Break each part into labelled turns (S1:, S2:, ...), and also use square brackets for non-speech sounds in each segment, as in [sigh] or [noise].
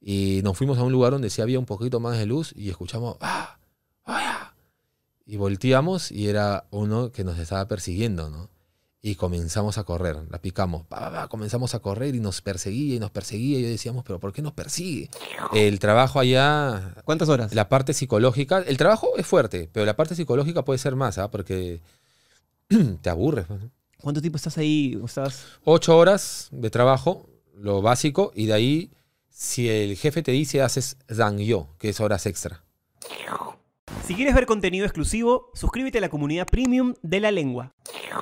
S1: Y nos fuimos a un lugar donde sí había un poquito más de luz y escuchamos, ¡Ah! ¡Ah! y volteamos y era uno que nos estaba persiguiendo, ¿no? Y comenzamos a correr, la picamos, pa, pa, pa, comenzamos a correr y nos perseguía y nos perseguía y yo decíamos, pero ¿por qué nos persigue? El trabajo allá,
S2: ¿Cuántas horas?
S1: la parte psicológica, el trabajo es fuerte, pero la parte psicológica puede ser más, ¿ah? Porque [clears throat] te aburres. pues, ¿no?
S2: ¿Cuánto tiempo estás ahí? ¿Estás?
S1: Ocho horas de trabajo, lo básico, y de ahí, si el jefe te dice, haces yo que es horas extra.
S3: Si quieres ver contenido exclusivo, suscríbete a la comunidad premium de la lengua.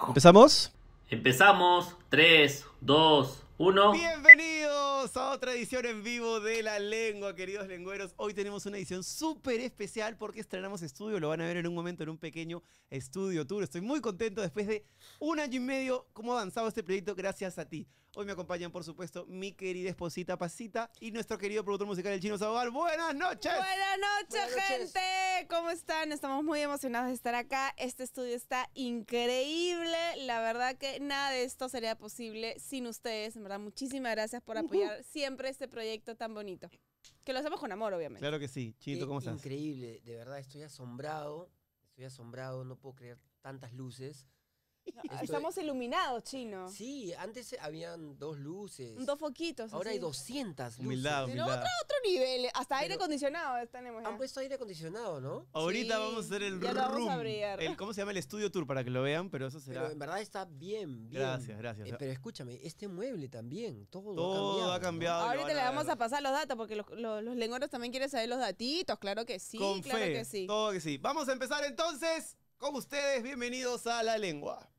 S2: ¿Empezamos?
S4: Empezamos. 3, 2, 1.
S5: Bienvenidos a otra edición en vivo de La Lengua, queridos lengueros. Hoy tenemos una edición súper especial porque estrenamos estudio. Lo van a ver en un momento en un pequeño estudio tour. Estoy muy contento después de un año y medio cómo ha avanzado este proyecto gracias a ti. Hoy me acompañan, por supuesto, mi querida esposita Pasita y nuestro querido productor musical, el chino Sabogal. ¡Buenas noches!
S6: Buenas noches, gente. ¿Cómo están? Estamos muy emocionados de estar acá. Este estudio está increíble. La verdad que nada de esto sería posible sin ustedes. En verdad, muchísimas gracias por apoyar siempre este proyecto tan bonito. Que lo hacemos con amor, obviamente.
S5: Claro que sí. Chinito,
S7: Qué
S5: ¿cómo estás?
S7: Increíble, de verdad, estoy asombrado. Estoy asombrado, no puedo creer tantas luces. Estoy-
S6: Estamos iluminados, chino.
S7: Sí, antes habían dos luces.
S6: Dos foquitos.
S7: Ahora hay
S6: así.
S7: 200 luces.
S5: Humildad,
S6: Pero
S5: humildad.
S6: Otro nivel. Hasta aire
S7: Pero-
S6: acondicionado tenemos ya.
S7: Han puesto aire acondicionado, ¿no?
S5: Ahorita
S6: Sí,
S5: vamos a hacer el
S6: ya lo vamos a
S5: room,
S6: abrir.
S5: el- ¿Cómo se llama el estudio tour para que lo vean? Pero eso será.
S7: Pero en verdad está bien, bien.
S5: Gracias, gracias.
S7: Eh, pero escúchame, este mueble también, todo,
S5: Todo ha
S7: ha cambiado.
S5: cambiado.
S7: ¿no?
S5: lo
S6: Ahorita le
S5: van
S6: vamos
S5: ver.
S6: a pasar los datos porque los, los, los lengueros también quieren saber los datitos. Claro que sí,
S5: Con
S6: claro
S5: fe.
S6: que sí.
S5: Todo que sí. Vamos a empezar entonces con ustedes. Bienvenidos a La Lengua.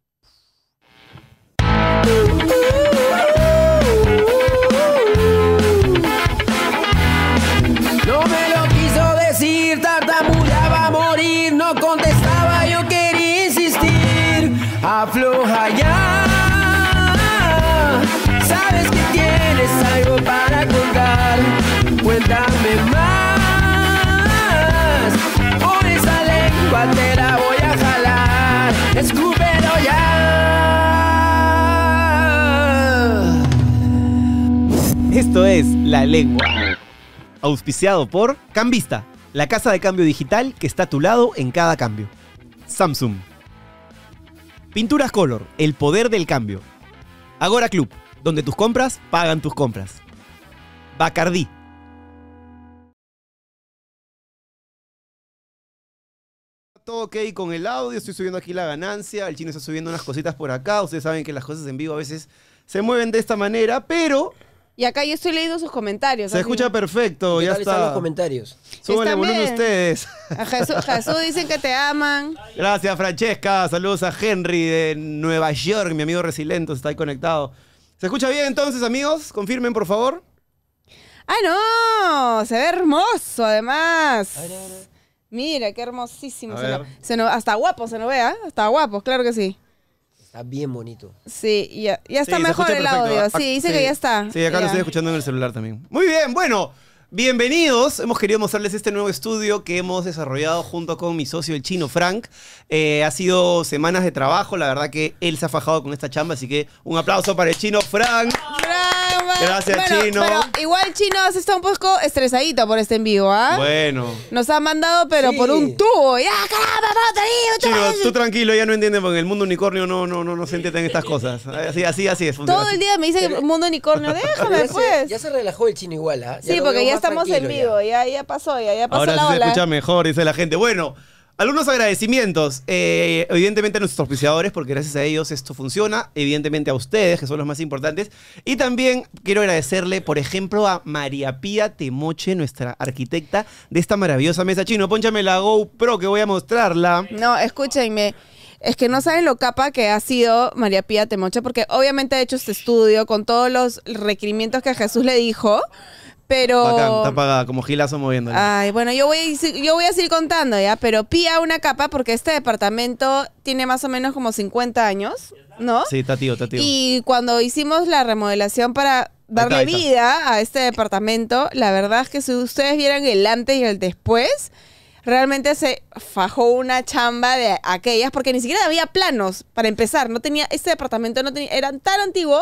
S7: No me lo quiso decir, tartamudeaba a morir, no contestaba, yo quería insistir. Afloja ya, sabes que tienes algo para contar, cuéntame más. Por esa lengua te la voy a jalar, escúpelo ya.
S2: Esto es La Lengua. Auspiciado por Cambista, la casa de cambio digital que está a tu lado en cada cambio. Samsung. Pinturas Color, el poder del cambio. Agora Club, donde tus compras pagan tus compras. Bacardí.
S5: Todo ok con el audio. Estoy subiendo aquí la ganancia. El chino está subiendo unas cositas por acá. Ustedes saben que las cosas en vivo a veces se mueven de esta manera, pero
S6: Y acá yo estoy leyendo sus comentarios.
S5: se
S6: así.
S5: escucha perfecto.
S7: ¿Qué
S5: Ya
S7: tal están los
S5: está.
S7: comentarios?
S5: Súbanle
S6: Están
S5: volumen
S6: bien.
S5: ustedes. [laughs]
S6: A Jesús, Jesús dicen que te aman.
S5: Gracias, Francesca. Saludos a Henry de Nueva York, mi amigo Resilento, está ahí conectado. ¿Se escucha bien entonces, amigos? Confirmen, por favor.
S6: ¡Ah, no! Se ve hermoso, además.
S7: A ver, a ver, a ver.
S6: Mira, qué hermosísimo.
S5: A
S6: Se
S5: ver.
S6: nos- se nos- hasta guapo se nos ve, ¿ah? Hasta guapo, claro que sí.
S7: Está bien bonito.
S6: Sí, ya, ya está
S5: Sí, se
S6: mejor
S5: escucha
S6: el
S5: perfecto.
S6: audio.
S5: Ah,
S6: Sí, dice que ya está.
S5: Sí, acá lo
S6: Ya.
S5: estoy escuchando en el celular también. Muy bien, bueno, bienvenidos. Hemos querido mostrarles este nuevo estudio que hemos desarrollado junto con mi socio, el chino Frank. Eh, ha sido semanas de trabajo, la verdad que él se ha fajado con esta chamba, así que un aplauso para el chino Frank.
S6: Bravo.
S5: Gracias,
S6: Bueno,
S5: Chino.
S6: pero igual Chino se está un poco estresadito por este en vivo, ¿ah?
S5: Bueno.
S6: Nos ha mandado, pero
S7: Sí.
S6: por un tubo. ¡Ya, caramba, no te digo,
S5: Chino,
S6: todo
S5: tú
S6: eso!
S5: tranquilo, ya no entienden, porque en el mundo unicornio no, no, no, no se entienden estas cosas. Así, así, así es. funciona
S6: Todo
S5: así.
S6: el día me dice que
S5: [laughs]
S6: mundo unicornio. Déjame,
S7: Ya se,
S6: pues.
S7: ya se relajó el chino igual, ¿ah?
S6: sí,
S7: lo
S6: porque
S7: veo
S6: ya
S7: más
S6: estamos en
S7: tranquilo
S6: vivo. Ya, ya pasó, ya, ya pasó
S5: Ahora
S6: la
S5: sí se
S6: ola. ¿eh?
S5: escucha mejor, dice la gente. Bueno, algunos agradecimientos. Eh, evidentemente a nuestros auspiciadores, porque gracias a ellos esto funciona. Evidentemente a ustedes, que son los más importantes. Y también quiero agradecerle, por ejemplo, a María Pía Temoche, nuestra arquitecta de esta maravillosa mesa chino. Pónchame la GoPro que voy a mostrarla.
S6: No, escúchenme. Es que no saben lo capa que ha sido María Pía Temoche, porque obviamente ha hecho este estudio con todos los requerimientos que Jesús le dijo, pero...
S5: Bacán, está apagada, como gilazo moviéndola.
S6: Ay, bueno, yo voy, a ir- yo voy a seguir contando ya, pero Pía una capa porque este departamento tiene más o menos como 50 años, ¿no?
S5: Sí, está tío, está tío.
S6: Y cuando hicimos la remodelación para darle
S5: ahí está.
S6: vida a este departamento, la verdad es que si ustedes vieran el antes y el después, realmente se fajó una chamba de aquellas, porque ni siquiera había planos para empezar. No tenía, este departamento no tenía, era tan antiguo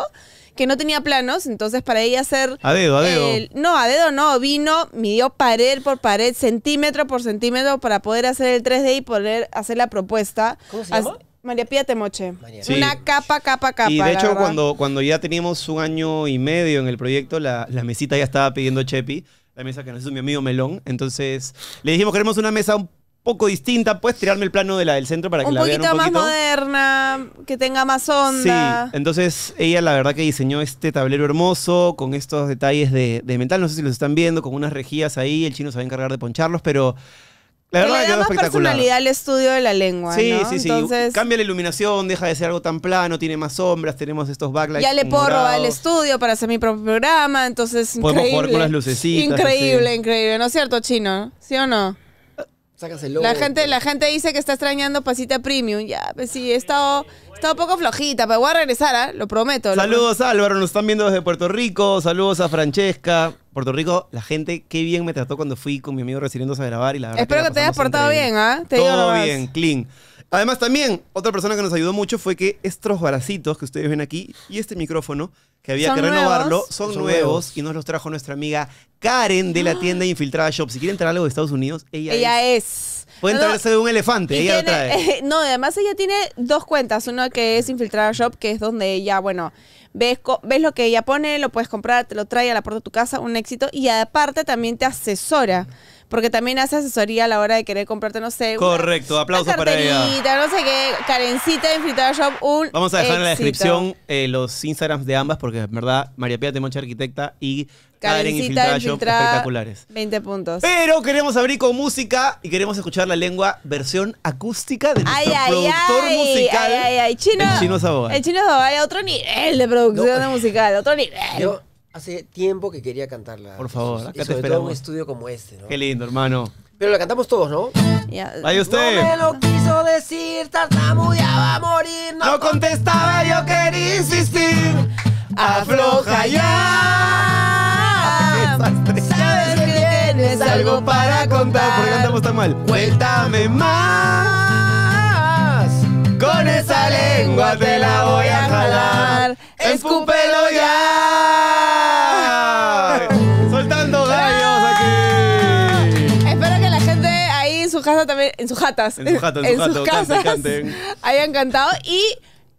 S6: que no tenía planos, entonces para ella hacer...
S5: A dedo, a dedo.
S6: el- no, a dedo no, vino, midió pared por pared, centímetro por centímetro para poder hacer el 3D y poder hacer la propuesta.
S7: ¿Cómo se llama?
S6: As- María Pía Temoche.
S7: María
S5: Sí.
S6: Una capa, capa, capa.
S5: Y
S6: la
S5: de hecho,
S6: verdad.
S5: cuando, cuando ya teníamos un año y medio en el proyecto, la, la mesita ya estaba pidiendo Chepi, la mesa que nos hizo mi amigo Melón. Entonces, le dijimos, queremos una mesa un poco distinta, puedes tirarme el plano de la del centro para que
S6: Un
S5: la vean
S6: poquito
S5: un
S6: más
S5: poquito.
S6: moderna, que tenga más onda.
S5: Sí, entonces ella la verdad que diseñó este tablero hermoso con estos detalles de, de metal, no sé si los están viendo, con unas rejillas ahí, el chino se va a encargar de poncharlos, pero la
S6: que
S5: verdad que
S6: le da
S5: quedó
S6: más
S5: espectacular.
S6: personalidad al estudio de la lengua.
S5: Sí,
S6: ¿no?
S5: sí, sí.
S6: Entonces,
S5: Cambia la iluminación, deja de ser algo tan plano, tiene más sombras, tenemos estos backlights.
S6: ya le puedo robar el
S5: morados.
S6: estudio para hacer mi propio programa. Entonces,
S5: Podemos
S6: increíble.
S5: jugar con las lucecitas,
S6: Increíble,
S5: así.
S6: increíble. ¿No es cierto, chino? ¿Sí o no?
S7: Sácaselo.
S6: La gente, la gente dice que está extrañando Pasita Premium. Ya, pues sí, he estado, he estado un poco flojita, pero voy a regresar, ¿ah? lo prometo. lo
S5: Saludos Álvaro, nos están viendo desde Puerto Rico. Saludos a Francesca. Puerto Rico, la gente, qué bien me trató cuando fui con mi amigo recibiéndose a grabar y la verdad
S6: Espero
S5: la
S6: que te hayas
S5: pasamos
S6: portado
S5: increíble.
S6: bien, ¿ah? Te digo
S5: Todo
S6: nomás.
S5: bien, clean. Además también, otra persona que nos ayudó mucho fue que estos bracitos que ustedes ven aquí y este micrófono que había
S6: ¿Son
S5: que renovarlo
S6: nuevos?
S5: son,
S7: Son
S5: nuevos,
S7: nuevos.
S5: y nos los trajo nuestra amiga Karen de la tienda Infiltrada Shop. Si quieren traer algo de Estados Unidos, ella,
S6: Ella
S5: es.
S6: es.
S5: Pueden
S6: No, no,
S5: traerse de un elefante,
S6: y
S5: ella lo
S6: tiene-
S5: trae.
S6: [laughs] no, además ella tiene dos cuentas. Una que es Infiltrada Shop, que es donde ella, bueno, ves, co- ves lo que ella pone, lo puedes comprar, te lo trae a la puerta de tu casa, un éxito. Y aparte también te asesora, porque también hace asesoría a la hora de querer comprarte, no sé. una-
S5: Correcto, aplausos
S6: una
S5: para ella.
S6: carterita, No sé qué, Karencita de Infiltrada Shop, un
S5: Vamos a dejar en la
S6: éxito.
S5: descripción eh, los Instagrams de ambas, porque en verdad María Pía Temoche Arquitecta y Karen
S6: Karencita
S5: Infiltrada
S6: de
S5: Shop,
S6: Infiltrada,
S5: espectaculares.
S6: 20 puntos.
S5: Pero queremos abrir con música y queremos escuchar la lengua versión acústica de
S6: Ay,
S5: nuestro
S6: ay,
S5: productor
S6: ay,
S5: musical.
S6: ay, ay, ay, chino,
S5: el Chino Saboa.
S6: El chino Saboa, otro nivel de producción
S7: No.
S6: musical, otro nivel.
S7: Yo hace tiempo que quería cantarla.
S5: Por favor, acá
S7: y
S5: te
S7: sobre todo en
S5: esperamos.
S7: un estudio como este, ¿no?
S5: Qué lindo, hermano.
S7: Pero la cantamos todos, ¿no?
S6: Ya.
S5: Ahí usted.
S7: No me lo quiso decir, tartamudeaba a morir. No,
S5: No contestaba, yo quería insistir. Afloja ya. Sabes que tienes algo para contar. ¿Por qué cantamos tan mal? Cuéntame más. Con esa lengua te la voy a jalar. Escúpelo ya. [laughs] Soltando gallos aquí.
S6: Espero que la gente ahí en su casa también, en sus jatas,
S5: En su jata, en su jato,
S6: sus
S5: canten,
S6: casas
S5: canten.
S6: hayan cantado y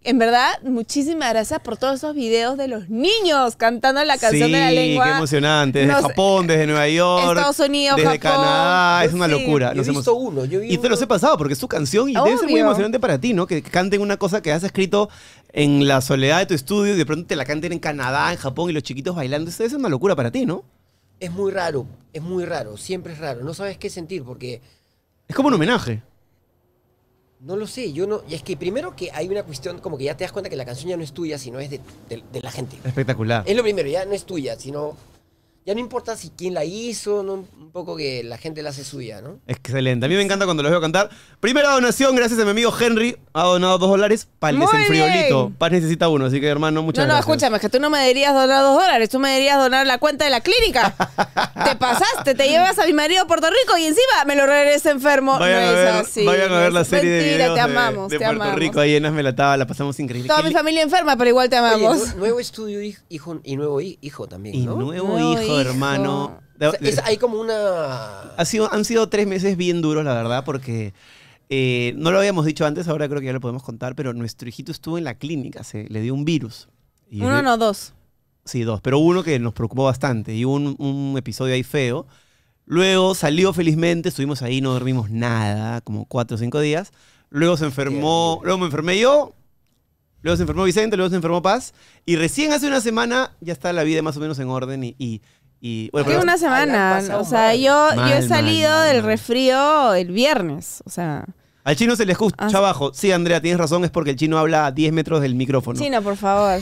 S6: en verdad muchísimas gracias por todos esos videos de los niños cantando la canción
S5: sí,
S6: de la lengua.
S5: qué emocionante. Desde
S6: Nos-
S5: Japón, desde Nueva York.
S6: Estados Unidos,
S5: desde
S6: Japón.
S5: Canadá. Es
S6: Sí,
S5: una locura.
S7: yo he
S5: Nos hemos-
S7: visto uno. Yo vi
S5: Y te los
S7: uno.
S5: he pasado porque es tu canción y debe ser muy
S6: Obvio.
S5: emocionante para ti, ¿no? Que canten una cosa que has escrito en la soledad de tu estudio y de pronto te la canten en Canadá, en Japón y los chiquitos bailando. Eso debe ser una locura para ti, ¿no?
S7: Es muy raro, es muy raro, siempre es raro. No sabes qué sentir porque
S5: Es como un homenaje.
S7: no lo sé. Yo no. y es que primero que hay una cuestión como que ya te das cuenta que la canción ya no es tuya, sino es de, de- de la gente.
S5: Espectacular.
S7: Es lo primero, ya no es tuya, sino ya no importa si quién la hizo, no, un poco que la gente la hace suya, ¿no?
S5: Excelente. A mí me encanta cuando los veo cantar. Primera donación, gracias a mi amigo Henry. Ha donado dos dólares para el
S6: Muy
S5: desenfriolito.
S6: bien.
S5: Paz necesita uno, así que hermano,
S6: No,
S5: muchas
S6: no,
S5: gracias.
S6: escúchame, es que tú no me deberías donar dos dólares, tú me deberías donar la cuenta de la
S5: [laughs]
S6: clínica. te pasaste, te llevas a mi marido a Puerto Rico y encima me lo regresa enfermo.
S5: Vayan,
S6: no
S5: a
S6: es
S5: ver,
S6: así.
S5: vayan a ver
S6: no
S5: la
S6: es-
S5: serie de
S6: Mentira,
S5: videos
S6: te
S5: de-
S6: amamos,
S5: de
S6: te
S5: Puerto
S6: amamos.
S5: Rico ahí en Asmelataba, la pasamos increíble.
S6: Toda
S5: Qué
S6: mi
S5: li-
S6: familia enferma, pero igual te
S7: Oye,
S6: amamos.
S7: nu- nuevo estudio hij- hijo, y nuevo hi- hijo también,
S5: Y
S7: ¿no?
S5: nuevo,
S6: Nuevo
S5: hijo,
S6: hijo.
S5: hermano.
S7: O sea, es- hay como una.
S5: Ha sido, han sido tres meses bien duros, la verdad, porque eh, no lo habíamos dicho antes, ahora creo que ya lo podemos contar, pero nuestro hijito estuvo en la clínica, se le dio un virus. Y
S6: Uno
S5: de-
S6: no, dos.
S5: Sí, dos, pero uno que nos preocupó bastante y hubo un, un episodio ahí feo. Luego salió felizmente, estuvimos ahí, no dormimos nada, como cuatro o cinco días. Luego se enfermó, luego me enfermé yo, luego se enfermó Vicente, luego se enfermó Paz. Y recién hace una semana ya está la vida más o menos en orden y... y, y- bueno,
S6: Que
S5: pero-
S6: una semana.
S7: Ay, la han pasado
S6: O sea,
S7: mal.
S6: yo, yo he
S5: Mal,
S6: salido
S5: mal, mal,
S6: del
S5: mal.
S6: resfrío el viernes. O sea,
S5: Al chino se le escucha
S6: Ah, sí.
S5: abajo. Sí, Andrea, tienes razón, es porque el chino habla a 10 metros del micrófono.
S6: Chino, por favor.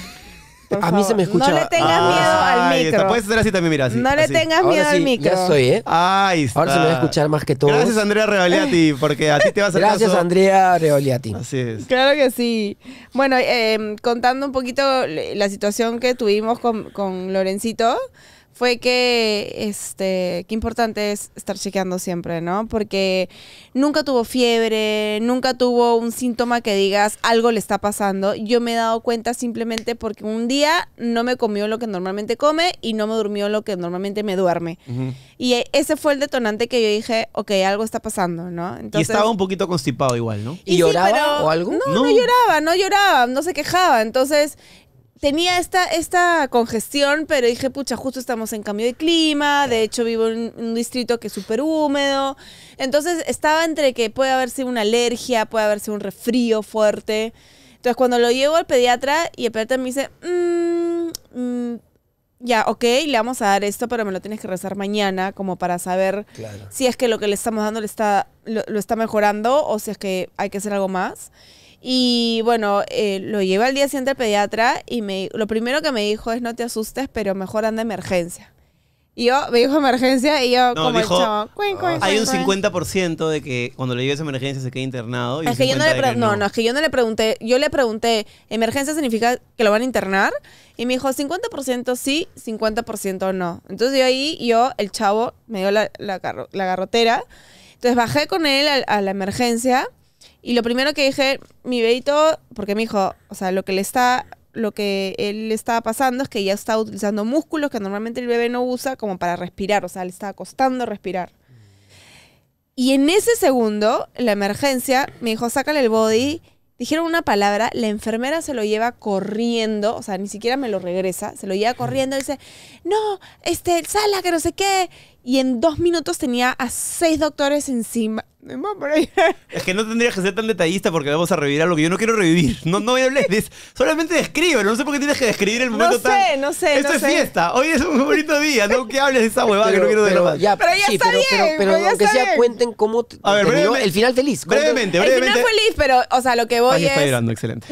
S6: Por
S7: A mí se
S6: favor.
S7: me escucha-
S6: No le tengas
S7: Ah,
S5: Ahí
S6: miedo
S5: está.
S6: al
S5: Puedes
S6: micro.
S5: hacer así también, mira, así.
S6: No le
S5: así.
S6: tengas
S7: Ahora
S6: miedo al
S7: sí,
S6: micro.
S7: Ya estoy, ¿eh?
S5: Ahí está.
S7: Ahora se me va a escuchar más que todo.
S5: Ah. Gracias, Andrea Revaliati, porque a ti te vas a hacer
S7: Eh. Gracias,
S5: caso.
S7: Andrea Reoliati.
S5: Así es.
S6: Claro que sí. Bueno, em, eh, contando un poquito le- la situación que tuvimos con, con Lorencito, fue que, este, qué importante es estar chequeando siempre, ¿no? Porque nunca tuvo fiebre, nunca tuvo un síntoma que digas algo le está pasando. Yo me he dado cuenta simplemente porque un día no me comió lo que normalmente come y no me durmió lo que normalmente me duerme. Y eh, ese fue el detonante que yo dije, ok, algo está pasando, ¿no?
S5: y estaba un poquito constipado igual, ¿no?
S6: Y sí,
S7: ¿Y lloraba
S6: pero-
S7: o algo?
S6: No, no, lloraba, no lloraba, no se quejaba. Entonces tenía esta, esta congestión, pero dije, pucha, justo estamos en cambio de clima. De hecho, vivo en un distrito que es súper húmedo. Entonces estaba entre que puede haber sido una alergia, puede haber sido un resfrío fuerte. Entonces cuando lo llevo al pediatra y el pediatra me dice, "Mm, mm, ya, ok, le vamos a dar esto, pero me lo tienes que rezar mañana como para saber
S7: Claro.
S6: si es que lo que le estamos dando le está, lo, lo está mejorando o si es que hay que hacer algo más. Y bueno, eh, lo llevé al día siguiente al pediatra y me, lo primero que me dijo es no te asustes, pero mejor anda a emergencia. Y yo, me dijo emergencia y yo
S5: No,
S6: como
S5: dijo,
S6: el chavo, "Cuin, cuin,
S5: Hay
S6: cuin,
S5: un
S6: cuin".
S5: 50% de que cuando le llegues a emergencia se quede internado. Y un
S6: Es que yo no
S5: 50
S6: le
S5: de
S6: pre- no, no, es que yo no le pregunté, yo le pregunté, emergencia significa que lo van a internar y me dijo 50% sí, 50% no. Entonces yo ahí yo el chavo me dio la, la, garro- la garrotera. Entonces bajé con él al- a, la emergencia y lo primero que dije, mi bebito, porque me dijo, o sea, lo que le está lo que él le estaba pasando es que ya estaba utilizando músculos que normalmente el bebé no usa como para respirar, o sea, le estaba costando respirar. Y en ese segundo, la emergencia, me dijo, sácale el body. Dijeron una palabra, la enfermera se lo lleva corriendo, o sea, ni siquiera me lo regresa, se lo lleva corriendo y dice, no, este, sala, que no sé qué. Y en dos minutos tenía a seis doctores encima. Me voy a poner a llorar.
S5: Es que no tendrías que ser tan detallista porque vamos a revivir algo que yo no quiero revivir. No, no me hables de eso. Solamente descríbelo. No sé por qué tienes que describir el
S6: No
S5: momento tan...
S6: sé, no sé,
S5: Esto
S6: no
S5: es
S6: sé.
S5: fiesta. Hoy es un bonito día. No que hables de esa huevada que no quiero derramar.
S7: ya,
S6: Pero ya
S7: sí,
S6: está
S7: pero, pero-
S6: bien,
S7: pero
S6: pero ya
S7: aunque
S6: está
S7: sea,
S6: bien.
S7: cuenten cómo
S5: A ver,
S7: terminó
S5: brevemente-
S7: el final feliz. cuenten-
S5: Brevemente,
S6: El
S5: brevemente.
S6: final fue liz, pero, o sea, lo que voy
S5: Ahí está
S6: es...
S5: llorando, excelente.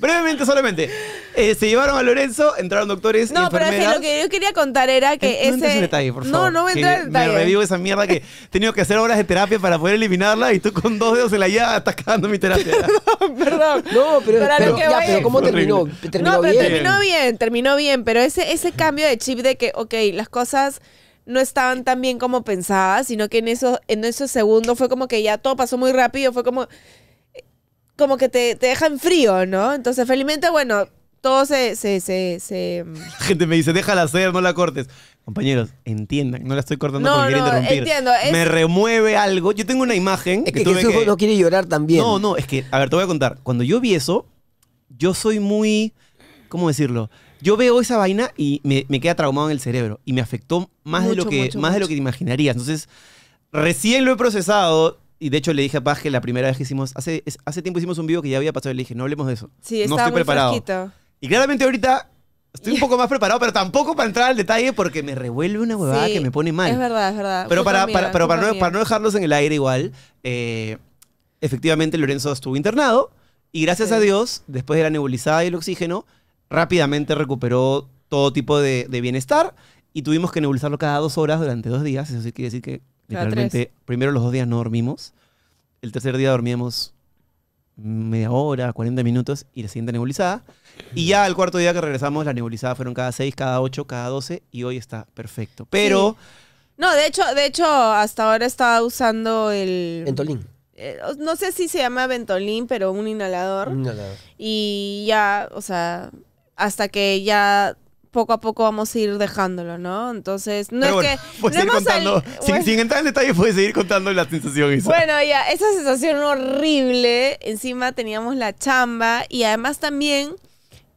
S5: brevemente, solamente. Eh, se llevaron a Lorenzo, entraron doctores y
S6: No, pero es que
S5: enfermeras.
S6: lo que yo quería contar era que
S5: Eh, no entres
S6: ese...
S5: en detalle, por
S6: No,
S5: favor.
S6: no voy a
S5: que
S6: entrar en detalle.
S5: Me revivo esa mierda que he tenido que hacer horas de terapia para poder eliminarla y tú con dos dedos en la llave atacando mi
S6: [laughs]
S5: terapia.
S6: [laughs] Perdón.
S7: No, pero,
S6: Pero a lo
S7: pero-
S6: que
S7: ya,
S6: voy
S7: pero
S6: es-
S7: ¿cómo
S5: Horrible.
S7: terminó? ¿Terminó
S6: no, pero
S7: bien?
S6: terminó bien, terminó bien, pero ese, ese cambio de chip de que, ok, las cosas no estaban tan bien como pensadas, sino que en eso, en esos segundos fue como que ya todo pasó muy rápido, fue como, como que te, te deja en frío, ¿no? Entonces, felizmente, bueno, todo se, se, se, se- mm,
S5: La gente me dice, déjala hacer, no la cortes. Compañeros, entiendan, no la estoy cortando
S6: No,
S5: porque
S6: no,
S5: quiero interrumpir.
S6: entiendo, es-
S5: Me remueve algo. Yo tengo una imagen
S7: Es
S5: que,
S7: que
S5: tuve
S7: Jesús
S5: que-
S7: no quiere llorar también.
S5: No, no, es que, a ver, te voy a contar. Cuando yo vi eso, yo soy muy. ¿Cómo decirlo? Yo veo esa vaina y me, me queda traumado en el cerebro. Y me afectó más, de, lo
S6: Mucho,
S5: que,
S6: mucho,
S5: más de lo que te imaginarías. Entonces, recién lo he procesado. Y de hecho le dije a Paz que la primera vez que hicimos, hace, es- hace tiempo hicimos un video que ya había pasado y le dije, no hablemos de eso.
S6: sí,
S5: no
S6: estaba
S5: estoy
S6: muy
S5: preparado.
S6: fresquito.
S5: Y claramente ahorita estoy
S6: [laughs]
S5: un poco más preparado, pero tampoco para entrar al detalle porque me revuelve una huevada
S6: Sí,
S5: que me pone mal.
S6: Es verdad, es verdad.
S5: Pero
S6: Culpa
S5: para,
S6: mía,
S5: para, pero para,
S6: culpa
S5: no,
S6: mía.
S5: para no dejarlos en el aire igual, eh, efectivamente Lorenzo estuvo internado y gracias
S6: Sí.
S5: a Dios, después de la nebulizada y el oxígeno, rápidamente recuperó todo tipo de, de bienestar y tuvimos que nebulizarlo cada dos horas durante dos días. Eso sí quiere decir que
S6: Cada
S5: literalmente primero los dos días no dormimos, el tercer día dormíamos media hora, 40 minutos y la siguiente nebulizada. Y ya al cuarto día que regresamos, la nebulizada fueron cada 6, cada 8, cada 12 y hoy está perfecto. Pero...
S6: No, de hecho, de hecho, hasta ahora estaba usando el...
S7: Ventolín.
S6: eh, no sé si se llama Ventolin, pero un inhalador.
S5: Mm.
S7: No, no.
S6: Y ya, o sea, hasta que ya poco a poco vamos a ir dejándolo, ¿no? Entonces, no
S5: Pero
S6: es
S5: bueno, [laughs]
S6: que.
S5: puedes
S6: no
S5: seguir
S6: hemos sal-
S5: contando.
S6: [laughs]
S5: sin,
S6: Bueno,
S5: sin entrar en detalle, puedes seguir contando la sensación. Isa.
S6: bueno, ya, esa sensación horrible. Encima teníamos la chamba y además también.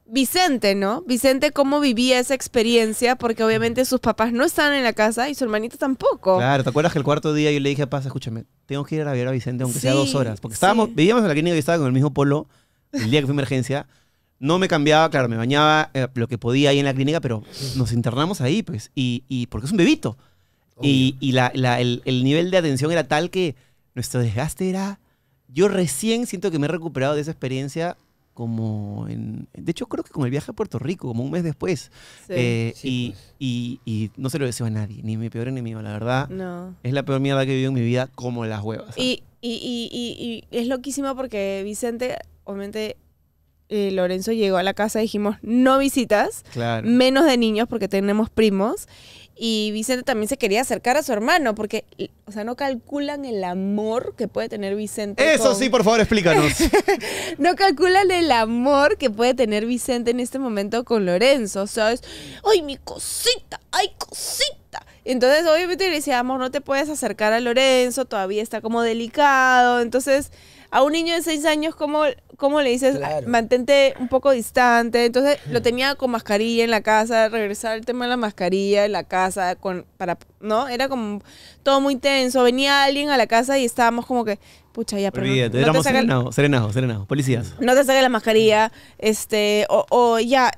S6: Vicente, ¿no? Vicente, cómo vivía esa experiencia, porque obviamente sus papás no estaban en la casa y su hermanito tampoco.
S5: Claro, ¿te acuerdas que el cuarto día yo le dije a Paz, escúchame, tengo que ir a ver a Vicente aunque sea
S6: Sí,
S5: dos horas? Porque estábamos,
S6: sí.
S5: vivíamos en la clínica y estaba con el mismo polo el día que fue emergencia. No me cambiaba, claro, me bañaba eh, lo que podía ahí en la clínica, pero nos internamos ahí, pues. Y, y porque es un bebito. Y, y la- la- el, el nivel de atención era tal que nuestro desgaste era. Yo recién siento que me he recuperado de esa experiencia como en. De hecho, creo que con el viaje a Puerto Rico, como un mes después.
S6: Sí.
S5: Eh,
S7: Sí,
S5: y,
S7: pues.
S5: y- y no se lo deseo a nadie, ni a mi peor enemigo, la verdad.
S6: no.
S5: Es la peor mierda que he vivido en mi vida, como las huevas.
S6: Mm. Y, y- y- y- y es loquísimo porque Vicente, obviamente, eh, Lorenzo llegó a la casa y dijimos, no visitas,
S5: claro.
S6: menos de niños porque tenemos primos. Y Vicente también se quería acercar a su hermano porque, o sea, no calculan el amor que puede tener Vicente.
S8: Eso
S6: con-
S8: sí, por favor, explícanos.
S6: [laughs] no calculan el amor que puede tener Vicente en este momento con Lorenzo, ¿sabes? ¡Ay, mi cosita! ¡Ay, cosita! Entonces, obviamente le decía, amor, no te puedes acercar a Lorenzo, todavía está como delicado. Entonces, a un niño de seis años, ¿cómo, cómo le dices,
S7: Claro.
S6: "Ah, mantente un poco distante? Entonces, lo tenía con mascarilla en la casa, regresar el tema de la mascarilla en la casa, con, para, ¿no? Era como todo muy tenso. Venía alguien a la casa y estábamos como que, pucha, ya, pero no-
S5: Olvídate,
S6: no, te
S5: éramos
S6: saca-
S5: serenados, serenados, serenados, policías.
S6: no te saques la mascarilla, este, o, o ya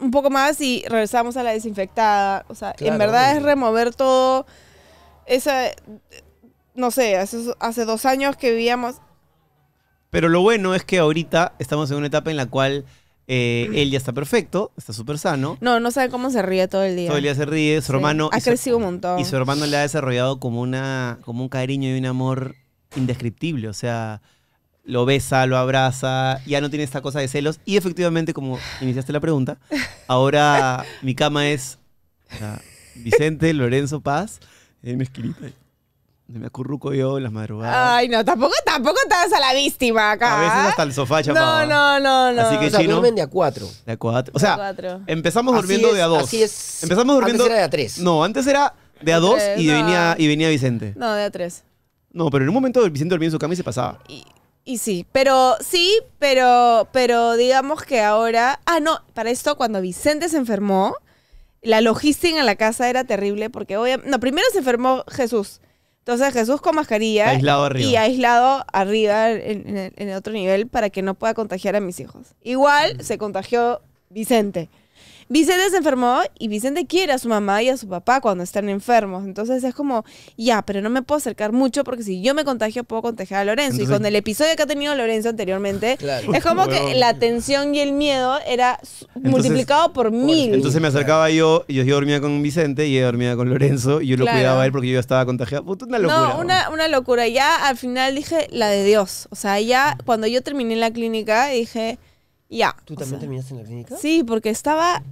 S6: un poco más y regresamos a la desinfectada. O sea,
S7: Claro,
S6: en verdad es
S7: obvio.
S6: remover todo esa, no sé, hace, hace dos años que vivíamos.
S5: Pero lo bueno es que ahorita estamos en una etapa en la cual eh, él ya está perfecto, está súper sano.
S6: No, no saben cómo se ríe todo el día.
S5: Todo el día se ríe, su
S6: Sí.
S5: hermano.
S6: Ha
S5: y su-
S6: crecido un montón.
S5: Y su hermano le ha desarrollado como, una, como un cariño y un amor indescriptible. O sea, lo besa, lo abraza, ya no tiene esta cosa de celos. Y efectivamente, como iniciaste la pregunta, ahora mi cama es o sea, Vicente Lorenzo Paz en una esquinita. Me acurruco yo en las madrugadas.
S6: Ay, no, tampoco, tampoco te das a la víctima acá. ¿ah?
S5: a veces hasta el sofá, chapado.
S6: No, no, no, no.
S5: Así que
S7: O sea,
S5: chino.
S7: duermen de a cuatro.
S5: De a cuatro. O sea,
S6: Cuatro.
S5: empezamos
S7: Así
S5: durmiendo
S7: es,
S5: de a dos.
S7: Así es.
S5: Empezamos durmiendo.
S7: Antes era de a tres.
S5: No, antes era de a dos y
S6: no.
S5: venía, y venía Vicente.
S6: No, de a tres.
S5: No, pero en un momento Vicente dormía en su cama y se pasaba.
S6: Y, y sí, pero sí, pero, pero digamos que ahora. Ah, no, para esto, cuando Vicente se enfermó, la logística en la casa era terrible porque obviamente. No, primero se enfermó Jesús. Entonces Jesús con mascarilla
S5: Aislado arriba.
S6: y aislado arriba en, en el- en el otro nivel para que no pueda contagiar a mis hijos. Igual se contagió Vicente. Vicente se enfermó y Vicente quiere a su mamá y a su papá cuando están enfermos. Entonces es como, ya, pero no me puedo acercar mucho porque si yo me contagio puedo contagiar a Lorenzo. y
S5: Entonces-
S6: con el episodio que ha tenido Lorenzo
S5: [laughs]
S6: anteriormente,
S7: Claro.
S6: es como que
S5: Huevón.
S6: la tensión y el miedo era su- multiplicado por mil.
S5: Entonces me acercaba yo, y yo, yo dormía con Vicente y ella dormía con Lorenzo y yo lo
S6: Claro.
S5: cuidaba a él porque yo ya estaba contagiado. Puta, una locura.
S6: no,
S5: ¿no?
S6: una, una locura. Ya al final dije la de Dios. O sea, ya cuando yo terminé en la clínica dije, ya.
S7: ¿Tú
S6: o
S7: también
S6: sea,
S7: terminaste en la clínica?
S6: Sí, porque estaba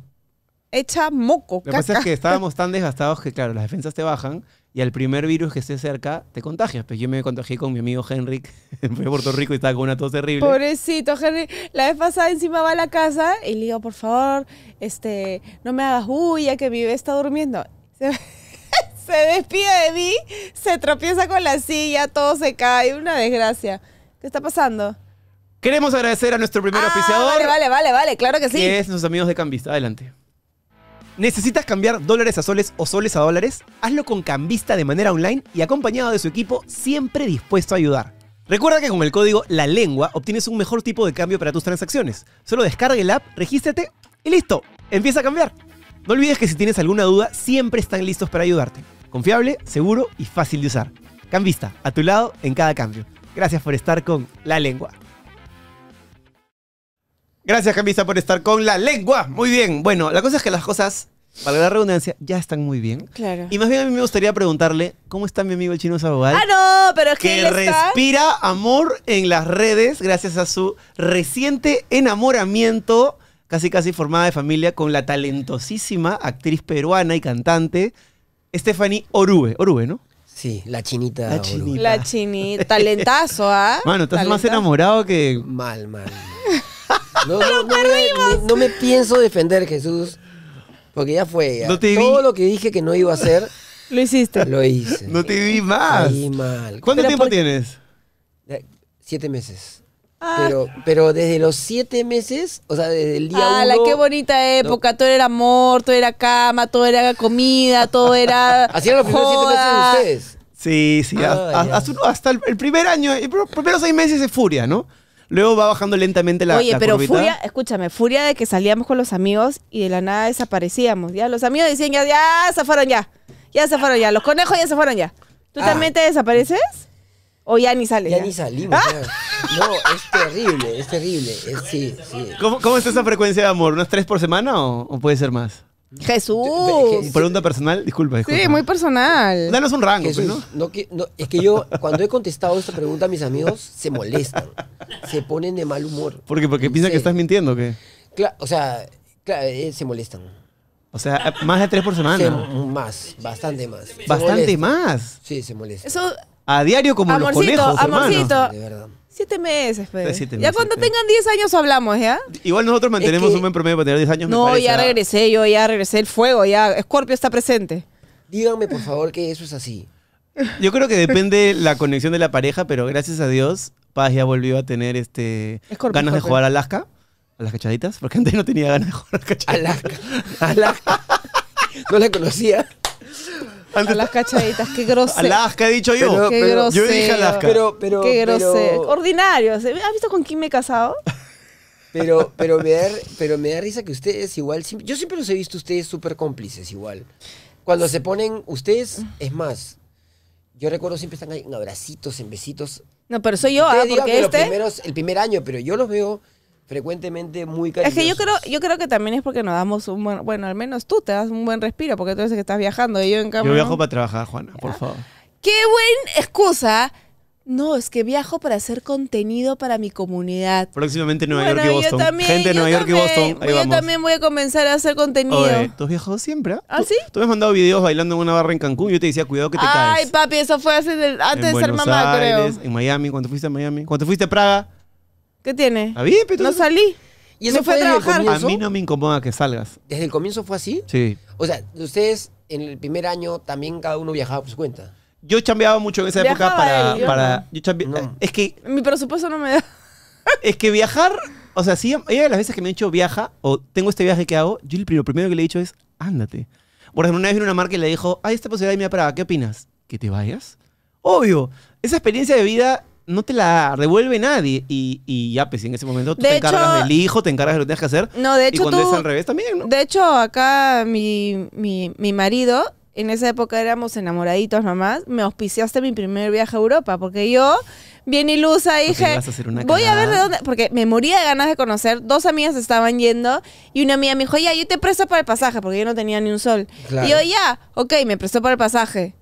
S6: hecha moco.
S5: Lo que pasa
S6: caca.
S5: es que estábamos tan desgastados que, claro, las defensas te bajan y al primer virus que esté cerca te contagias. Pues yo me contagié con mi amigo Henrik, [laughs] fui a Puerto Rico y estaba con una tos terrible.
S6: Pobrecito, Henry. La vez pasada encima va a la casa y le digo, por favor, este, no me hagas bulla, que mi bebé está durmiendo. Se, [laughs] se despide de mí, se tropieza con la silla, todo se cae, una desgracia. ¿Qué está pasando?
S5: Queremos agradecer a nuestro primer
S6: Ah,
S5: auspiciador.
S6: vale, vale, vale, vale, claro que sí.
S5: que es nuestros amigos de Cambista. Adelante. ¿Necesitas cambiar dólares a soles o soles a dólares? Hazlo con Cambista de manera online y acompañado de su equipo siempre dispuesto a ayudar. Recuerda que con el código La Lengua obtienes un mejor tipo de cambio para tus transacciones. Solo descarga el app, regístrate y listo. Empieza a cambiar. No olvides que si tienes alguna duda, siempre están listos para ayudarte. Confiable, seguro y fácil de usar. Cambista, a tu lado en cada cambio. Gracias por estar con La Lengua. Gracias, Cambista, por estar con la lengua. Muy bien. Bueno, la cosa es que las cosas, para la redundancia, ya están muy bien.
S6: Claro.
S5: Y más bien a mí me gustaría preguntarle, ¿cómo está mi amigo el chino Sabogal?
S6: Ah, no, pero es que,
S5: que
S6: él está...
S5: respira amor en las redes gracias a su reciente enamoramiento, casi casi formada de familia, con la talentosísima actriz peruana y cantante Stephanie Orube. Orube, ¿no?
S7: Sí, la chinita.
S5: La
S7: boludo.
S5: chinita.
S6: La chinita, talentazo, ¿ah?
S5: Mano, estás más
S6: Talentazo.
S5: enamorado que...
S7: Mal,
S5: [laughs]
S7: mal. No, no, no, voy a- ni- no me pienso defender, Jesús. Porque ya fue. ya.
S5: No te vi.
S7: Todo lo que dije que no iba a hacer,
S6: Lo hiciste.
S7: lo hice.
S5: No te vi más.
S7: Ahí mal.
S5: ¿Cuánto
S6: Pero
S5: tiempo
S6: por-
S5: tienes?
S7: Eh, Siete meses.
S6: Ah.
S7: Pero, pero desde los siete meses, o sea, desde el día
S6: Ah, la
S7: uno,
S6: qué bonita época, todo era amor, todo era cama, todo era comida, todo era.
S7: Así eran los primeros siete meses
S6: joda.
S7: de ustedes.
S5: Sí, sí,
S7: Ah,
S5: hasta,
S7: ya.
S5: hasta- hasta el, el primer año, el pr- primeros seis meses es furia, ¿no? Luego va bajando lentamente la
S6: Oye,
S5: la
S6: pero
S5: curvita.
S6: furia, escúchame, furia de que salíamos con los amigos y de la nada desaparecíamos. Ya, los amigos decían, ya, ya se fueron ya. Ya se fueron ya. Los conejos ya se fueron ya. ¿Tú
S7: Ah.
S6: también te desapareces? ¿O ya ni sales?
S7: Ya ni salimos.
S5: ¡Ah!
S7: ya. No, es terrible, es terrible. Es- sí, sí.
S5: ¿Cómo, cómo está esa frecuencia de amor? ¿Unas tres por semana o, o puede ser más?
S6: Jesús.
S5: Pregunta personal, disculpa.
S6: Sí,
S5: disculpa.
S6: muy personal.
S5: Danos un rango, pues,
S7: Jesús,
S5: ¿no?
S7: no que- no, es que yo, cuando he contestado esta pregunta a mis amigos, se molestan. Se ponen de mal humor.
S5: ¿Por qué? Porque piensan que
S7: Sí.
S5: estás mintiendo, ¿o ¿qué?
S7: Cla- o sea, cla- eh, se molestan.
S5: O sea, más de tres por
S7: Sí,
S5: semana.
S7: más, bastante más. Se
S5: Ah, Bastante
S7: molesta.
S5: más.
S7: Sí, se molesta.
S6: Eso,
S5: A diario como
S6: Amorcito,
S5: los conejos,
S6: amorcito.
S5: hermano.
S7: De verdad.
S6: siete meses, Fede.
S5: Sí, siete
S6: ya
S5: meses,
S6: cuando
S5: sí.
S6: tengan 10 años hablamos, ¿ya?
S5: Igual nosotros mantenemos
S7: Es que-
S5: un buen promedio para tener 10 años. me
S6: No,
S5: parece,
S6: ya
S5: ¿ah?
S6: regresé yo, ya regresé el fuego, ya. Scorpio está presente.
S7: Díganme, por favor, que eso es así.
S5: Yo creo que depende la conexión de la pareja, pero gracias a Dios, Paz ya volvió a tener este
S6: Escorpio,
S5: ganas de
S6: escorpio.
S5: jugar a Alaska, a las cachaditas, porque antes no tenía ganas de jugar a las cachaditas.
S7: Alaska. Alaska. [laughs] No la conocía.
S6: A las cachaditas,
S5: [laughs]
S6: qué grosero.
S5: Alaska, he dicho yo.
S7: Pero-
S6: Qué
S7: pero-
S5: yo
S6: grosero.
S5: dije Alaska.
S7: Pero, pero,
S6: qué
S7: pero-
S6: grosero. Ordinario. ¿se- ¿Has visto con quién me he casado?
S7: Pero, pero, me da, pero me da risa que ustedes igual... siem- Yo siempre los he visto ustedes súper cómplices igual. Cuando se ponen ustedes, es más, yo recuerdo siempre están ahí en abracitos, en besitos.
S6: No, pero soy yo, ah,
S7: Ustedes digan
S6: porque
S7: que los
S6: este.
S7: primeros- el primer año, pero yo los veo frecuentemente muy
S6: Es
S7: cariñosos.
S6: que yo creo, yo creo que también es porque nos damos un buen, bueno, al menos tú te das un buen respiro porque tú dices que estás viajando y yo en cambio.
S5: Yo viajo
S6: no.
S5: para trabajar, Juana, por favor.
S6: ¡Qué buena excusa! No, es que viajo para hacer contenido para mi comunidad.
S5: Próximamente Nueva
S6: Bueno,
S5: York y Boston.
S6: Yo también,
S5: Gente de
S6: yo
S5: Nueva York y
S6: también,
S5: Boston, ahí
S6: yo
S5: vamos.
S6: también voy a comenzar a hacer contenido.
S5: Oye, tú has viajado siempre, ¿ah?
S6: ¿Ah,
S5: Tú-
S6: sí?
S5: Tú me has mandado videos bailando en una barra en Cancún. Yo te decía, cuidado que te caes.
S6: Ay, papi, eso fue hace del- antes
S5: en
S6: de ser
S5: Buenos
S6: mamá,
S5: Aires,
S6: creo.
S5: En Miami, cuando fuiste a Miami. Cuando fuiste a Praga.
S6: ¿Qué tiene?
S5: ¿A mí? Pero tú-
S6: No salí.
S7: ¿Y eso
S6: Me fue
S7: fue
S6: a
S7: desde el
S6: trabajar.
S5: a
S7: comienzo?
S5: mí no me incomoda que salgas.
S7: ¿Desde el comienzo fue así?
S5: Sí.
S7: O sea, ustedes en el primer año también cada uno viajaba por su cuenta.
S5: Yo chambeaba mucho en esa
S6: Viajaba
S5: época para.
S6: él, yo
S5: para-
S6: no.
S5: yo chambe-
S7: No.
S5: Es que
S6: Mi presupuesto no me da.
S5: es que viajar. O sea, sí, ella de las veces que me ha dicho viaja o tengo este viaje que hago, yo lo primero que le he dicho es ándate. Por ejemplo, una vez vino una marca y le dijo, hay esta posibilidad de irme a Praga, ¿qué opinas? ¿Que te vayas? Obvio, esa experiencia de vida no te la revuelve nadie. Y, y ya, pues en ese momento tú
S6: De
S5: te
S6: hecho-
S5: encargas del hijo, te encargas de lo que tienes que hacer.
S6: No, de
S5: y
S6: hecho
S5: cuando es
S6: tú.
S5: al revés también, ¿no?
S6: De hecho, acá mi, mi, mi marido, en esa época éramos enamoraditos nomás, me auspiciaste mi primer viaje a Europa, porque yo, bien ilusa, dije,
S5: vas a hacer una
S6: voy a ver de
S5: cagada".
S6: dónde, porque me moría de ganas de conocer, dos amigas estaban yendo, y una amiga me dijo, ya, yo te presto para el pasaje, porque yo no tenía ni un sol.
S7: Claro.
S6: Y yo, ya, ok, me prestó para el pasaje.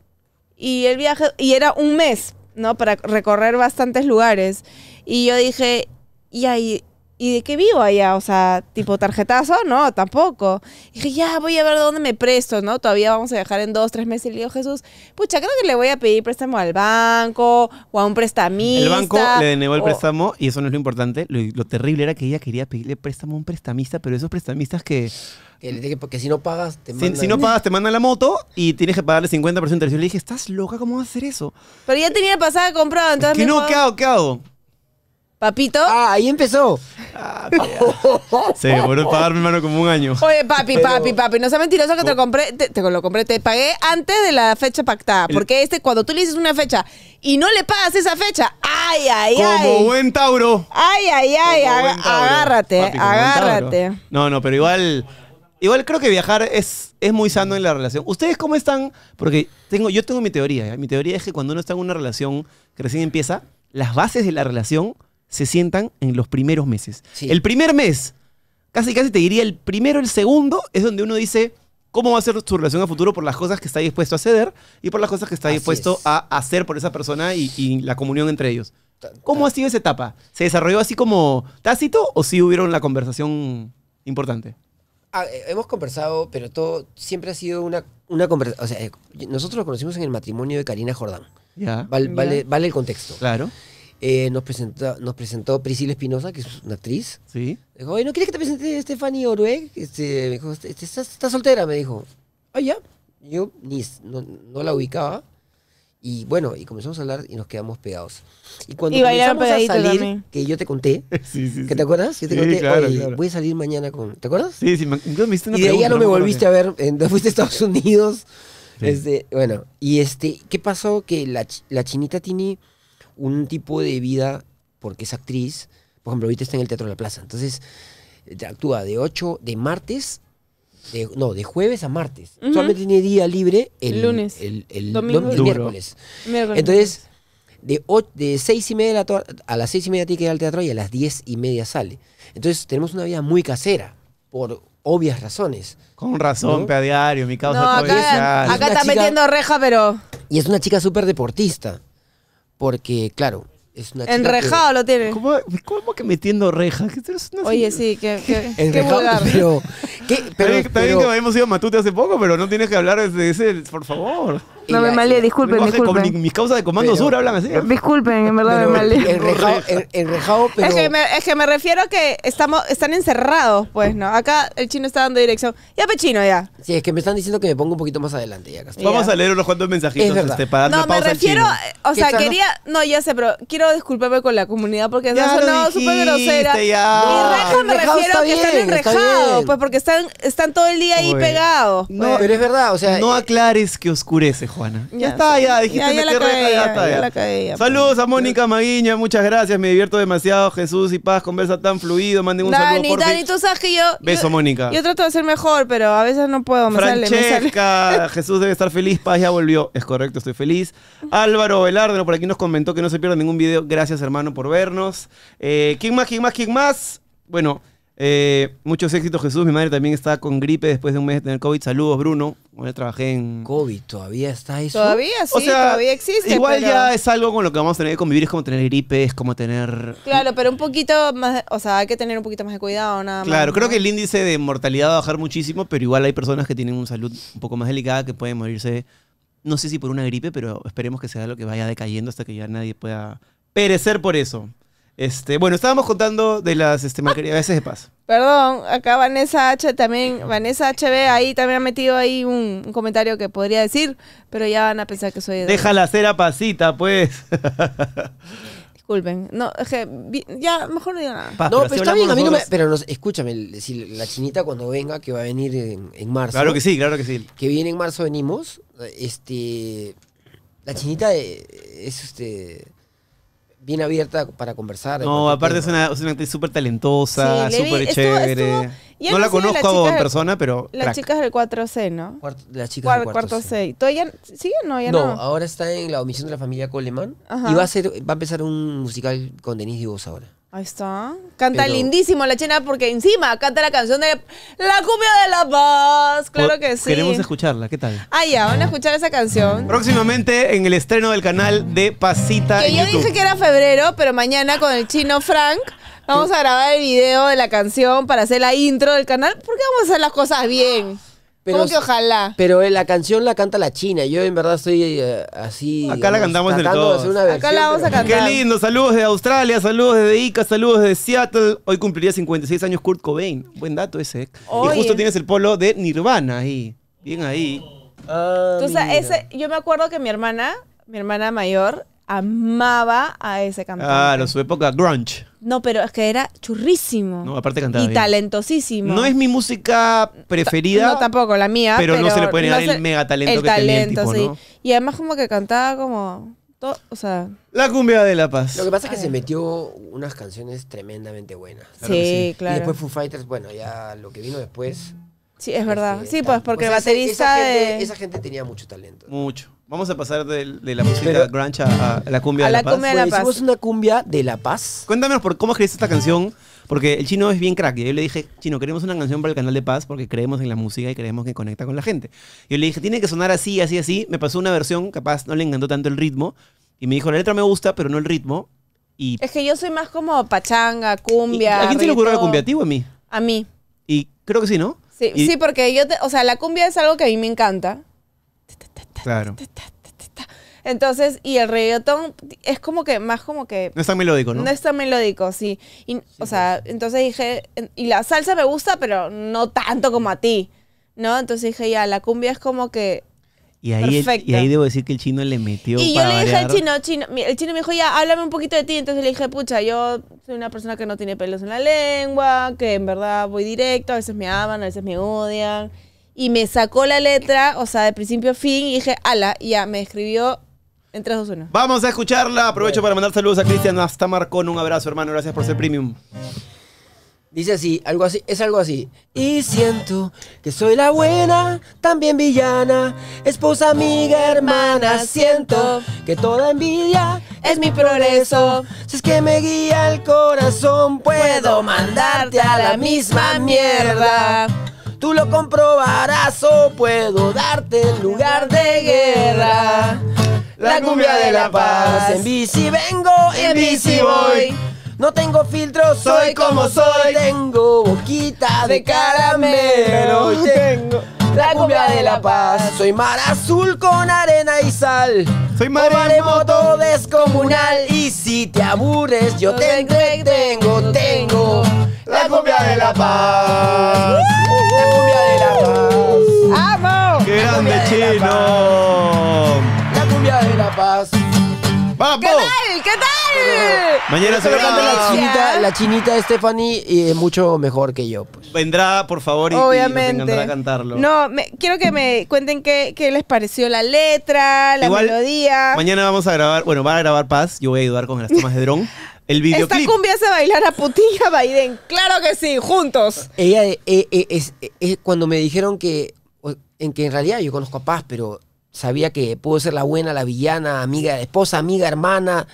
S6: Y el viaje, y era un mes, ¿no? Para recorrer bastantes lugares. Y yo dije, y ahí, ¿y de qué vivo allá? O sea, tipo tarjetazo, no, tampoco. Y dije, ya, voy a ver dónde me presto, ¿no? Todavía vamos a viajar en dos, tres meses. Y le digo, Jesús, pucha, creo que le voy a pedir préstamo al banco o a un prestamista.
S5: El banco le denegó el
S6: o-
S5: préstamo y eso no es lo importante. Lo, lo terrible era que ella quería pedirle préstamo a un prestamista, pero esos prestamistas que si-
S7: Que, le dije, porque si no pagas, te
S5: si,
S7: mandan...
S5: no pagas te mandan la moto y tienes que pagarle 50% de interés. Yo le dije, ¿estás loca? ¿Cómo vas a hacer eso?
S6: Pero ya tenía el pasaje comprado, entonces
S5: ¿Qué
S6: me
S5: no?
S6: dijo,
S5: ¿Qué hago? ¿Qué hago?
S6: [laughs] papito.
S7: Ah, ahí empezó.
S5: Se demoró en pagarme, hermano, como un año.
S6: Oye, papi,
S7: Pero-
S6: papi, papi, no sea mentiroso
S5: Oh.
S6: que te lo compré, te, te lo compré, te pagué antes de la fecha pactada.
S5: El-
S6: Porque este, cuando tú le dices una fecha y no le pagas esa fecha, ay, ay,
S5: Como
S6: ay.
S5: buen Tauro.
S6: Ay, ay, ay,
S5: Como
S6: aga-
S5: buen Tauro.
S6: agárrate,
S5: Papi, como buen Tauro.
S6: agárrate.
S5: No, no, pero igual. Igual creo que viajar es, es muy sano en la relación. ¿Ustedes cómo están? Porque tengo, yo tengo mi teoría. ¿ya? Mi teoría es que cuando uno está en una relación que recién empieza, las bases de la relación se sientan en los primeros meses.
S7: Sí.
S5: El primer mes, casi casi te diría el primero, el segundo, es donde uno dice cómo va a ser su relación a futuro por las cosas que está dispuesto a ceder y por las cosas que está
S7: Así
S5: dispuesto
S7: es.
S5: a hacer por esa persona y- y la comunión entre ellos. ¿Cómo ha sido esa etapa? ¿Se desarrolló así como tácito o sí hubieron la conversación importante?
S7: Ah, eh, hemos conversado, pero todo siempre ha sido una, una conversación. O sea, eh, nosotros nos conocimos en el matrimonio de Karina Jordán.
S5: Ya.
S7: Val-
S6: Ya.
S7: vale, vale el contexto.
S5: Claro.
S7: Eh, nos, presentó, nos presentó Priscila Espinosa, que es una actriz.
S5: Sí.
S7: Dijo, oye, ¿no quieres que te presente a Stephanie Orueg? Este, me dijo, "Este- este, está, está soltera, me dijo. Ah, ya. Yo ni, s- no, no la ubicaba. Y bueno, y comenzamos a hablar y nos quedamos pegados. Y cuando
S6: Y bailaron
S7: comenzamos a
S6: pegadito
S7: salir,
S6: también.
S7: que yo te conté,
S5: [laughs] Sí, sí.
S7: ¿que te acuerdas? Yo te
S5: Sí,
S7: conté,
S5: claro,
S7: oye,
S5: claro.
S7: voy a salir mañana con... ¿Te acuerdas?
S5: Sí, sí. me- incluso me hiciste una
S7: y de ahí
S5: pregunta,
S7: ya no me
S5: me acuerdo
S7: volviste a
S5: bien.
S7: ver, en- fuiste a Estados Unidos.
S5: Sí.
S7: Este, bueno, y este, ¿qué pasó? Que la, ch- la chinita tiene un tipo de vida, porque es actriz, por ejemplo, ahorita está en el Teatro de la Plaza, entonces eh, actúa de 8, de martes, de, no, de jueves a martes.
S6: Ujú.
S7: Solamente tiene día libre el
S6: Lunes.
S7: el, el
S6: Domingo.
S7: dom- el
S5: Duro.
S7: miércoles. Entonces, de, o- de seis y media de la tor- a las seis y media tiene que ir al teatro y a las diez y media sale. Entonces tenemos una vida muy casera, por obvias razones.
S5: Con razón,
S7: ¿No?
S5: pe, a diario. Mi
S6: no,
S5: causa todavía
S6: acá,
S5: sale.
S6: acá
S7: Una
S6: está
S7: chica-
S6: metiendo reja, pero
S7: Y es una chica súper deportista, porque claro, es una chica que-
S6: Enrejado lo tiene.
S5: ¿Cómo, cómo que metiendo reja? Que tú eres una-
S6: Oye, sí, que,
S7: [laughs]
S6: que, qué
S7: Enrejado,
S6: vulgar.
S7: pero, ¿qué? pero,
S5: También- también
S7: pero-
S5: que habíamos ido a Matute hace poco, pero no tienes que hablar de ese, por favor.
S7: el-
S9: No me malé, disculpen,
S5: Lenguaje como
S9: disculpen.
S5: ni- mis causas de Comando
S7: Pero-
S5: Sur hablan así. ¿eh?
S9: Disculpen, en verdad me
S7: pero
S9: malé.
S7: enrejado, en- enrejado, pero
S6: Es, que me, es que me refiero a que estamos, están encerrados, pues, ¿no? Acá el chino está dando dirección. Ya, pechino, ya.
S7: sí, es que me están diciendo que me pongo un poquito más adelante ya, Castro.
S5: Vamos
S6: Ya.
S5: a leer unos cuantos
S7: Es
S5: mensajitos
S7: verdad.
S5: este, para darle
S6: No, me
S5: pausa al
S6: refiero,
S5: chino.
S6: eh, o sea,
S7: tal?
S6: quería, no, ya sé, pero quiero disculparme con la comunidad porque
S5: Ya
S6: ha
S5: lo
S6: sonado súper
S5: dijiste,
S6: grosera. Y
S5: ya.
S6: reja me refiero
S7: Enrejado está
S6: a que están
S7: bien, está
S6: enrejados,
S7: bien.
S6: pues porque están, están todo el día ahí
S5: Oye.
S6: pegados.
S7: No, pero es verdad, o sea,
S5: no aclares que oscurece, Juana. Ya,
S6: Ya
S5: está,
S6: sé.
S5: ya, dijiste
S6: Ya, ya la
S5: meter reja, ya
S6: cagué, ya,
S5: está,
S6: ya
S5: ya.
S6: la cagué, pues. ya,
S5: Saludos a Mónica Maguiña, muchas gracias, me divierto demasiado. Jesús y Paz, conversa tan fluido, manden un saludo.
S6: Dani,
S5: porfi.
S6: Dani, tú sabes que yo.
S5: Beso,
S6: yo-
S5: Mónica.
S6: Yo trato de ser mejor, pero a veces no puedo, me sale, me sale.
S5: Francesca, Jesús debe estar feliz, Paz ya volvió. Es correcto, estoy feliz. Álvaro Velardo por aquí nos comentó que no se pierda ningún video. Gracias, hermano, por vernos. Eh, ¿Quién más? ¿Quién más? ¿Quién más? Bueno, eh, muchos éxitos, Jesús. Mi madre también está con gripe después de un mes de tener COVID. Saludos, Bruno. Bueno, trabajé en.
S7: COVID todavía está eso.
S6: Todavía sí,
S5: o sea,
S6: todavía existe.
S5: Igual
S6: pero-
S5: ya es algo con lo que vamos a tener que convivir. Es como tener gripe, es como tener.
S6: Claro, pero un poquito más, o sea, hay que tener un poquito más de cuidado, nada más.
S5: Claro, creo
S6: ¿no?
S5: que el índice de mortalidad va a bajar muchísimo, pero igual hay personas que tienen una salud un poco más delicada que pueden morirse, no sé si por una gripe, pero esperemos que sea lo que vaya decayendo hasta que ya nadie pueda perecer por eso. Este, bueno, estábamos contando de las este, veces de paz.
S7: [laughs]
S6: Perdón, acá Vanessa H también, Vanessa HB ahí también ha metido ahí un, un comentario que podría decir, pero ya van a pensar que soy de
S5: Déjala hacer a pasita, pues.
S6: Disculpen. No, es que vi- ya mejor no digo nada.
S5: Paz,
S7: No,
S5: así
S7: pero está bien, a
S5: Ah, hablamos
S7: mí no me.
S5: nosotros.
S7: Pero nos- escúchame, si la chinita cuando venga, que va a venir en, en marzo.
S5: Claro que sí, claro que sí.
S7: Que viene en marzo, venimos. Este. La chinita eh, es este. Bien abierta para conversar. de
S5: No,
S7: cualquier
S5: aparte es
S7: tema.
S5: una, es una actriz súper talentosa,
S6: Sí, le vi-
S5: súper
S6: estuvo-
S5: chévere.
S6: estuvo- y
S5: no
S6: han
S5: la
S6: sido las
S5: conozco en
S6: chicas-
S5: persona, pero
S6: Las
S5: crack.
S6: chicas del 4C, ¿no?
S7: Cuarto- la chica
S6: Cuar-
S7: del
S6: cuarto,
S7: cuarto C.
S6: C. ¿Todavía sigue? No, ya
S7: No,
S6: no.
S7: ahora está en la omisión de la familia Coleman.
S6: Ajá.
S7: Y va a ser, va a empezar un musical con Denise Dibos ahora.
S6: Ahí está. Canta
S7: Pero-
S6: lindísimo la china porque encima canta la canción de La cumbia de la paz. Claro que sí.
S5: Queremos escucharla, ¿qué tal?
S6: Ah, ya, van a escuchar esa canción.
S5: Próximamente en el estreno del canal de Pasita.
S6: Que
S5: en
S6: yo
S5: YouTube.
S6: dije que era febrero, pero mañana con el chino Frank vamos a grabar el video de la canción para hacer la intro del canal, porque vamos a hacer las cosas bien.
S7: Pero-
S6: Como que ojalá.
S7: Pero eh, la canción la canta la china. Yo en verdad estoy eh, así.
S5: Acá la cantamos entre
S7: tratando de hacer
S5: todos.
S7: una
S6: Acá
S7: versión,
S6: la vamos a
S7: pero-
S6: cantar.
S5: Qué lindo, saludos de Australia, saludos desde Ica, saludos desde Seattle. Hoy cumpliría 56 años Kurt Cobain. Buen dato ese. ¿eh?
S6: Oye.
S5: Y justo tienes el polo de Nirvana ahí. Bien ahí.
S7: Ah,
S6: Tú sabes,
S7: mira.
S6: ese, yo me acuerdo que mi hermana, mi hermana mayor, amaba a ese cantante.
S5: Claro, su época grunge.
S6: No, pero es que era churrísimo.
S5: No, aparte cantaba
S6: y
S5: bien.
S6: talentosísimo.
S5: No es mi música preferida.
S6: No, tampoco la mía.
S5: pero no se le puede negar
S6: se-
S5: el mega talento
S6: el
S5: que tenía el
S6: talento,
S5: tipo,
S6: sí.
S5: ¿no?
S6: Y además como que cantaba como... to- o sea,
S5: La cumbia de la paz.
S7: Lo que pasa es que se metió unas canciones tremendamente buenas.
S5: Claro
S6: sí,
S5: que sí.
S6: claro.
S7: Y después Foo Fighters, bueno, ya lo que vino después.
S6: Sí, es verdad.
S7: este,
S6: Sí,
S7: tal.
S6: pues porque
S7: O sea,
S6: el
S7: esa-
S6: baterista
S7: esa gente,
S6: de...
S7: esa gente tenía mucho talento.
S5: Mucho. Vamos a pasar del- de, la música
S7: Pero-
S5: grunge a, a la cumbia
S6: A
S5: de la,
S6: la
S5: paz.
S6: cumbia de la
S7: Bueno,
S6: Paz.
S7: hicimos una cumbia de La Paz.
S5: Cuéntanos por cómo escribiste esta canción, porque el chino es bien crack. Y yo le dije, chino, queremos una canción para el canal de Paz porque creemos en la música y creemos que conecta con la gente. Yo le dije, tiene que sonar así, así, así. Me pasó una versión, capaz no le encantó tanto el ritmo. Y me dijo, la letra me gusta, pero no el ritmo. Y,
S6: Es que yo soy más como pachanga,
S5: y-
S6: cumbia.
S5: ¿A quién se le ocurrió la
S6: reggaetón.
S5: cumbia? ¿A ti o a mí?
S6: A mí.
S5: Y creo que sí, ¿no?
S6: Sí,
S5: Y-
S6: sí, porque yo, te- o sea, la cumbia es algo que a mí me encanta.
S5: Claro.
S6: Entonces, y el reggaetón es como que, más como que...
S5: No es tan melódico, ¿no? pues.
S6: No es tan melódico, sí. Y, o sea, entonces dije, y la salsa me gusta, pero no tanto como a ti, ¿no? Entonces dije, ya, la cumbia es como que...
S5: y, ahí el-
S6: perfecto.
S5: y ahí debo decir que el chino le metió.
S6: y yo
S5: para
S6: le dije al
S5: variar.
S6: chino, chino, mi- el chino me dijo, ya, háblame un poquito de ti. Entonces le dije, pucha, yo soy una persona que no tiene pelos en la lengua, que en verdad voy directo, a veces me aman, a veces me odian. Y me sacó la letra, o sea, de principio a fin, y dije, ala, y ya, me escribió en 3, 2, 1.
S5: Vamos a escucharla. Aprovecho para mandar saludos a Cristian hasta Marcón. Un abrazo, hermano. Gracias por ser premium.
S7: Dice así, algo así, es algo así. Y siento que soy la buena, también villana, esposa, amiga, hermana. Siento que toda envidia
S6: Es mi progreso.
S7: Si es que me guía el corazón, puedo mandarte a la misma mierda. Tú lo comprobarás o puedo darte el lugar de guerra. La cumbia de la paz. En bici vengo, en bici voy. No tengo filtro, soy como soy. Tengo boquita de caramelo. y Tengo la cumbia de la paz. Soy mar azul con arena y sal.
S5: Soy
S7: O maremoto
S5: maremoto.
S7: descomunal. Y si te aburres, yo te entretengo, tengo la cumbia de la paz. La cumbia de la paz.
S6: ¡Vamos!
S5: ¡Qué grande
S7: cumbia de la
S5: chino!
S7: La cumbia de la paz.
S6: ¿Qué
S5: ¡Vamos!
S6: tal? ¿Qué tal?
S5: Mañana se
S7: Pero
S5: verá.
S7: canta la
S6: Gracias.
S7: chinita, la chinita Stephanie y es mucho mejor que yo, pues.
S5: Vendrá, por favor, y, y
S6: Obviamente.
S5: nos encantará cantarlo.
S6: No, me- quiero que me cuenten qué, qué les pareció la letra, la
S5: Igual,
S6: melodía.
S5: Mañana vamos a grabar, bueno, va a grabar Paz, yo voy a ayudar con las tomas de dron. El
S6: Esta
S5: videoclip.
S6: cumbia se bailar a Putin y a Biden. Claro que sí, juntos.
S7: Ella eh, eh, es, eh, es cuando me dijeron que o- en que en realidad yo conozco a Paz, pero sabía que puedo ser la buena, la villana, amiga, esposa, amiga, hermana.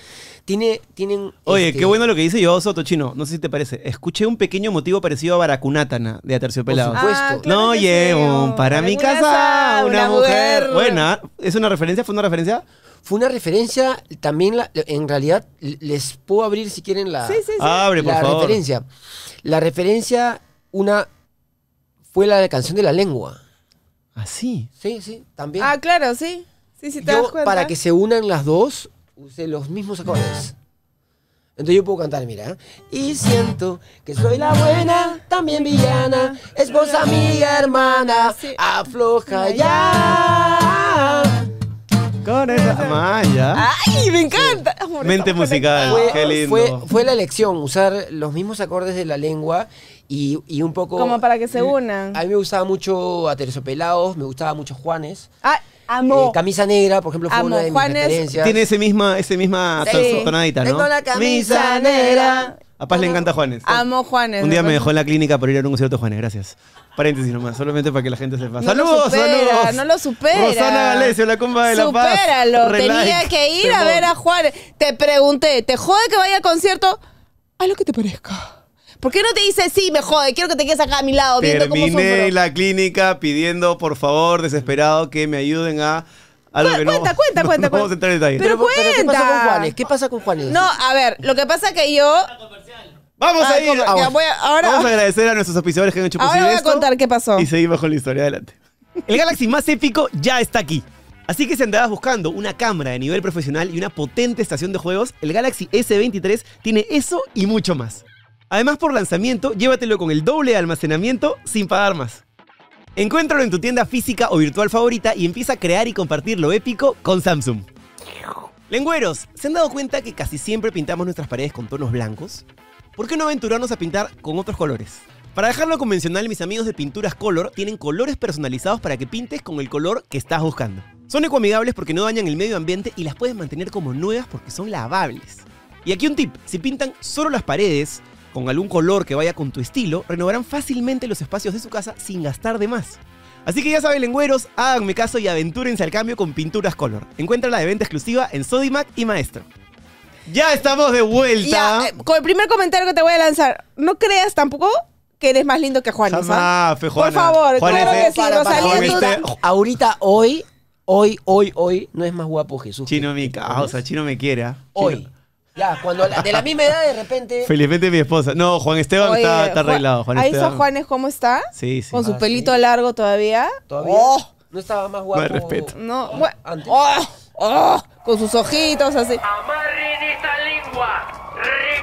S7: Tiene, tienen.
S5: Oye,
S7: este,
S5: qué bueno lo que dice Yo Soto Chino, no sé si te parece. Escuché un pequeño motivo parecido a Baracunatana de Aterciopelado.
S7: Por supuesto.
S6: Ah,
S5: no llevo para mi casa una, mujer. Buena, ¿es una referencia? ¿Fue una referencia?
S7: Fue una referencia también, la- en realidad, les puedo abrir si quieren la,
S6: Sí, sí, sí.
S5: Abre, por
S7: la
S5: favor.
S7: referencia. La referencia, una, fue la de canción de la lengua.
S5: Ah, Así.
S7: Sí, sí, también.
S6: Ah, claro, sí. Sí, sí, te
S7: Yo,
S6: das cuenta.
S7: para que se unan las dos, usé los mismos acordes. Entonces yo puedo cantar, mira. ¿eh? Y siento que soy la buena, también villana, esposa, amiga, hermana,
S6: Sí.
S7: afloja ya.
S5: Con esa malla.
S6: ¡Ay, me encanta! Amor,
S5: Mente
S6: estamos
S5: musical,
S6: conectados.
S5: qué lindo.
S7: Fue, fue la elección, usar los mismos acordes de la lengua y, y un poco...
S6: Como para que se unan.
S7: A mí me gustaba mucho Aterciopelados, me gustaba mucho Juanes.
S6: Ah,
S7: Eh,
S6: amo.
S7: camisa negra, por ejemplo, fue
S6: Amo,
S7: una de mis
S6: Juanes
S7: referencias.
S5: Tiene ese misma, ese misma
S6: Sí.
S5: ton- tonadita, ¿no?
S7: Tengo la
S5: Misa
S7: camisa negra.
S5: A Paz le encanta Juanes.
S6: Amo Juanes.
S5: Un día me
S6: verdad.
S5: dejó en la clínica por ir a un concierto de Juanes, gracias. Paréntesis nomás, solamente para que la gente sepa.
S6: No
S5: saludos,
S6: lo supera,
S5: saludos.
S6: No lo supera.
S5: Rosana Valesio, la cumba de la paz.
S6: Supéralo.
S5: Relike.
S6: Tenía que ir
S5: Te
S6: a ver
S5: jode.
S6: a Juárez. Te pregunté, ¿te jode que vaya al concierto? A lo que te parezca. ¿Por qué no te dice sí, me jode? Quiero que te quedes acá a mi lado viendo cómo
S5: Terminé
S6: sufro.
S5: en la clínica pidiendo, por favor, desesperado, que me ayuden a. Algo
S6: Cu-
S5: que no-
S6: cuenta,
S5: [laughs]
S6: cuenta,
S5: no-
S6: cuenta,
S5: no Vamos a entrar en detalle.
S6: Pero
S7: ¿qué pasa con
S6: cuenta.
S7: Juanes? ¿Qué pasa con Juanes?
S6: No, a ver, lo que pasa que yo.
S5: vamos
S6: Ah,
S5: a ir.
S6: como- ya voy a- ahora-
S5: vamos a agradecer a nuestros auspiciadores que han hecho
S6: Ahora
S5: posible
S6: voy a
S5: esto.
S6: contar qué pasó.
S5: Y seguimos con la historia. Adelante. El Galaxy más épico ya está aquí. Así que si andabas buscando una cámara de nivel profesional y una potente estación de juegos, el Galaxy S23 tiene eso y mucho más. Además, por lanzamiento, llévatelo con el doble de almacenamiento sin pagar más. Encuéntralo en tu tienda física o virtual favorita y empieza a crear y compartir lo épico con Samsung. Lengüeros, ¿se han dado cuenta que casi siempre pintamos nuestras paredes con tonos blancos? ¿Por qué no aventurarnos a pintar con otros colores? Para dejarlo convencional, mis amigos de Pinturas Color tienen colores personalizados para que pintes con el color que estás buscando. Son ecoamigables porque no dañan el medio ambiente y las puedes mantener como nuevas porque son lavables. Y aquí un tip, si pintan solo las paredes con algún color que vaya con tu estilo, renovarán fácilmente los espacios de su casa sin gastar de más. Así que ya saben, lengüeros, háganme caso y aventúrense al cambio con Pinturas Color. Encuentra la de venta exclusiva en Sodimac y Maestro. Ya estamos de vuelta.
S6: Ya, eh, con el primer comentario que te voy a lanzar, no creas tampoco que eres más lindo que Juanes. ¿ah?
S5: Jamás, fe, Juana.
S6: Por favor,
S5: Juana
S6: claro
S5: es de-
S6: que sí, Rosalía,
S5: para, este
S6: tú-
S5: para.
S7: Ahorita, hoy, hoy, hoy, hoy, no es más guapo Jesús.
S5: Chino mi
S7: Cristo,
S5: causa,
S6: [laughs]
S7: ¿no?
S5: Chino me quiera.
S7: Hoy. Ya, cuando la- de la misma edad de repente.
S5: Felizmente mi esposa. No, Juan Esteban
S6: Oye,
S5: está, está
S6: Juan-
S5: arreglado. Juan
S6: Ahí
S5: Esteban.
S6: está Juanes, ¿cómo está?
S5: Sí, sí.
S6: Con su
S7: Ah,
S6: pelito
S7: sí.
S6: largo todavía.
S7: Todavía
S6: Oh.
S7: no estaba más guapo.
S5: No hay respeto.
S6: No, bueno.
S7: Antes.
S6: ¡Oh! ¡Oh! Con sus ojitos así.
S4: Amarren esa lengua.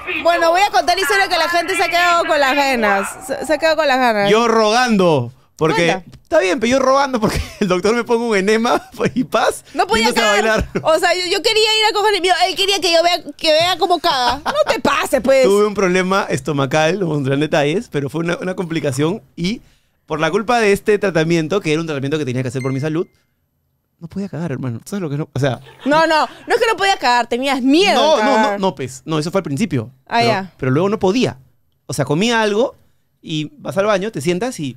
S4: Repito.
S6: Bueno, voy a contar historia que la gente se ha quedado con las ganas. Se, se ha quedado con las ganas.
S5: Yo rogando. Porque.
S6: Manda.
S5: Está bien, pero yo rogando porque [laughs] el doctor me pongo un enema pues, y paz.
S6: no podía
S5: yéndose a
S6: cagar. [laughs]
S5: bailar.
S6: O sea, yo, yo quería ir a coger el mío. Él quería que yo vea, que vea cómo caga. No te pases, pues.
S5: Tuve un problema estomacal, no pondré en detalles, pero fue una, una complicación y por la culpa de este tratamiento, que era un tratamiento que tenía que hacer por mi salud, no podía cagar, hermano. ¿Sabes lo que no? O sea,
S6: No, no. No es que no podías cagar. Tenías miedo.
S5: No,
S6: de
S5: no, no,
S6: cagar.
S5: no, pues. No, eso fue al principio.
S6: Ah,
S5: pero,
S6: ya.
S5: pero luego no podía. O sea, comía algo y vas al baño, te sientas y.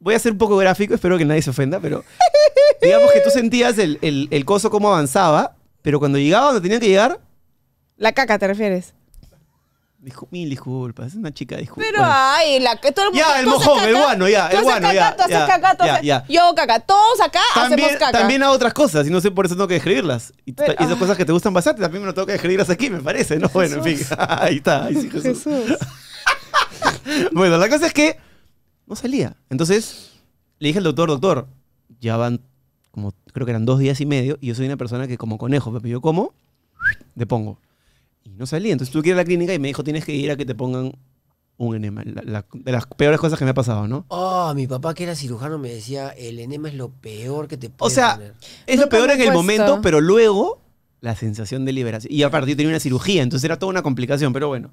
S5: Voy a ser un poco gráfico, espero que nadie se ofenda,
S6: [laughs]
S5: pero. digamos que tú sentías el, el, el coso cómo avanzaba, pero cuando llegaba donde tenía que llegar,
S6: La caca, ¿te refieres?
S5: Discul- mil disculpas, es una chica, disculpa.
S6: Pero
S5: Bueno.
S6: ay, la que todo el mundo.
S5: Ya, el
S6: tú haces
S5: mojón,
S6: caca,
S5: el guano, ya,
S6: tú
S5: el
S6: haces
S5: guano,
S6: caca,
S5: ya,
S6: tú haces
S5: ya,
S6: caca, tú
S5: ya,
S6: haces-
S5: ya.
S6: Yo hago caca. Todos acá
S5: También,
S6: hacemos caca.
S5: también a otras cosas, y no sé por eso tengo que describirlas. Y,
S6: Pero,
S5: y esas
S6: ah.
S5: cosas que te gustan bastante también me lo tengo que describirlas aquí, me parece,
S6: [laughs]
S5: ¿no? Bueno, en fin. [laughs] Ahí está, ahí sí, Jesús.
S6: Jesús.
S5: Bueno, la cosa es que no salía. Entonces le dije al doctor, doctor, ya van como, creo que eran dos días y medio, y yo soy una persona que como conejo, Pepe, yo como, te pongo. Y no salía. Entonces tuve que ir a la clínica y me dijo, tienes que ir a que te pongan un enema. La- la- de las peores cosas que me ha pasado, ¿no?
S7: Oh, mi papá que era cirujano me decía, el enema es lo peor que te puede
S5: O sea,
S7: poner".
S5: Es lo
S6: Nunca
S5: peor
S6: me
S5: en el
S6: he puesto.
S5: momento, pero luego la sensación de liberación. Y aparte yo tenía una cirugía, entonces era toda una complicación, pero bueno.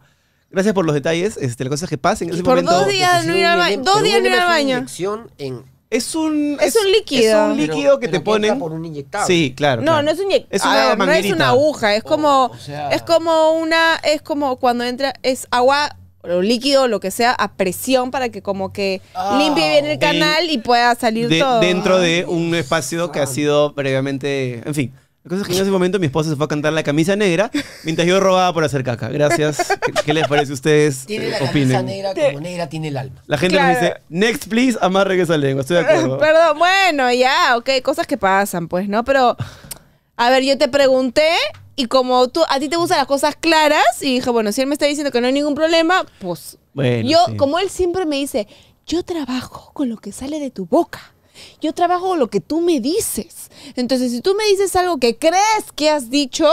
S5: Gracias por los detalles. Este, la cosa es que pasa en
S6: Y
S5: ese
S6: por
S5: momento.
S6: dos días-
S7: Te pusieron
S6: no ir al
S7: un
S6: ba-
S7: enema-
S6: dos
S7: pero un
S6: días no ir
S7: enema
S6: al
S7: es una
S6: baño.
S7: inyección en-
S5: Es un.
S6: Es un líquido.
S5: Es un líquido que
S7: pero-
S5: te
S7: pero entra
S5: ponen.
S7: por un inyectado.
S5: Sí, claro.
S6: No,
S5: claro. Oh,
S6: no es un
S5: Es
S6: inyector.
S5: una
S6: No es
S5: manguerita.
S6: una aguja. Es como.
S7: O sea,
S6: Es como una, es como cuando entra, es agua o líquido o lo que sea a presión para que como que
S7: Ah,
S6: limpie bien el
S5: ok.
S6: canal y pueda salir
S5: De-
S6: todo.
S5: dentro
S6: [laughs]
S5: de un espacio que ha sido previamente. En fin. La cosa es que en ese momento mi esposa se fue a cantar la camisa negra mientras yo rogaba por hacer caca. Gracias. ¿Qué, qué les parece a ustedes?
S7: Tiene
S5: Eh,
S7: la camisa
S5: opinen.
S7: negra como negra tiene el alma.
S5: La gente nos
S6: Claro.
S5: dice, next please, amarre esa lengua. Estoy de
S6: [laughs]
S5: acuerdo.
S6: Perdón, bueno, ya, ok, cosas que pasan, pues, ¿no? Pero, a ver, yo te pregunté y como tú, a ti te gustan las cosas claras y dije, bueno, si él me está diciendo que no hay ningún problema, pues,
S5: Bueno,
S6: yo,
S5: sí.
S6: como él siempre me dice, yo trabajo con lo que sale de tu boca. Yo trabajo con lo que tú me dices. Entonces, si tú me dices algo que crees que has dicho,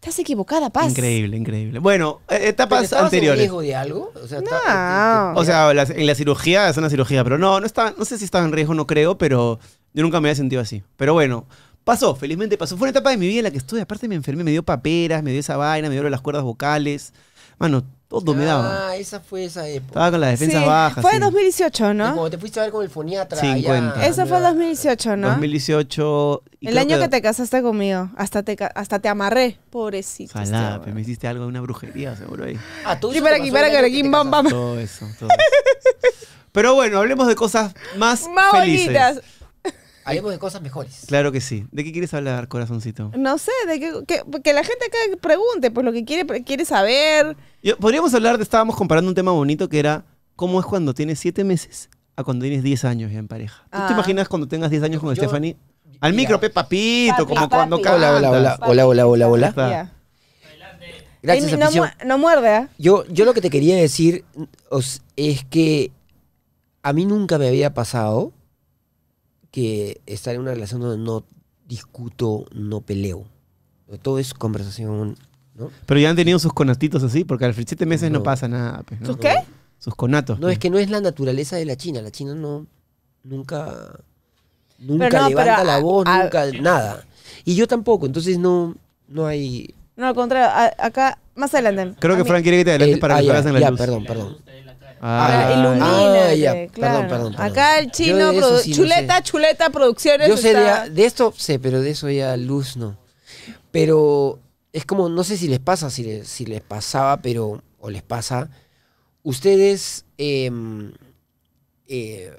S6: estás equivocada, paz.
S5: Increíble, increíble. Bueno, eh,
S7: ¿Pero
S5: etapas
S7: estabas en
S5: anteriores.
S7: riesgo de algo? O sea,
S6: No.
S7: ta- te- te-
S5: O sea, la- en la cirugía es una cirugía, pero no, no estaba, no sé si estaba en riesgo, no creo, pero yo nunca me había sentido así. Pero bueno, pasó, felizmente pasó. Fue una etapa de mi vida en la que estuve, aparte me enfermé, me dio paperas, me dio esa vaina, me dio las cuerdas vocales. Mano, todo me daba.
S7: Ah, esa fue esa época.
S5: Estaba con las defensas
S6: Sí,
S5: bajas.
S6: Fue
S5: sí.
S6: en 2018, ¿no?
S7: Cuando te fuiste a ver con el foniatra.
S5: 50.
S7: allá,
S6: Eso fue en
S7: ¿no?
S6: 2018, ¿no?
S5: 2018. y
S6: El
S5: creo
S6: año que te casaste conmigo. Hasta te, ca- hasta te amarré. Pobrecito. este
S5: Ojalá,
S6: amor.
S5: pe, me hiciste algo de una brujería, seguro
S6: [laughs]
S5: ahí.
S7: Ah, tú
S6: Sí, para aquí, para aquí, bam, bam.
S5: Todo eso, todo eso. Pero bueno, hablemos de cosas más,
S6: Más
S5: felices.
S6: bonitas.
S7: Hablemos de cosas mejores.
S5: Claro que sí. ¿De qué quieres hablar, corazoncito?
S6: No sé, de que, que- que la gente acá pregunte, pues lo que quiere, quiere saber.
S5: Yo- podríamos hablar de, estábamos comparando un tema bonito que era cómo es cuando tienes 7 meses a cuando tienes 10 años ya en pareja. ¿Tú
S6: Ah.
S5: te imaginas cuando tengas 10 años con
S7: Yo-
S5: Stephanie? Al
S7: Mira,
S5: micro, pe, papito,
S6: Papi,
S5: como
S6: papi.
S5: cuando
S6: Hola,
S5: cantas.
S7: hola, hola. hola, hola, hola.
S6: Ya.
S5: Está.
S7: Gracias,
S6: Y no,
S7: afición.
S6: mu- no muerde, ¿ah?
S7: Yo, yo lo que te quería decir os- es que a mí nunca me había pasado que estar en una relación donde no discuto, no peleo. Todo es conversación. ¿no?
S5: Pero ya han tenido sus conatitos así, porque al 7 meses no,
S7: No.
S5: pasa nada. pues, ¿no?
S6: ¿Sus qué?
S5: Sus conatos. pues.
S7: No,
S5: pe.
S7: es que no es la naturaleza de la China. La China no. Nunca. Nunca
S6: Pero no,
S7: levanta
S6: pero
S7: la
S6: a-
S7: voz,
S6: a-
S7: nunca nada. Y yo tampoco, entonces no, no hay.
S6: No, al contrario, a- acá, más adelante.
S5: Creo
S6: A
S5: que
S6: mí.
S5: Frank quiere que te adelantes
S7: el-
S5: para
S7: ah,
S5: que
S7: ya,
S5: paras en la
S7: ya,
S5: luz.
S7: perdón, perdón.
S6: Ah,
S5: Ah,
S6: ilumínate,
S7: ah, ya, perdón,
S6: claro.
S7: perdón, perdón.
S6: Acá el
S7: Yo
S6: chino,
S7: de eso
S6: produ-
S7: sí no
S6: chuleta, chuleta, producciones.
S7: Yo sé
S6: está-
S7: de, de esto, sé, pero de eso ya luz no. Pero es como, no sé si les pasa, si les, si les pasaba, pero, o les pasa, ustedes em, eh,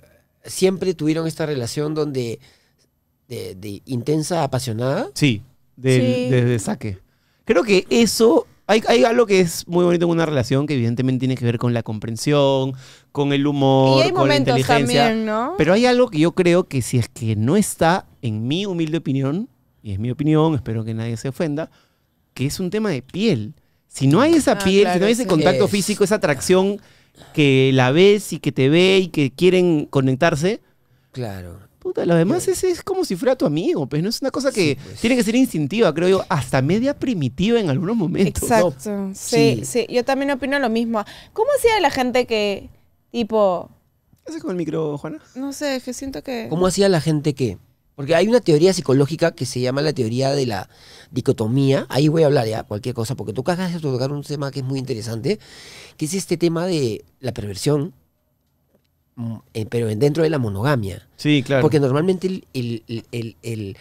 S7: siempre tuvieron esta relación donde, de, de intensa, apasionada.
S5: Sí, del,
S6: Sí.
S5: desde saque. Creo que eso, hay, hay algo que es muy bonito en una relación que evidentemente tiene que ver con la comprensión, con el humor,
S6: Y hay
S5: con la
S6: momentos
S5: inteligencia.
S6: también, ¿no?
S5: Pero hay algo que yo creo que si es que no está, en mi humilde opinión, y es mi opinión, espero que nadie se ofenda, que es un tema de piel. Si no hay esa
S6: Ah,
S5: piel, si
S6: claro,
S5: no hay ese
S6: sí.
S5: contacto
S7: Es-
S5: físico, esa atracción que la ves y que te ve y que quieren conectarse,
S7: Claro.
S5: Puta, lo demás
S7: Yo-
S5: es, es como si fuera tu amigo, pues no es una cosa que
S7: Sí, pues.
S5: tiene que ser instintiva, creo yo, hasta media primitiva en algunos momentos.
S6: Exacto. Sí,
S7: Sí.
S6: sí, yo también opino lo mismo. ¿Cómo hacía la gente que, tipo,
S5: ¿Qué haces con el micro, Juana?
S6: no sé, que siento que...
S7: ¿Cómo hacía la gente que? Porque hay una teoría psicológica que se llama la teoría de la dicotomía. Ahí voy a hablar ya cualquier cosa, porque tú acabas de tocar un tema que es muy interesante, que es este tema de la perversión, mm, eh, pero en- dentro de la monogamia.
S5: Sí, claro.
S7: Porque normalmente el, el- el- el- el-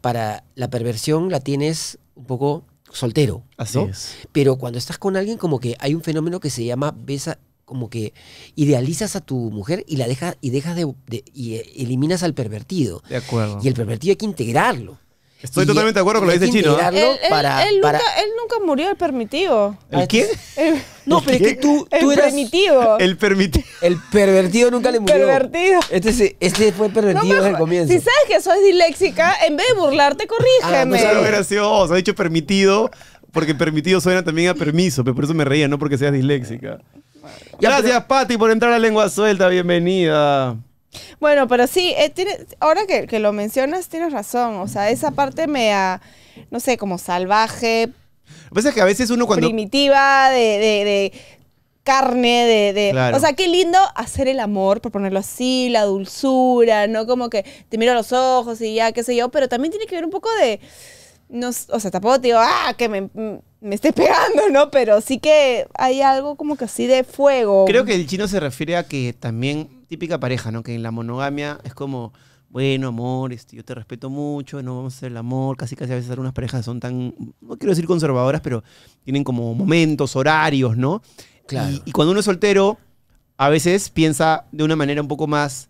S7: para la perversión la tienes un poco soltero.
S5: Así
S7: ¿no?
S5: es.
S7: Pero cuando estás con alguien, como que hay un fenómeno que se llama besa, como que idealizas a tu mujer y la dejas y dejas de, de- y eh, eliminas al pervertido.
S5: De acuerdo.
S7: Y el pervertido hay que integrarlo.
S2: Estoy totalmente de acuerdo con
S7: y
S2: lo
S7: hay
S2: que dice Chino, ¿ah?
S7: integrarlo
S6: Él, él-
S7: para,
S6: él
S7: para-
S6: Nunca, él nunca murió el permitivo.
S2: ¿El quién?
S6: El,
S7: No, pero es que tú,
S6: el
S7: tú eras...
S6: primitivo.
S2: El permitido.
S7: El pervertido nunca le murió.
S6: Pervertido.
S7: Este, se- este fue
S6: No
S7: pervertido
S6: me
S7: desde el
S6: jo-
S7: comienzo.
S6: Si sabes que soy disléxica, en vez de burlarte,
S7: Ah, no
S6: corrígeme.
S2: Claro,
S7: Sí.
S2: gracioso. Ha dicho permitido, porque permitido suena también a permiso, pero por eso me reía, no porque seas disléxica. Gracias, Patti, por entrar a Lengua Suelta. Bienvenida.
S6: Bueno, pero sí, eh, tiene- ahora que, que lo mencionas, tienes razón. O sea, esa parte me ha, no sé, como salvaje,
S2: Lo que pasa es que a veces uno cuando...
S6: primitiva, de, de- de carne, de... de-
S2: Claro.
S6: O sea, qué lindo hacer el amor, por ponerlo así, la dulzura, ¿no? Como que te miro a los ojos y ya, qué sé yo, pero también tiene que ver un poco de... No, s- o sea, tampoco te digo, ah, que me, me estés pegando, ¿no? Pero sí que hay algo como que así de fuego.
S5: Creo que el chino se refiere a que también, típica pareja, ¿no? Que en la monogamia es como, bueno, amor, este, yo te respeto mucho, no vamos a hacer el amor. Casi, casi a veces algunas parejas son tan, no quiero decir conservadoras, pero tienen como momentos, horarios, ¿no?
S7: Claro.
S5: Y, y cuando uno es soltero, a veces piensa de una manera un poco más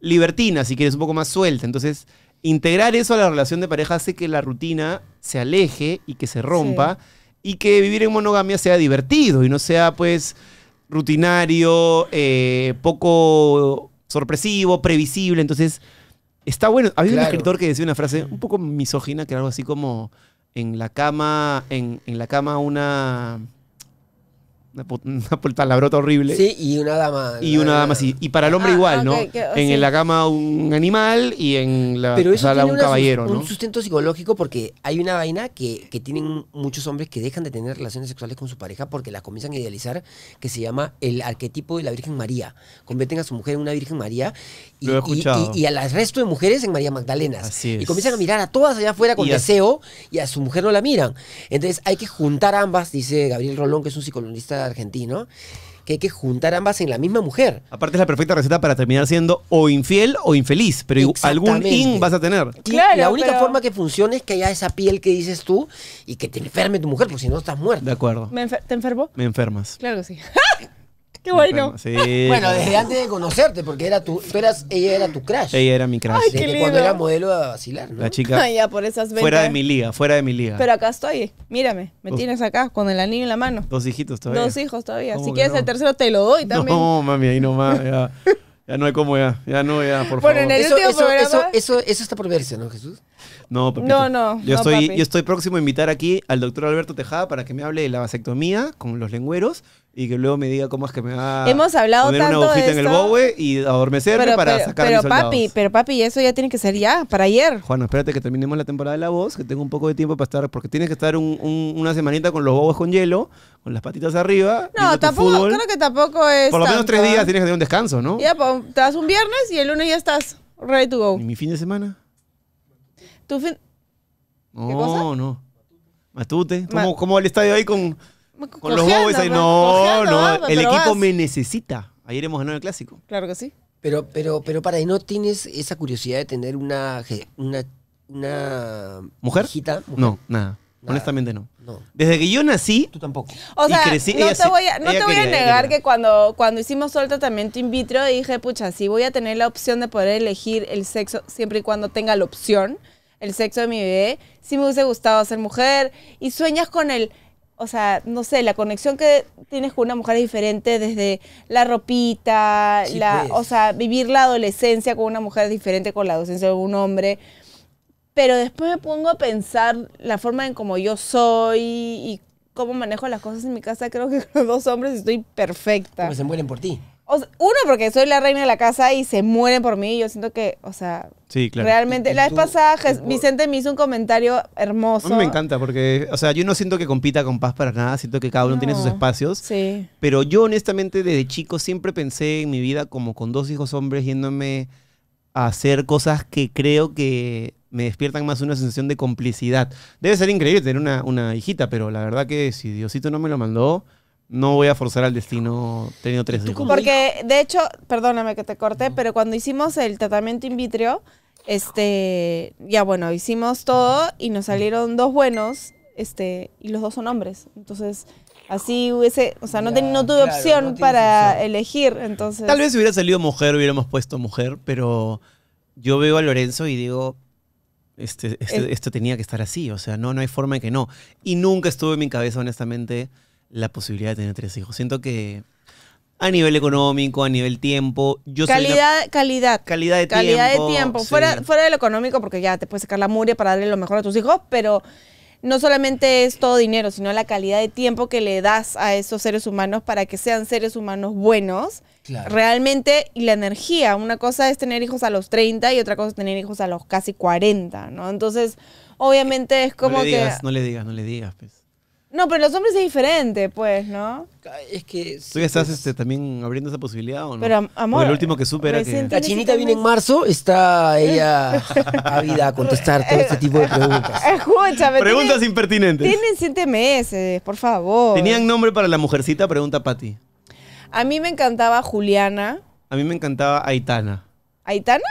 S5: libertina, si quieres, un poco más suelta. Entonces, integrar eso a la relación de pareja hace que la rutina se aleje y que se rompa y que vivir en monogamia sea divertido y no sea, pues, rutinario, eh, poco sorpresivo, previsible. Entonces, está bueno. Había un
S7: Claro.
S5: escritor que decía una frase un poco misógina, que era algo así como, en la cama, en, en la cama una... Una, pu- [laughs] una palabrota horrible
S7: Sí, y una dama.
S5: y una dama así. Y para el hombre
S6: Ah,
S5: igual, ¿no?
S6: ok, que-
S5: en
S6: sí.
S5: la cama un animal y en la
S7: Pero eso
S5: sala
S7: tiene
S5: un
S7: una sus-
S5: caballero, ¿no?
S7: un sustento psicológico porque hay una vaina que, que tienen muchos hombres que dejan de tener relaciones sexuales con su pareja porque las comienzan a idealizar, que se llama el arquetipo de la Virgen María. Convierten a su mujer en una Virgen María y,
S2: Lo he
S7: y-
S2: escuchado.
S7: y- y al resto de mujeres en María Magdalenas.
S2: Así
S7: Y
S2: es.
S7: comienzan a mirar a todas allá afuera con
S2: Y a-
S7: deseo y a su mujer no la miran. Entonces hay que juntar ambas, dice Gabriel Rolón, que es un psicologista argentino, que hay que juntar ambas en la misma mujer.
S2: Aparte es la perfecta receta para terminar siendo o infiel o infeliz, pero igu- algún
S7: Exactamente.
S2: in vas a tener.
S7: Y
S6: Claro,
S7: la única
S6: pero-
S7: forma que funcione es que haya esa piel que dices tú y que te enferme tu mujer, porque si no estás
S2: De
S7: muerta.
S2: acuerdo.
S6: ¿Me enfer- ¿Te enfermó?
S2: Me enfermas.
S6: Claro [laughs] que sí. ¡Qué bueno!
S2: Me enfermas. Sí.
S7: Bueno, desde antes de conocerte, porque era tu, tú eras, ella era tu crush.
S2: Ella era mi crush.
S6: Ay,
S7: Desde
S6: qué lindo.
S7: cuando era modelo a vacilar, ¿no?
S2: La chica
S6: Ay, [laughs] ya, por esas ventas.
S2: fuera de mi liga, fuera de mi liga.
S6: Pero acá estoy, mírame, me
S2: Uf.
S6: tienes acá con el anillo en la mano.
S2: Dos hijitos todavía.
S6: Dos hijos todavía.
S2: ¿Cómo
S6: Si
S2: que
S6: quieres
S2: no?
S6: el tercero, te lo doy también.
S2: No, mami, ahí nomás. Ya, ya no hay como ya. Ya no, ya, por
S6: Bueno, en
S2: favor.
S6: el-
S7: Eso,
S6: último
S7: eso,
S6: programa-
S7: eso, eso, eso está por verse, ¿no, Jesús?
S2: No,
S6: No,
S2: papito.
S6: no, no,
S2: Yo, estoy,
S6: papi.
S2: yo estoy próximo a invitar aquí al doctor Alberto Tejada para que me hable de la vasectomía con los lengüeros y que luego me diga cómo es que me va
S6: Hemos hablado
S2: poner
S6: tanto
S2: una
S6: de
S2: agujita en el
S6: esto.
S2: bowe y adormecerme
S6: pero,
S2: para
S6: pero-
S2: sacar a
S6: pero
S2: mis soldados.
S6: papi, pero papi, eso ya tiene que ser ya, para ayer.
S2: Juan, espérate que terminemos la temporada de La Voz, que tengo un poco de tiempo para estar, porque tienes que estar un- un- una semanita con los bobos con hielo, con las patitas arriba. viendo
S6: No,
S2: tu
S6: tampoco,
S2: fútbol.
S6: creo que tampoco es.
S2: Por lo menos
S6: tanto,
S2: tres
S6: ¿eh?
S2: días tienes que tener un descanso, ¿no?
S6: Ya, pa- te das un viernes y el lunes ya estás ready to go.
S2: ¿Y mi fin de semana?
S6: Tu fin-
S2: No,
S6: cosa?
S2: no. Matute.
S6: Ma-
S2: ¿Cómo, ¿Cómo va el estadio ahí con, con los
S6: cojeando,
S2: bobos? Ahí?
S6: pero-
S2: No,
S6: cojeando, va,
S2: no. El
S6: pero
S2: equipo
S6: vas.
S2: me necesita. Ayer hemos ganado el clásico.
S6: Claro que sí.
S7: Pero, pero, pero para ahí, ¿no tienes esa curiosidad de tener una... je- una, una
S2: ¿Mujer?
S7: hijita? Mujer.
S2: No, nada.
S7: Nada.
S2: Honestamente no.
S7: No,
S2: Desde que yo nací,
S7: tú tampoco.
S6: O
S2: Y
S6: sea,
S2: crecí-
S6: no
S2: ella
S6: te
S2: sí-
S6: voy a, no
S2: ella
S6: te voy
S2: quería,
S6: a
S2: ella
S6: negar
S2: quería.
S6: que cuando, cuando hicimos solta también tu in vitro, dije, pucha, sí voy a tener la opción de poder elegir el sexo siempre y cuando tenga la opción, el sexo de mi bebé. Sí me hubiese gustado ser mujer y sueñas con el... O sea, no sé, la conexión que tienes con una mujer es diferente desde la ropita,
S7: Sí,
S6: la,
S7: pues.
S6: o sea, vivir la adolescencia con una mujer es diferente con la adolescencia de un hombre. Pero después me pongo a pensar la forma en cómo yo soy y cómo manejo las cosas en mi casa. Creo que [laughs] con los dos hombres estoy perfecta.
S7: Porque se mueren por ti.
S6: O sea, uno, porque soy la reina de la casa y se mueren por mí. Yo siento que, o sea,
S2: sí, claro.
S6: realmente.
S7: Y
S6: La vez
S7: tú-
S6: pasada,
S7: tú
S6: Jes-
S7: por-
S6: Vicente me hizo un comentario hermoso.
S2: A mí me encanta porque, o sea, yo no siento que compita con Paz para nada, siento que cada uno tiene sus
S6: No.
S2: espacios.
S6: Sí.
S2: Pero yo honestamente desde chico siempre pensé en mi vida como con dos hijos hombres yéndome a hacer cosas que creo que me despiertan más una sensación de complicidad. Debe ser increíble tener una, una hijita, pero la verdad que si Diosito no me lo mandó, no voy a forzar al destino teniendo tres
S7: ¿Tú
S2: hijos.
S7: cómo?
S6: Porque, de hecho, perdóname que te corté, pero cuando hicimos el tratamiento in vitro, este, ya bueno, hicimos todo y nos salieron dos buenos, este, y los dos son hombres. Entonces, así hubiese, o sea, no, ten-
S7: Ya,
S6: no tuve
S7: claro,
S6: opción
S7: no tienes
S6: para
S7: opción.
S6: elegir, entonces.
S2: Tal vez si hubiera salido mujer, hubiéramos puesto mujer, pero yo veo a Lorenzo y digo,
S5: este- este- esto tenía que estar así, o sea, no, no hay forma de que no. Y nunca estuvo en mi cabeza, honestamente, la posibilidad de tener tres hijos. Siento que a nivel económico, a nivel tiempo, yo soy una-
S6: Calidad, calidad.
S5: calidad de tiempo.
S6: Calidad de tiempo.
S5: sí.
S6: Fuera, fuera de lo económico, porque ya te puedes sacar la muria para darle lo mejor a tus hijos, pero no solamente es todo dinero, sino la calidad de tiempo que le das a esos seres humanos para que sean seres humanos buenos.
S7: Claro.
S6: Realmente, y la energía. Una cosa es tener hijos a los 30 y otra cosa es tener hijos a los casi 40, ¿no? Entonces, obviamente es como
S5: no le
S6: que.
S5: digas, no le digas, no le digas. Pues.
S6: No, pero los hombres es diferente,
S5: [laughs]
S6: pues, ¿no?
S7: Es que.
S5: ¿Tú ya estás este, también abriendo esa posibilidad o no?
S6: Pero, am- amor,
S5: Porque lo último que supe era
S6: recién
S5: que...
S6: te-
S7: La chinita viene en marzo, está ella
S6: [laughs]
S7: ávida a contestar todo este tipo de preguntas.
S6: Escúchame.
S5: Preguntas
S6: tienen,
S5: impertinentes.
S6: tienen siete meses, por favor.
S5: ¿Tenían nombre para la mujercita? Pregunta Patti.
S6: A mí me encantaba Juliana.
S5: A mí me encantaba Aitana.
S6: ¿Aitana?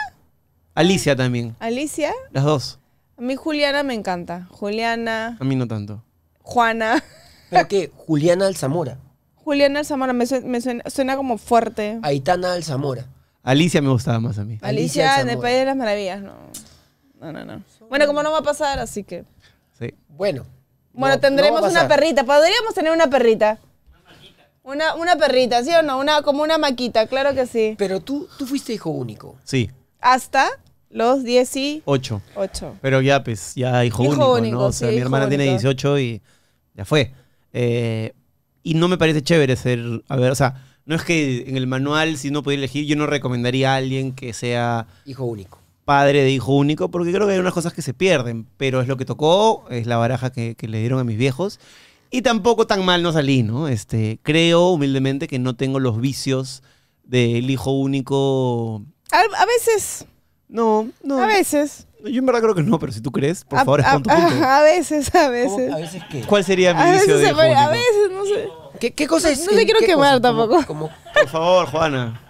S5: Alicia también.
S6: ¿Alicia?
S5: Las dos.
S6: A mí Juliana me encanta. Juliana,
S5: A mí no tanto.
S6: Juana. [laughs]
S7: ¿Pero qué? Juliana Alzamora.
S6: Juliana Alzamora me, suena, me suena- suena como fuerte.
S7: Aitana Alzamora.
S5: Alicia me gustaba más a mí.
S7: Alicia
S6: Alicia en el
S7: Alzamora.
S6: País de las Maravillas, no. No, no, no. Bueno, como no va a pasar, así que.
S5: Sí.
S7: Bueno.
S6: Bueno,
S7: no-
S6: tendremos
S7: no va a
S6: una
S7: pasar.
S6: perrita. Podríamos tener una perrita. Una, una perrita, ¿sí o no? Una, como una maquita, claro que sí.
S7: Pero tú, tú fuiste hijo único.
S5: Sí,
S6: Hasta los 18.
S5: ocho. Pero ya, pues, ya hijo,
S6: Hijo
S5: único,
S6: único,
S5: ¿no? O sea,
S6: sí,
S5: mi
S6: hijo
S5: hermana tiene
S6: único.
S5: 18 y ya fue. Eh, y no me parece chévere ser, a ver, o sea, no es que en el manual, si no pudiera elegir, yo no recomendaría a alguien que sea
S7: Hijo único.
S5: padre de hijo único, porque creo que hay unas cosas que se pierden, pero es lo que tocó, es la baraja que, que le dieron a mis viejos. Y tampoco tan mal no salí, ¿no? Este, creo humildemente que no tengo los vicios del hijo único.
S6: A, a veces,
S5: No, no.
S6: a veces.
S5: Yo en verdad creo que no, pero si tú crees, por
S6: a,
S5: favor,
S6: a-
S5: expon tu punto.
S6: [laughs] a veces, a
S7: ¿Cómo?
S6: veces.
S7: ¿A veces qué?
S5: ¿Cuál sería mi
S6: A
S5: vicio
S6: veces,
S5: de
S6: se
S5: hijo
S6: puede- a
S5: único?
S6: veces, no sé.
S7: ¿Qué, qué cosa
S6: No-
S7: es?
S6: no te
S7: qué
S6: quiero quemar
S7: cosa? ¿Cómo-
S6: tampoco.
S7: cómo-
S5: Por favor, Juana.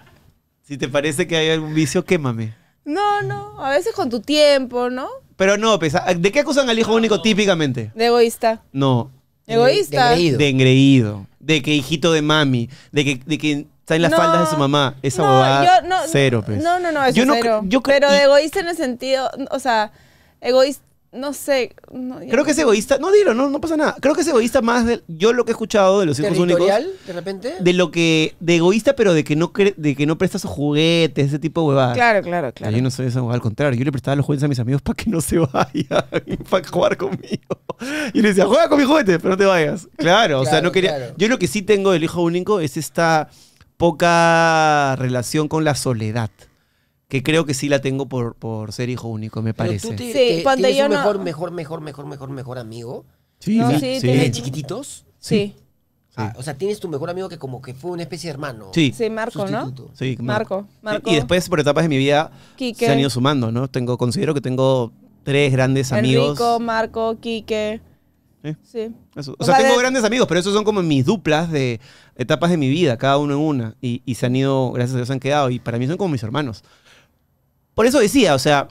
S5: Si te parece que hay algún vicio, quémame.
S6: No, no, a veces con tu tiempo, ¿no?
S5: Pero no, pues, ¿a- ¿de qué acusan al hijo único típicamente?
S6: De egoísta.
S5: No,
S6: Egoísta.
S7: De engreído.
S5: de engreído, de que hijito de mami, de que, de que está en las
S6: No,
S5: faldas de su mamá. Esa
S6: no,
S5: bobada,
S6: yo no-
S5: cero, pues.
S6: No, no, no, eso
S5: Yo no
S6: cero.
S5: cre- yo cre-
S6: Pero
S5: y-
S6: de egoísta en el sentido, o sea, egoísta, no sé. no, ya-
S5: Creo que es egoísta. No, dilo, no, no pasa nada. Creo que es egoísta más de, yo lo que he escuchado de los hijos únicos.
S7: ¿Territorial, de repente?
S5: De lo que, de egoísta, pero de que no cre- de que no presta sus juguetes, ese tipo de huevadas.
S6: Claro, claro,
S5: O sea,
S6: claro.
S5: Yo no soy esa abogada, al contrario, yo le prestaba los juguetes a mis amigos para que no se [laughs] vayan, para jugar conmigo. Y le decía, juega con mis juguetes, pero no te vayas. Claro, o sea,
S7: Claro,
S5: no quería.
S7: claro.
S5: Yo lo que sí tengo del hijo único es esta poca relación con la soledad, que creo que sí la tengo por, por ser hijo único, me
S7: Pero
S5: parece.
S7: tú te,
S6: Sí,
S7: te-
S6: cuando
S7: tienes
S6: yo
S7: un
S6: no-
S7: mejor, mejor, mejor, mejor, mejor, mejor amigo.
S5: Sí,
S6: No,
S5: sí,
S6: sí,
S5: sí.
S7: ¿Desde
S6: te-
S7: chiquititos?
S6: Sí,
S7: Ah, o sea, tienes tu mejor amigo que como que fue una especie de hermano.
S5: Sí,
S6: sí, Marco, ¿no?
S7: sustituto.
S5: sí,
S6: Marco, Marco.
S5: Y después, por etapas de mi vida,
S6: Quique.
S5: se han ido sumando, ¿no? Tengo, considero que tengo tres grandes amigos.
S6: Enrico, Marco, Quique.
S5: Sí.
S6: Sí.
S5: Eso.
S6: O
S5: O sea,
S6: sea,
S5: tengo
S6: de-
S5: grandes amigos, pero esos son como mis duplas de etapas de mi vida, cada uno en una. Y, y se han ido, gracias a Dios, se han quedado. Y para mí son como mis hermanos. Por eso decía, o sea,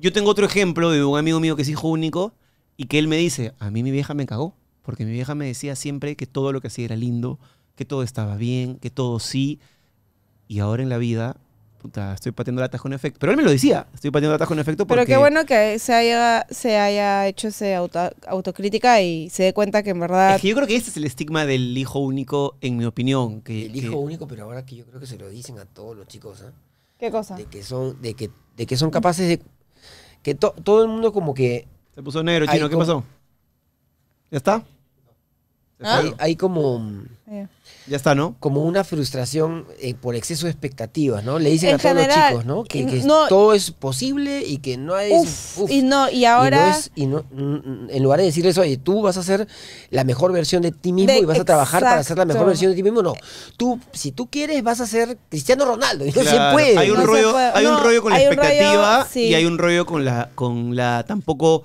S5: yo tengo otro ejemplo de un amigo mío que es hijo único y que él me dice, a mí mi vieja me cagó, porque mi vieja me decía siempre que todo lo que hacía era lindo, que todo estaba bien, que todo sí. Y ahora en la vida, puta, estoy pateando latas con efecto. Pero él me lo decía, estoy pateando latas con efecto porque...
S6: Pero qué bueno que se haya, se haya hecho ese auto- autocrítica y se dé cuenta que en verdad...
S5: Es que yo creo que este es el estigma del hijo único, en mi opinión. Que,
S7: El
S5: que-
S7: hijo único, pero ahora que yo creo que se lo dicen a todos los chicos, ¿ah?
S6: ¿Qué cosa?
S7: de que son de que de que son capaces de que to- todo el mundo como que
S5: Se puso negro,
S7: Ay,
S5: chino. ¿Qué
S7: ¿cómo?
S5: pasó? ¿Ya está?
S6: ¿Ah?
S7: hay, hay como
S6: Ya.
S5: Ya está, ¿no?
S7: como una frustración eh, por exceso de expectativas no le dicen
S6: En
S7: a todos
S6: general,
S7: los chicos no que,
S6: n-
S7: que
S6: no-
S7: todo es posible y que no hay
S6: Uf, y no, y
S7: no
S6: ahora...
S7: es- y no- mm, mm, en lugar de decir eso, oye, tú vas a ser la mejor versión de ti mismo
S6: De-
S7: y vas a trabajar para ser la mejor
S6: exacto.
S7: versión de ti mismo, no. Tú, si tú quieres, vas a ser Cristiano Ronaldo. [laughs] Y no se
S5: Claro,
S7: puede.
S5: Hay un,
S6: No se
S5: rollo,
S6: puede.
S5: hay un
S6: No,
S5: rollo con la
S6: hay un rollo,
S5: expectativa
S6: sí.
S5: y hay un rollo con la, con la tampoco.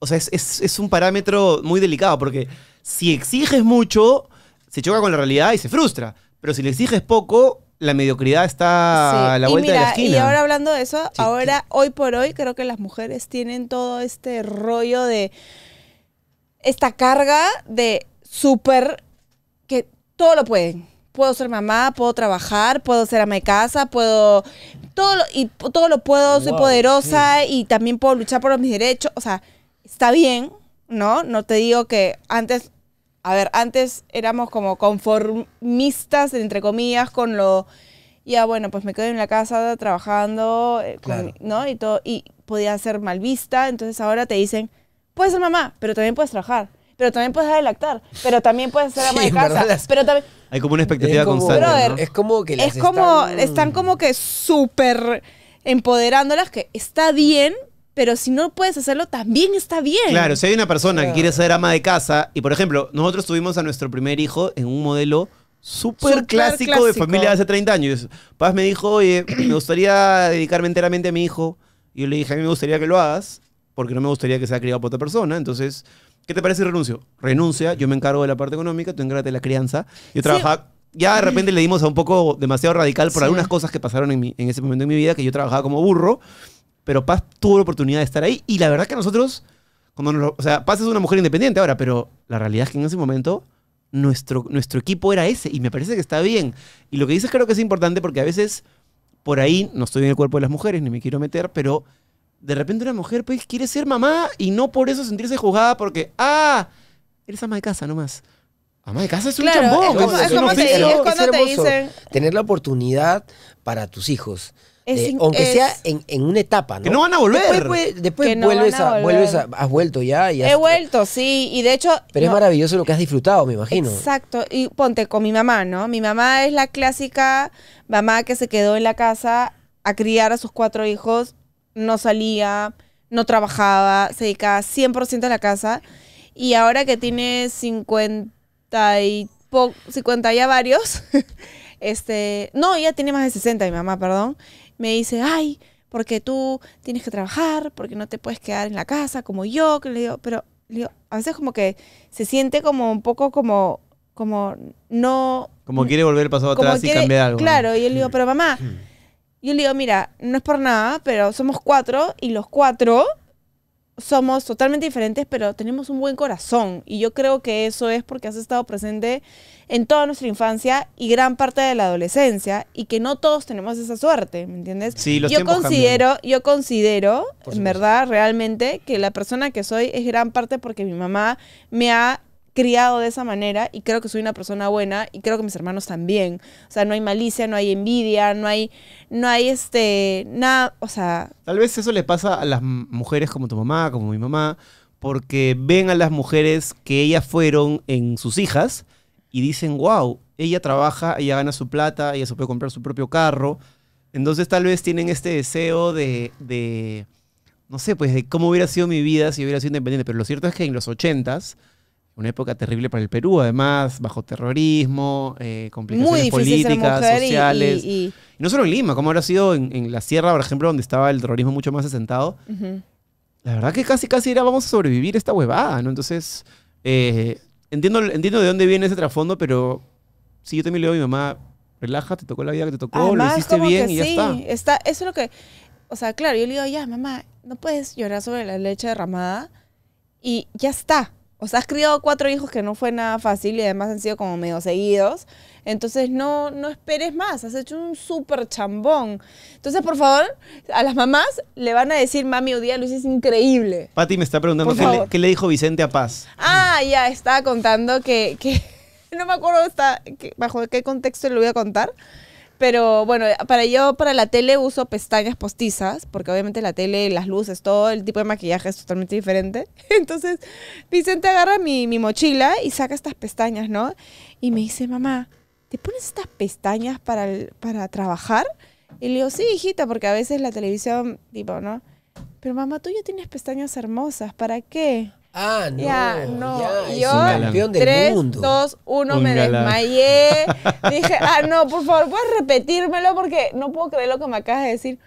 S5: O sea, es, es- es un parámetro muy delicado porque si exiges mucho, se choca con la realidad y se frustra. Pero si le exiges poco, la mediocridad está
S6: Sí,
S5: a la
S6: y
S5: vuelta de la
S6: mira,
S5: esquina.
S6: Y ahora hablando de eso, ahora, hoy por hoy, creo que las mujeres tienen todo este rollo de esta carga de súper que todo lo pueden. puedo ser mamá, puedo trabajar, puedo ser ama de casa, puedo todo lo, y p- todo lo puedo, soy
S7: Wow,
S6: poderosa y también puedo luchar por mis derechos, o sea, está bien, ¿no? No te digo que antes a ver, antes éramos como conformistas entre comillas con lo ya bueno, pues me quedo en la casa trabajando, eh, con
S7: Claro.
S6: mi- ¿no? Y todo y podía ser mal vista, entonces ahora te dicen, puedes ser mamá, pero también puedes trabajar. Pero también puedes dar de lactar, pero también puedes ser ama
S7: Sí,
S6: de
S7: en
S6: casa.
S7: verdad las-
S6: Pero también
S5: Hay como una expectativa
S7: Es como-
S5: constante. ¿no?
S6: Brother,
S7: Es como que las
S6: es como están, como que súper empoderándolas que está bien pero si no puedes hacerlo también está bien
S5: Claro, si hay una persona que
S7: Claro.
S5: quiere ser ama de casa, y por ejemplo, nosotros tuvimos a nuestro primer hijo en un modelo súper
S6: Súper
S5: clásico, de
S6: clásico.
S5: familia de hace 30 años. Paz me dijo, oye, [clears throat] me gustaría dedicarme enteramente a mi hijo. Y yo le dije, a mí me gustaría que lo hagas, porque no me gustaría que sea criado por otra persona. Entonces, ¿qué te parece si renuncio? Renuncia, yo me encargo de la parte económica, tú encárgate de la crianza. Yo trabajaba... Ya de repente le dimos a un poco demasiado radical por
S6: Sí.
S5: algunas cosas que pasaron en, mi- en ese momento de mi vida, que yo trabajaba como burro, pero Paz tuvo la oportunidad de estar ahí. Y la verdad que nosotros, cuando nos lo- o sea, Paz es una mujer independiente ahora, pero la realidad es que en ese momento nuestro, nuestro equipo era ese y me parece que está bien. Y lo que dices creo que es importante porque a veces por ahí no estoy en el cuerpo de las mujeres ni me quiero meter, pero de repente una mujer pues quiere ser mamá y no por eso sentirse juzgada porque, ah, eres ama de casa nomás. Ama de casa es un
S6: Claro,
S5: chambón.
S6: es como,
S7: es
S6: es
S7: un
S6: como te,
S7: oficio,
S6: es
S7: es
S6: cuando te
S7: hermoso.
S6: dicen
S7: Tener la oportunidad para tus hijos.
S6: es
S7: de-
S6: in-
S7: Eh, aunque
S6: es-
S7: sea en, en una etapa, ¿no?
S5: Que no van a volver.
S7: Después, puede- después
S6: Que no
S7: vuelves,
S6: van a
S7: a, vuelves a...
S6: volver.
S7: Has vuelto ya. y has-
S6: he vuelto sí y de hecho
S7: Pero es
S6: no,
S7: maravilloso lo que has disfrutado, me imagino.
S6: Exacto. Y ponte con mi mamá, ¿no? Mi mamá es la clásica mamá que se quedó en la casa a criar a sus cuatro hijos, no salía, no trabajaba, se dedicaba 100% a la casa. Y ahora que tiene 50 y, po- 50 ya varios, [laughs] este, no, ya tiene más de 60 mi mamá, perdón, me dice, ay, porque tú tienes que trabajar, porque no te puedes quedar en la casa como yo, que le digo, pero le digo, a veces como que se siente como un poco como, como no...
S5: Como quiere volver el pasado
S6: como
S5: atrás y
S6: quiere-
S5: cambiar algo. ¿no? Hmm.
S6: Claro, y yo le digo, pero mamá, yo le digo, mira, no es por nada, pero somos cuatro y los cuatro somos totalmente diferentes, pero tenemos un buen corazón. Y yo creo que eso es porque has estado presente en toda nuestra infancia y gran parte de la adolescencia y que no todos tenemos esa suerte, ¿me entiendes?
S5: Sí, los
S6: yo
S5: tiempos cambian.
S6: considero, yo considero,
S7: Por
S6: en
S7: supuesto.
S6: verdad, realmente, que la persona que soy es gran parte porque mi mamá me ha criado de esa manera y creo que soy una persona buena y creo que mis hermanos también. O sea, no hay malicia, no hay envidia, no hay, no hay este, nada, o sea,
S5: Tal vez eso le pasa a las m- mujeres como tu mamá, como mi mamá, porque ven a las mujeres que ellas fueron en sus hijas y dicen, wow, ella trabaja, ella gana su plata, ella se puede comprar su propio carro. Entonces tal vez tienen este deseo de, de, no sé, pues de cómo hubiera sido mi vida si hubiera sido independiente. Pero lo cierto es que en los ochentas, una época terrible para el Perú, además, bajo terrorismo, eh,
S6: muy
S5: complicaciones
S6: difícil ser
S5: políticas,
S6: mujer y-
S5: sociales.
S6: y, y-
S5: Y no solo en Lima, como habrá sido en, en la sierra, por ejemplo, donde estaba el terrorismo mucho más asentado.
S6: ujú.
S5: La verdad que casi, casi era vamos a sobrevivir esta huevada, ¿no? Entonces, eh, entiendo, entiendo de dónde viene ese trasfondo, pero sí, yo también le digo a mi mamá, relaja, te tocó la vida que te tocó,
S6: Además,
S5: lo hiciste
S6: como
S5: bien
S6: que
S5: y ya
S6: sí,
S5: está.
S6: está. Eso es lo que. O sea, claro, yo le digo, ya, mamá, no puedes llorar sobre la leche derramada. Y ya está. O sea, has criado cuatro hijos que no fue nada fácil y además han sido como medio seguidos. Entonces, no, no esperes más. Has hecho un súper chambón. Entonces, por favor, a las mamás le van a decir, mami, hoy día lo hiciste increíble.
S5: Pati me está preguntando
S6: Por
S5: qué le,
S6: favor.
S5: qué le dijo Vicente a Paz.
S6: Ah, ya, estaba contando que, que- [laughs] no me acuerdo hasta que- bajo qué contexto lo voy a contar. Pero bueno, para yo, para la tele uso pestañas postizas, porque obviamente la tele, las luces, todo el tipo de maquillaje es totalmente diferente. [laughs] Entonces, Vicente agarra mi, mi mochila y saca estas pestañas, ¿no? Y me dice, mamá, ¿te pones estas pestañas para, el- para trabajar? Y le digo, sí, hijita, porque a veces la televisión, tipo, ¿no? Pero mamá, tú ya tienes pestañas hermosas, ¿para qué?
S7: Ah, no.
S6: Ya, no.
S7: ya, es
S6: Yo,
S7: un campeón del
S6: 3,
S7: mundo.
S6: 2, 1,
S5: Un
S6: me
S5: galán. [laughs]
S6: desmayé. Dije, ah, no, por favor, puedes repetírmelo porque no puedo creer lo que me acabas de decir.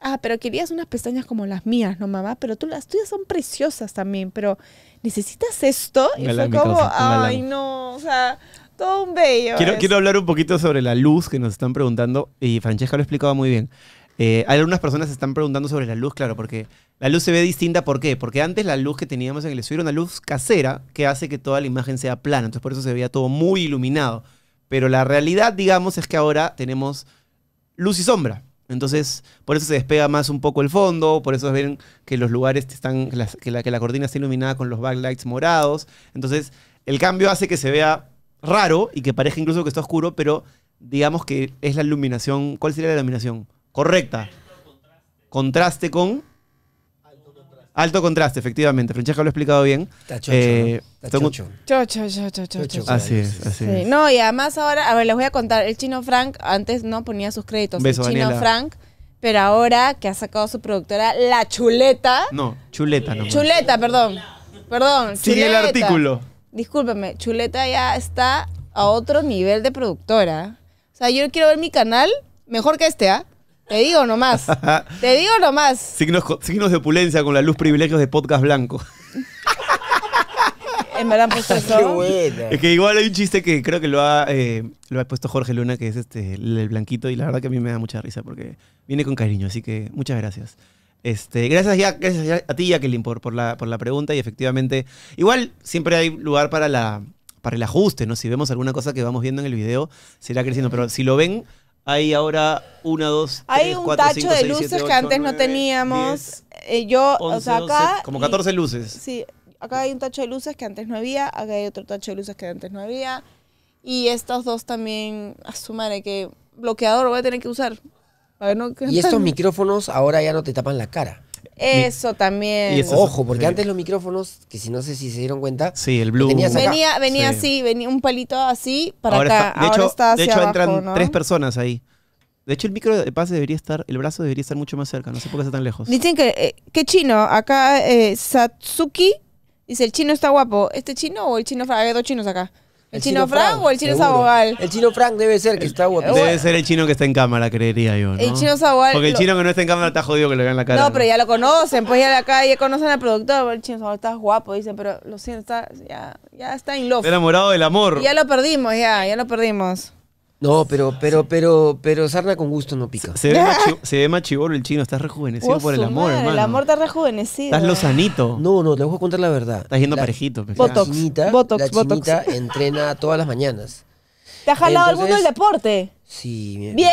S6: Ah, pero querías unas pestañas como las mías, ¿no, mamá? Pero tú las tuyas son preciosas también, pero ¿necesitas esto?
S5: Un
S6: Y
S5: galán,
S6: fue
S5: mi
S6: como,
S5: causa, un galán.
S6: ay, no, o sea, todo un bello.
S5: Quiero,
S6: es.
S5: quiero hablar un poquito sobre la luz que nos están preguntando, y Francesca lo explicaba muy bien. Eh, hay algunas personas que están preguntando sobre la luz, claro, porque la luz se ve distinta. ¿Por qué? Porque antes la luz que teníamos en el estudio era una luz casera que hace que toda la imagen sea plana, entonces por eso se veía todo muy iluminado. Pero la realidad, digamos, es que ahora tenemos luz y sombra. Entonces, por eso se despega más un poco el fondo, por eso ven que los lugares están, que las- que la, que la cortina está iluminada con los backlights morados. Entonces, el cambio hace que se vea raro y que parezca incluso que está oscuro, pero digamos que es la iluminación. ¿Cuál sería la iluminación? Correcta. Contraste con. Alto contraste, efectivamente. Francesca lo ha explicado bien.
S7: Está
S5: Eh,
S7: ¿no? Está
S5: tengo-
S7: chocho.
S6: Cho, cho, cho, cho, cho, cho.
S7: Chocho.
S5: Así es, así
S6: Sí,
S5: es.
S6: No, y además ahora, a ver, les voy a contar, el chino Frank antes no ponía sus créditos,
S5: Beso,
S6: el chino
S5: Daniela.
S6: Frank, pero ahora que ha sacado su productora La Chuleta,
S5: Ah, No, chuleta nomás.
S6: Chuleta, perdón, perdón,
S5: Sigue el
S6: Chuleta.
S5: artículo.
S6: Discúlpeme, Chuleta ya está a otro nivel de productora. O sea, yo quiero ver mi canal mejor que este, ¿ah? Te
S5: [laughs]
S6: digo nomás, te digo nomás.
S5: Signos, co- signos de opulencia con la luz privilegios de podcast blanco.
S6: En verdad,
S5: [laughs]
S6: pues
S7: [laughs] Qué
S6: eso.
S7: buena.
S5: Es que igual hay un chiste que creo que lo ha, eh, lo ha puesto Jorge Luna, que es este, el, el blanquito, y la verdad que a mí me da mucha risa porque viene con cariño, así que muchas gracias. Este, gracias, ya, gracias ya a ti, Jacqueline, por, por, la, por la pregunta y efectivamente, igual siempre hay lugar para, la, para el ajuste, ¿no? Si vemos alguna cosa que vamos viendo en el video, será creciendo, pero si lo ven, hay ahora una, dos,
S6: Hay
S5: tres,
S6: un
S5: cuatro,
S6: tacho
S5: cinco,
S6: de
S5: seis,
S6: luces
S5: siete,
S6: que
S5: ocho,
S6: antes no
S5: nueve,
S6: teníamos.
S5: diez,
S6: Eh, yo, o
S5: once,
S6: sea,
S5: doce,
S6: acá.
S5: como
S6: y-
S5: 14 luces.
S6: Sí, acá hay un tacho de luces que antes no había, acá hay otro tacho de luces que antes no había. Y estos dos también, a su madre, que bloqueador voy a tener que usar. A ver, no- [laughs]
S7: Y estos micrófonos ahora ya no te tapan la cara.
S6: Eso también.
S5: Y estos-
S7: Ojo, porque
S5: Sí.
S7: antes los micrófonos, que si no sé si se dieron cuenta,
S5: Sí, el blue.
S7: Tenías acá.
S6: venía venía
S5: Sí.
S6: así, venía un palito así para
S5: Ahora
S6: acá.
S5: está- de
S6: ahora
S5: hecho,
S6: está
S5: de
S6: hacia
S5: hecho
S6: abajo,
S5: entran
S6: ¿no?
S5: tres personas ahí. De hecho, el micro de pase debería estar, el brazo debería estar mucho más cerca. No sé por qué está tan lejos.
S6: Dicen que, eh, ¿qué chino? Acá eh, Satsuki dice, ¿el chino está guapo? ¿Este chino o el chino Frank? Hay dos chinos acá. ¿El, chino, Frank, o el chino
S7: seguro.
S6: Sabogal?
S7: El chino Frank debe ser que está guapo.
S5: Debe ser el chino que está en cámara, creería yo. ¿no?
S6: El chino Sabogal.
S5: Porque el
S6: lo-
S5: chino que no está en cámara está jodido que le vean la cara.
S6: no, pero ya lo conocen, pues ya de acá ya conocen al productor. El chino Sabogal está guapo, dicen, pero lo siento, está, ya, ya está en love.
S5: Está enamorado del amor.
S6: Ya lo perdimos, ya, ya lo perdimos.
S7: No, pero, pero, pero, pero Sarna con gusto no pica.
S5: Se
S6: [laughs]
S5: ve, más chi- se ve más chivolo el chino, estás rejuvenecido
S6: Oh,
S5: por el
S6: su
S5: amor,
S6: madre,
S5: hermano.
S6: El amor está rejuvenecido.
S5: Estás lozanito.
S7: No, no, te voy a contar la verdad.
S5: Estás yendo
S7: La-
S5: parejito. pues,
S7: La
S6: Botox,
S7: chinita,
S6: botox,
S7: la
S6: botox.
S7: chinita entrena todas las mañanas.
S6: Te ha jalado el
S7: Entonces-
S6: mundo del deporte.
S7: Sí,
S6: Bien,
S7: me- me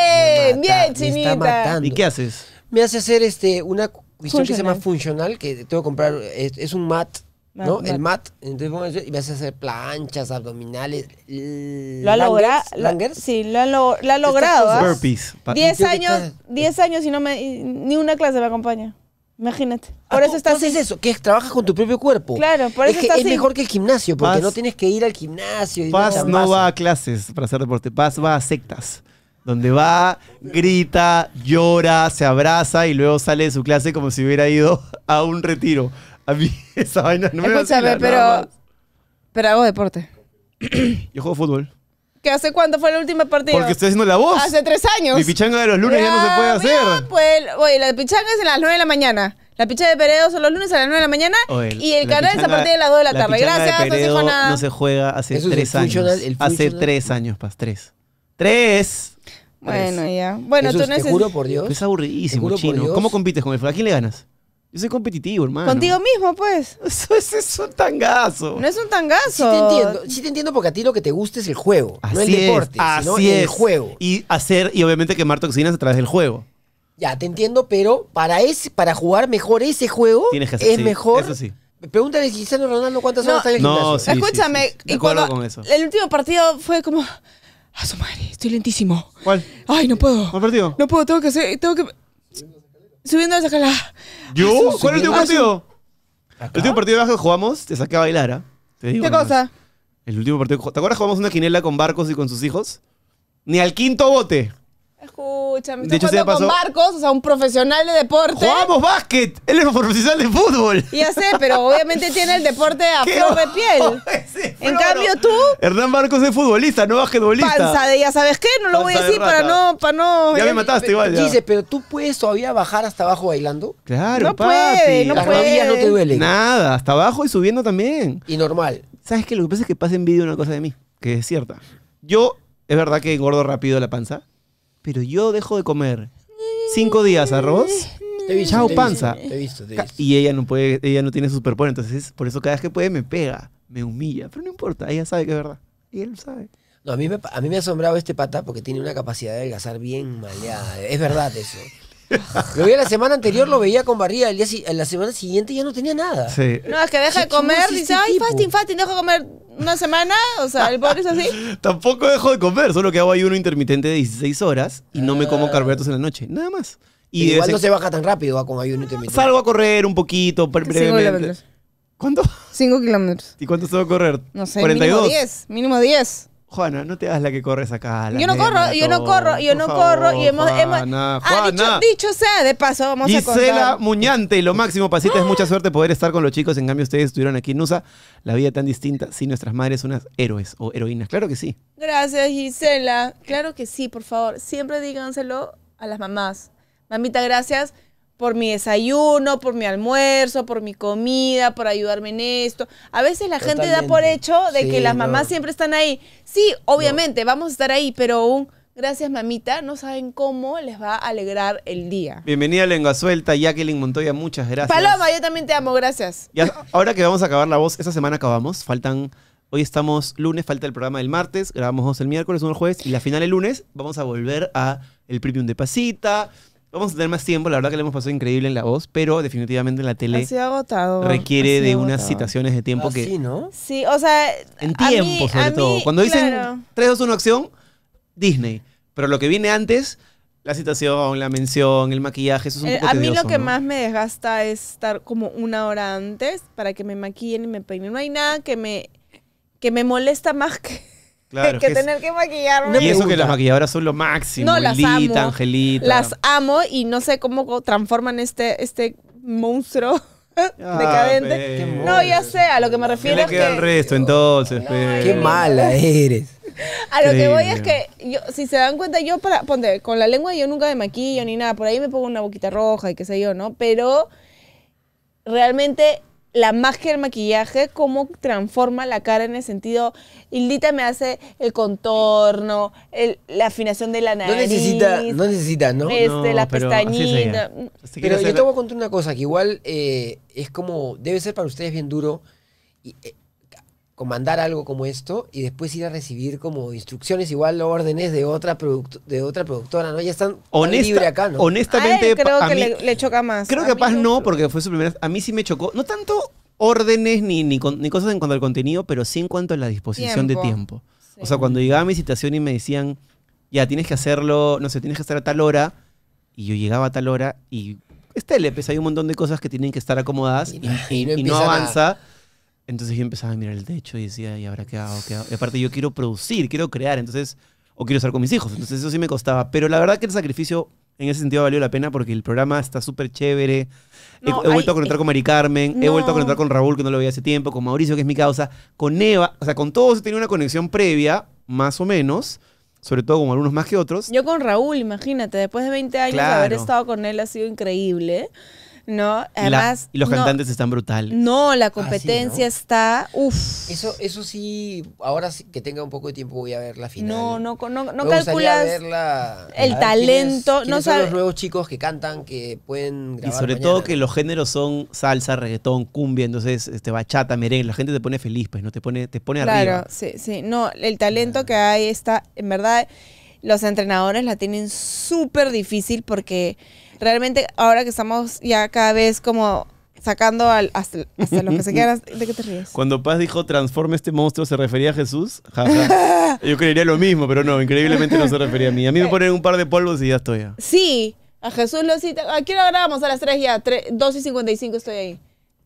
S7: mata,
S6: bien,
S7: me
S6: chinita.
S7: está matando.
S5: ¿Y qué haces?
S7: Me hace hacer este, una cuestión que se llama
S6: Funcional.
S7: funcional, que tengo que comprar, es, es un mat,
S6: Mat,
S7: ¿no?
S6: mat.
S7: El mat. Entonces pongo eso y me hace hacer planchas, abdominales. l-
S6: Lo ha logrado.
S7: langers, langers.
S6: Sí, lo ha, lo- lo ha logrado. ¿ah?
S5: Burpees. Pa-
S6: 10
S7: Yo que
S6: años,
S7: está-
S6: 10 años y no me y ni una clase me acompaña. Imagínate. Por
S7: Ah,
S6: eso está así.
S7: entonces eso, que es- trabajas con tu propio cuerpo.
S6: Claro, por
S7: es
S6: eso
S7: que
S6: está
S7: es
S6: así.
S7: mejor que el gimnasio, porque
S5: Paz-
S7: no tienes que ir al gimnasio. Y
S5: Paz
S7: tanta
S5: no
S7: masa.
S5: va a clases para hacer deporte. Paz va a sectas. Donde va, grita, llora, se abraza y luego sale de su clase como si hubiera ido [laughs] a un retiro. A mí [laughs] esa vaina no me
S6: Escúchame,
S5: vacila, nada
S6: pero pero hago deporte.
S5: más. Yo juego fútbol.
S6: ¿Qué hace cuánto fue el último partido?
S5: Porque estoy haciendo la voz.
S6: Hace tres años.
S5: Mi pichanga de los lunes ya, no se puede
S6: mira,
S5: hacer.
S6: pues, oye, la pichanga es a las 9 de la mañana. La pichanga de Peredo son los lunes a las 9 de la mañana
S5: Oye,
S6: y el
S5: la
S6: canal es a
S5: pichanga-
S6: partir de las 2 de la, tarde.
S5: pichanga de
S6: Gracias, no se
S5: Peredo
S6: dijo nada.
S5: No se juega hace
S7: Eso es el
S5: tres años.
S7: functional- el
S5: Hace
S7: functional-
S5: tres años, Paz. Tres. ¡Tres! Pues
S6: Bueno, ya. Bueno,
S7: Jesús,
S6: tú Pues, no
S7: te juro por Dios.
S5: Es aburridísimo,
S7: Te juro por
S5: chino.
S7: Dios.
S5: ¿Cómo compites con el ¿A quién le ganas? Yo soy competitivo, hermano.
S6: Contigo mismo, pues.
S5: [laughs] Eso es, es un tangazo.
S6: No es un tangazo.
S7: Sí te entiendo, sí te entiendo porque a ti lo que te gusta es el juego, no el deporte, sino el juego.
S5: Y hacer, y obviamente quemar toxinas a través del juego.
S7: Ya, te entiendo, pero para ese, para jugar mejor ese juego
S5: Tienes que hacer
S7: es
S5: sí,
S7: mejor.
S5: Eso sí.
S7: Pregúntale a Cristiano Ronaldo cuántas
S6: No,
S7: horas está en el
S5: no,
S7: gimnasio.
S5: sí.
S6: Escúchame,
S5: sí. De
S6: y
S5: acuerdo
S6: cuando
S5: con eso.
S6: el último partido fue como, a su madre, estoy lentísimo.
S5: ¿Cuál?
S6: Ay, no
S5: ¿Cuál
S6: puedo.
S5: partido?
S6: No puedo, tengo que hacer, tengo que subiendo las escalada.
S5: ¿Yo? ¿Cuál es el último
S6: Ah,
S5: partido? El último partido de baja que jugamos, te saqué a bailar, ¿ah? Te digo
S6: ¿Qué
S5: nomás.
S6: cosa?
S5: El último partido. que ju- ¿Te acuerdas jugamos una quinela con Barcos y con sus hijos? Ni al quinto bote.
S6: Escúchame,
S5: De
S6: estoy
S5: hecho, se
S6: jugando con
S5: pasó-
S6: Marcos, o sea, un profesional de deporte.
S5: ¡Jugamos básquet! Él es profesional de fútbol.
S6: Ya sé, pero obviamente tiene el deporte a
S5: ¡Qué
S6: flor de
S5: ojo
S6: Ah,
S5: [laughs]
S6: piel.
S5: ese,
S6: En
S5: Floro!
S6: cambio, tú,
S5: Hernán Barcos es futbolista, no basquetbolista.
S6: panza de ya sabes qué, no lo voy a
S5: Panza de
S6: decir para
S5: rata.
S6: no, para no. eh,
S5: Ya me mataste
S7: Pero
S5: igual.
S7: tú
S5: ya.
S7: dices, pero tú puedes todavía bajar hasta abajo bailando.
S5: Claro,
S6: No puede,
S5: papi.
S6: no
S7: Las
S6: puede.
S7: rodillas no te duelen.
S5: Nada, hasta abajo y subiendo también.
S7: Y normal.
S5: ¿Sabes qué? Lo que pasa es que pasa en vídeo una cosa de mí, que es cierta. Yo, es verdad que engordo rápido la panza, pero yo dejo de comer cinco días arroz
S7: Te he visto,
S5: Chao,
S7: te he visto,
S5: panza.
S7: Te he visto, te he
S5: ca-
S7: visto.
S5: y ella no puede, ella no tiene superpoder, entonces por eso cada vez que puede me pega, me humilla, pero no importa, ella sabe que es verdad. Y él sabe.
S7: No, a mí, me, a mí me ha asombrado este pata porque tiene una capacidad de adelgazar bien maleada. Es verdad
S5: [laughs]
S7: eso. Lo veía la semana anterior, lo veía con barriga. El día, si- la semana siguiente ya no tenía nada.
S5: Sí.
S6: No, es que deja de
S7: ¿Qué chingados
S6: comer,
S7: es
S6: dice,
S7: este
S6: ay,
S7: tipo?"
S6: fasting, fasting, dejo de comer una semana, o sea, el pobre
S5: [laughs]
S6: es así.
S5: Tampoco dejo de comer, solo que hago ayuno intermitente de 16 horas y no me como carbohidratos en la noche, nada más. Y
S7: Y
S5: de
S7: igual
S5: vez
S7: no
S5: en-
S7: se baja tan rápido ah, con ayuno intermitente.
S5: Pues salgo a correr un poquito, pre-
S10: Cinco
S5: brevemente.
S10: kilómetros.
S5: ¿Cuánto?
S10: Cinco kilómetros.
S5: ¿Y cuánto tengo que correr?
S6: No sé,
S5: 42.
S6: mínimo 10, mínimo 10.
S5: Juana, no te hagas la que corres acá. la
S6: Yo no
S5: media
S6: corro, yo no
S5: maratón,
S6: corro, yo
S5: por
S6: no
S5: favor,
S6: corro. Y hemos, hemos-
S5: Juana,
S6: ah, dicho,
S5: Juana.
S6: dicho sea de paso, vamos
S5: Gisela
S6: a contar.
S5: Muñante, lo máximo, pasita, es mucha suerte poder estar con los chicos. En cambio, ustedes estuvieron aquí en USA. La vida tan distinta, si nuestras madres son unas héroes o heroínas. Claro que sí.
S6: Gracias, Gisela. Claro que sí, por favor. Siempre díganselo a las mamás. Mamita, gracias por mi desayuno, por mi almuerzo, por mi comida, por ayudarme en esto. A veces la gente da por
S7: Totalmente.
S6: hecho de
S7: Sí,
S6: que las
S7: no.
S6: mamás siempre están ahí. Sí, obviamente, vamos a estar ahí, pero un gracias, mamita, no saben cómo les va a alegrar el día.
S5: Bienvenida a Lengua Suelta, Jacqueline Montoya, muchas gracias.
S6: Paloma, yo también te amo, gracias.
S5: Ya, ahora que vamos a acabar la voz, esta semana acabamos. Faltan. Hoy estamos lunes, falta el programa del martes, grabamos dos el miércoles, uno el jueves y la final el lunes. Vamos a volver a el premium de pasita. Vamos a tener más tiempo, la verdad que le hemos pasado increíble en la voz, pero definitivamente en la
S6: Ha
S5: tele
S6: sido agotado.
S5: requiere de unas
S6: citación.
S5: citaciones de tiempo que
S7: Así, Ah, ¿no?
S6: Sí, o sea.
S5: En
S6: a mí-
S5: tiempo, sobre
S6: a mí,
S5: todo. Cuando dicen
S6: claro.
S5: 3, 2, 1, acción, Disney. Pero lo que viene antes, la citación, la mención, el maquillaje, eso es un
S6: Eh,
S5: poco
S6: a mí
S5: tedioso,
S6: lo que
S5: ¿no?
S6: más me desgasta es estar como una hora antes para que me maquillen y me peinen. No hay nada que me, que me molesta más que,
S5: Claro,
S6: que
S5: es-
S6: tener que maquillarme.
S5: Y eso que las
S7: pregunta.
S5: maquilladoras son lo máximo.
S6: No, las
S5: Lita,
S6: amo.
S5: Angelita.
S6: Las amo y no sé cómo co- transforman este, este
S5: [laughs]
S6: monstruo
S5: Ah,
S6: decadente.
S5: pe.
S6: No, ya sé, a lo que me
S5: ¿Qué
S6: refiero
S5: le
S6: es
S5: queda al
S6: que,
S5: resto entonces? pe?
S7: Qué mala eres.
S6: a lo que voy es
S5: Increíble.
S6: que yo, si se dan cuenta, yo para, ponte, con la lengua yo nunca me maquillo ni nada, por ahí me pongo una boquita roja y qué sé yo, ¿no? Pero realmente la magia del maquillaje, cómo transforma la cara en el sentido, Hildita me hace el contorno, el- la afinación de la
S7: No
S6: nariz.
S7: necesita, no necesita, ¿no?
S6: este, la
S5: pero así es
S6: pestañita.
S5: ella. Si
S7: Pero
S5: quieres
S7: yo
S5: hacer-
S7: te voy a contar una cosa que igual eh, es como, debe ser para ustedes bien duro y, eh, comandar algo como esto y después ir a recibir como instrucciones, igual órdenes de otra, producto- de otra productora, ¿no? Ya están tan
S5: honesta-
S7: libre acá, ¿no?
S6: A
S5: Honestamente,
S6: él creo
S5: pa- a
S6: que
S5: mí-
S6: le, le choca más.
S5: Creo
S6: A
S5: que
S6: mí
S5: capaz no, porque fue su primera. A mí sí me chocó. No tanto órdenes ni, ni, con- ni cosas en cuanto al contenido, pero sí en cuanto a la disposición de
S6: Tiempo.
S5: tiempo.
S6: Sí.
S5: O sea, cuando llegaba mi citación y me decían, ya tienes que hacerlo, no sé, tienes que estar a tal hora. Y yo llegaba a tal hora y es tele, pues hay un montón de cosas que tienen que estar acomodadas y,
S7: Y no-
S5: y-
S7: y no
S5: y no
S7: empiezan a-
S5: avanza. Entonces yo empezaba a mirar el techo y decía, ¿y ahora qué hago? ¿Qué hago?". Y aparte yo quiero producir, quiero crear, entonces, o quiero estar con mis hijos. Entonces eso sí me costaba. Pero la verdad que el sacrificio en ese sentido valió la pena porque el programa está súper chévere. He-
S6: No,
S5: he, vuelto a
S6: hay-
S5: conectar con Mari Carmen, he
S6: No.
S5: vuelto a conectar con Raúl, que no lo veía hace tiempo, con Mauricio, que es mi causa, con Eva. O sea, con todos he tenido una conexión previa, más o menos, sobre todo con algunos más que otros.
S6: Yo con Raúl, imagínate, después de 20 años
S5: Claro.
S6: haber estado con él ha sido increíble, ¿no?
S5: Y la-
S6: Además,
S5: y los
S6: no,
S5: cantantes están brutales.
S6: No, la competencia
S7: ¿no?
S6: está, uff.
S7: Eso, eso sí, ahora sí que tenga un poco de tiempo voy a ver la final.
S6: No, no, no, no,
S7: Me gustaría
S6: calculas.
S7: ver la-
S6: el
S7: a ver quiénes-
S6: talento, no
S7: quiénes son
S6: sabe-
S7: los nuevos chicos que cantan, que pueden
S5: Y
S7: grabar
S5: sobre
S7: mañana,
S5: todo que
S7: ¿no?
S5: los géneros son salsa, reggaetón, cumbia, entonces este bachata, merengue, la gente te pone feliz, pues no te pone te pone
S6: Claro,
S5: arriba.
S6: sí, sí. No, el talento que hay está, en verdad, los entrenadores la tienen súper difícil porque realmente ahora que estamos ya cada vez como sacando al, hasta, hasta los que se quedan, ¿de qué te ríes?
S5: Cuando Paz dijo transforme este monstruo, ¿se refería a Jesús? Ja,
S6: [laughs]
S5: ja. Yo creería lo mismo, pero no, increíblemente no se refería a mí. A
S6: Eh.
S5: mí me ponen un par de polvos y ya estoy. ya.
S6: Sí, a Jesús lo cita. ¿A qué hora grabamos? A las 3 ya, 3, 2 y 55 estoy ahí.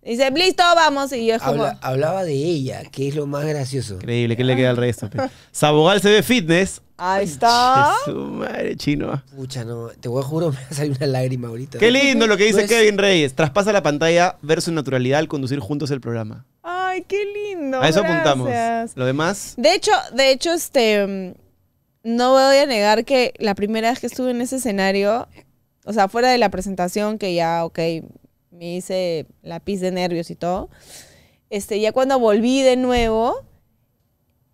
S6: Dice, listo, vamos. Y yo es como,
S7: Habla- hablaba de ella, que es lo más gracioso.
S5: Increíble, ¿qué le queda al resto? pe? Sabogal se ve fitness. [laughs]
S6: ahí está.
S5: Su madre chino.
S7: Pucha, no, te voy a juro, [laughs] me va a salir una lágrima ahorita.
S5: Qué lindo lo que dice
S7: No
S6: Pues
S7: es-
S5: Kevin Reyes. Traspasa la pantalla, ver su naturalidad al conducir juntos el programa.
S6: Ay, qué lindo.
S5: a eso apuntamos.
S6: gracias.
S5: Lo demás,
S6: De hecho, de hecho, este, mm, no voy a negar que la primera vez que estuve en ese escenario, o sea, fuera de la presentación, que ya, ok, me hice lápiz de nervios y todo, este, ya cuando volví de nuevo,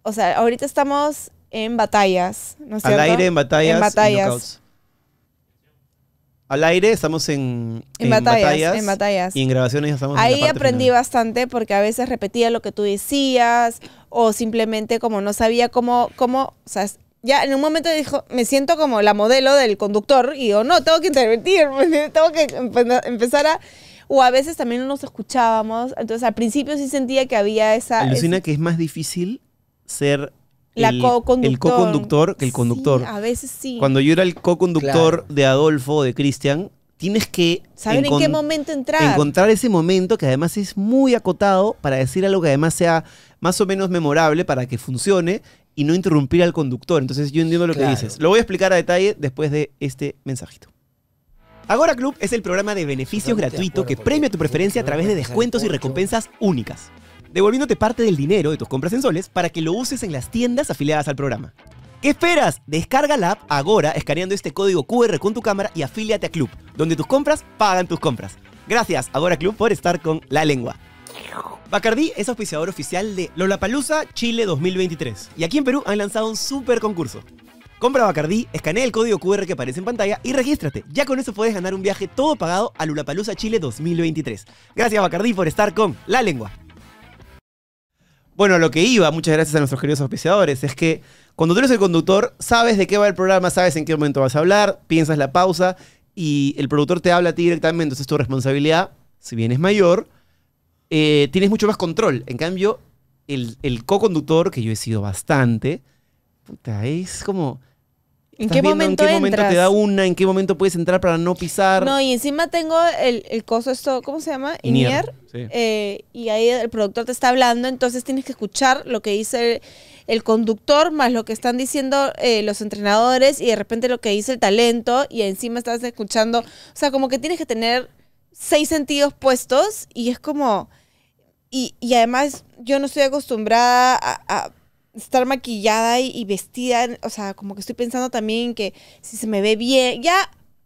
S6: o sea, ahorita estamos en batallas, ¿no es
S5: al
S6: cierto?
S5: aire, en batallas,
S6: En
S5: y
S6: batallas.
S5: knockouts. al aire, estamos en,
S6: En, batallas, En batallas.
S5: Y en grabaciones ya estamos en la
S6: Ahí
S5: parte
S6: aprendí
S5: final.
S6: bastante porque a veces repetía lo que tú decías o simplemente como no sabía cómo, cómo, o sea, ya en un momento dijo, me siento como la modelo del conductor y digo, no, tengo que intervenir, [laughs] tengo que empe- empezar a... O a veces también no nos escuchábamos, entonces al principio sí sentía que había esa...
S5: Alucina
S6: ese-
S5: que es más difícil ser
S6: La
S5: el-
S6: co-conductor.
S5: el co-conductor que el
S6: Sí,
S5: conductor.
S6: a veces sí.
S5: Cuando yo era el co-conductor
S7: Claro.
S5: de Adolfo o de Cristian, tienes que
S6: Saber en
S5: encon-
S6: qué momento entrar.
S5: encontrar ese momento que además es muy acotado para decir algo que además sea más o menos memorable para que funcione y no interrumpir al conductor. Entonces yo entiendo lo
S7: Claro.
S5: que dices. Lo voy a explicar a detalle después de este mensajito. Agora Club es el programa de beneficios
S7: Totalmente de
S5: gratuito
S7: acuerdo,
S5: que
S7: porque
S5: premia tu preferencia a
S7: no
S5: través de
S7: puedes dejar
S5: descuentos y
S7: ocho.
S5: recompensas únicas, devolviéndote parte del dinero de tus compras en soles para que lo uses en las tiendas afiliadas al programa. ¿Qué esperas? Descarga la app Agora escaneando este código QR con tu cámara y afíliate a Club, donde tus compras pagan tus compras. Gracias, Agora Club, por estar con La Lengua. Bacardí es auspiciador oficial de Lollapalooza Chile 2023. Y aquí en Perú han lanzado un super concurso. Compra Bacardí, escanea el código QR que aparece en pantalla y regístrate. Ya con eso puedes ganar un viaje todo pagado a Lollapalooza Chile 2023. Gracias Bacardí por estar con La Lengua. Bueno, a lo que iba, muchas gracias a nuestros queridos auspiciadores, es que cuando tú eres el conductor, sabes de qué va el programa, sabes en qué momento vas a hablar, piensas la pausa y el productor te habla a ti directamente, entonces tu responsabilidad, si bien es mayor, eh, tienes mucho más control. En cambio, el, el co-conductor, que yo he sido bastante, puta, es como...
S6: ¿En
S5: estás
S6: qué
S5: viendo
S6: momento
S5: ¿En qué momento
S6: entras?
S5: te da una? ¿En qué momento puedes entrar para no pisar?
S6: No, y encima tengo el, el coso esto, ¿cómo se llama?
S5: Inier.
S6: Inier.
S5: Sí.
S6: eh, y ahí el productor te está hablando, entonces tienes que escuchar lo que dice el, el conductor más lo que están diciendo eh, los entrenadores y de repente lo que dice el talento y encima estás escuchando, o sea, como que tienes que tener seis sentidos puestos y es como, y, y además yo no estoy acostumbrada a... a estar maquillada y, y vestida, o sea, como que estoy pensando también que si se me ve bien, ya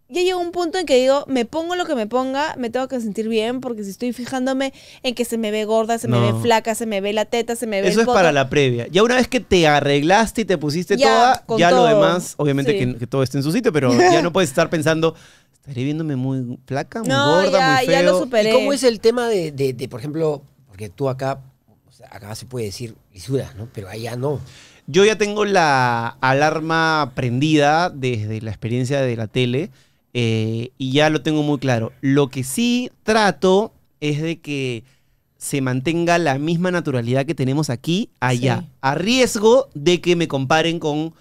S6: ya llega un punto en que digo, me pongo lo que me ponga, me tengo que sentir bien, porque si estoy fijándome en que se me ve gorda, se me
S5: No.
S6: ve flaca, se me ve la teta, se me ve
S5: Eso
S6: el
S5: es
S6: poto,
S5: para la previa. Ya una vez que te arreglaste y te pusiste
S6: Ya,
S5: toda,
S6: con
S5: ya lo
S6: todo.
S5: demás, obviamente
S6: Sí.
S5: que, que todo esté en su sitio,
S6: [laughs]
S5: pero ya no puedes estar pensando, estaré viéndome muy flaca, muy
S6: No,
S5: gorda,
S6: ya,
S5: muy feo.
S6: ya lo superé.
S7: ¿Y cómo es el tema de, de- de, por ejemplo, porque tú acá, o sea, acá se puede decir lisuras, ¿no? Pero allá no.
S5: Yo ya tengo la alarma prendida desde la experiencia de la tele eh, y ya lo tengo muy claro. Lo que sí trato es de que se mantenga la misma naturalidad que tenemos aquí allá,
S6: Sí.
S5: a riesgo de que me comparen con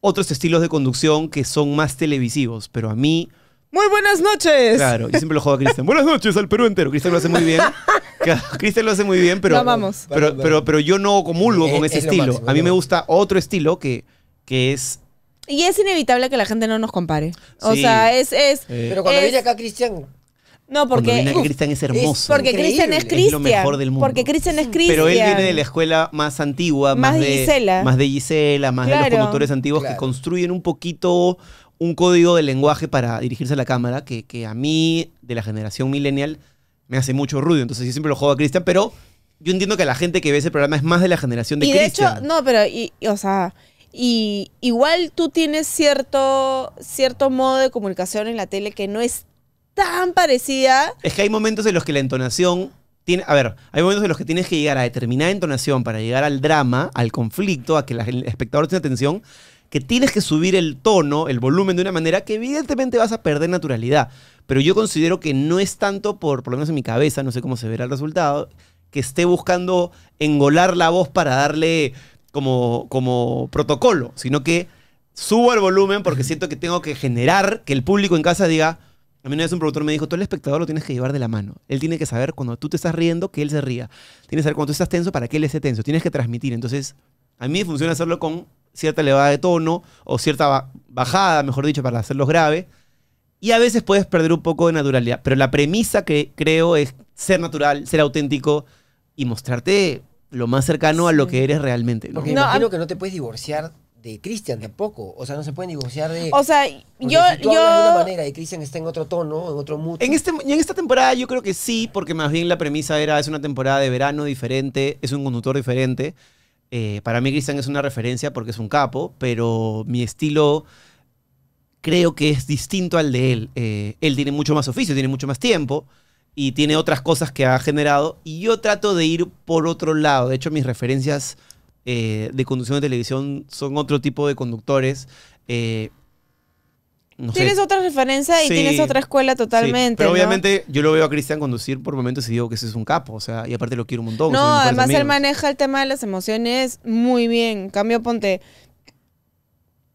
S5: otros estilos de conducción que son más televisivos, pero a mí,
S6: Muy buenas noches.
S5: claro, yo siempre lo jodo a Cristian. Buenas noches al Perú entero. Cristian lo hace muy
S7: [laughs]
S5: bien. Claro, Cristian lo hace muy bien, pero
S6: Lo amamos.
S5: pero, pero, pero yo no comulgo con
S7: Es-
S5: ese
S7: es lo
S5: estilo.
S7: máximo,
S5: a mí
S7: es lo
S5: me
S7: máximo.
S5: gusta otro estilo que, que es.
S6: Y es inevitable que la gente no nos compare. O
S5: Sí.
S6: sea, es, es,
S5: eh,
S7: Pero cuando
S6: Es-
S7: viene acá Cristian,
S6: no,
S5: cuando
S6: porque,
S5: viene acá, Cristian es hermoso.
S6: porque Cristian es
S7: Increíble.
S5: Es lo
S6: Cristian.
S5: mejor del mundo.
S6: Porque Cristian es Cristian.
S5: pero él viene de la escuela más antigua, más,
S6: Más de Gisela.
S5: Más de Gisela, más de
S6: Claro.
S5: los conductores antiguos que
S7: Claro.
S5: construyen un poquito un código de lenguaje para dirigirse a la cámara que, que a mí, de la generación millennial, me hace mucho ruido. Entonces yo siempre lo juego a Cristian, pero yo entiendo que la gente que ve ese programa es más de la generación de
S6: y de
S5: Cristian.
S6: hecho, no, pero, y, y, o sea, y igual tú tienes cierto, cierto modo de comunicación en la tele que no es tan parecida.
S5: Es que hay momentos en los que la entonación tiene. A ver, hay momentos en los que tienes que llegar a determinada entonación para llegar al drama, al conflicto, a que la- el espectador tenga atención, que tienes que subir el tono, el volumen de una manera que evidentemente vas a perder naturalidad. Pero yo considero que no es tanto por, por lo menos en mi cabeza, no sé cómo se verá el resultado, que esté buscando engolar la voz para darle como, como protocolo, sino que subo el volumen porque siento que tengo que generar que el público en casa diga, a mí una vez un productor me dijo, tú al espectador lo tienes que llevar de la mano. Él tiene que saber cuando tú te estás riendo que él se ría. Tienes que saber cuando tú estás tenso para que él esté tenso. Tienes que transmitir. Entonces, a mí me funciona hacerlo con cierta elevada de tono o cierta ba- bajada, mejor dicho, para hacerlos grave. Y a veces puedes perder un poco de naturalidad. Pero la premisa que creo es ser natural, ser auténtico y mostrarte lo más cercano a lo
S6: Sí.
S5: que eres realmente. ¿no?
S7: porque me
S6: No, a-
S7: imagino que no te puedes divorciar de Cristian tampoco. O sea, no se pueden divorciar de.
S6: O sea,
S7: porque
S6: yo,
S7: si tú hablas de una
S6: yo,
S7: manera y Cristian está en otro tono, en otro mood.
S5: En, este, y en esta temporada yo creo que sí, porque más bien la premisa era, es una temporada de verano diferente, es un conductor diferente. Eh, para mí Cristian es una referencia porque es un capo, pero mi estilo creo que es distinto al de él. Eh, él tiene mucho más oficio, tiene mucho más tiempo y tiene otras cosas que ha generado. Y yo trato de ir por otro lado. De hecho, mis referencias eh, de conducción de televisión son otro tipo de conductores. eh, no sé.
S6: Tienes otra referencia y
S5: Sí.
S6: tienes otra escuela
S5: Sí,
S6: totalmente.
S5: pero
S6: ¿no?
S5: obviamente yo lo veo a Cristian conducir por momentos y digo que ese es un capo, o sea, y aparte lo quiero un montón.
S6: No,
S5: son mis mejores
S6: además él
S5: amigos.
S6: maneja el tema de las emociones muy bien. En Cambio, ponte.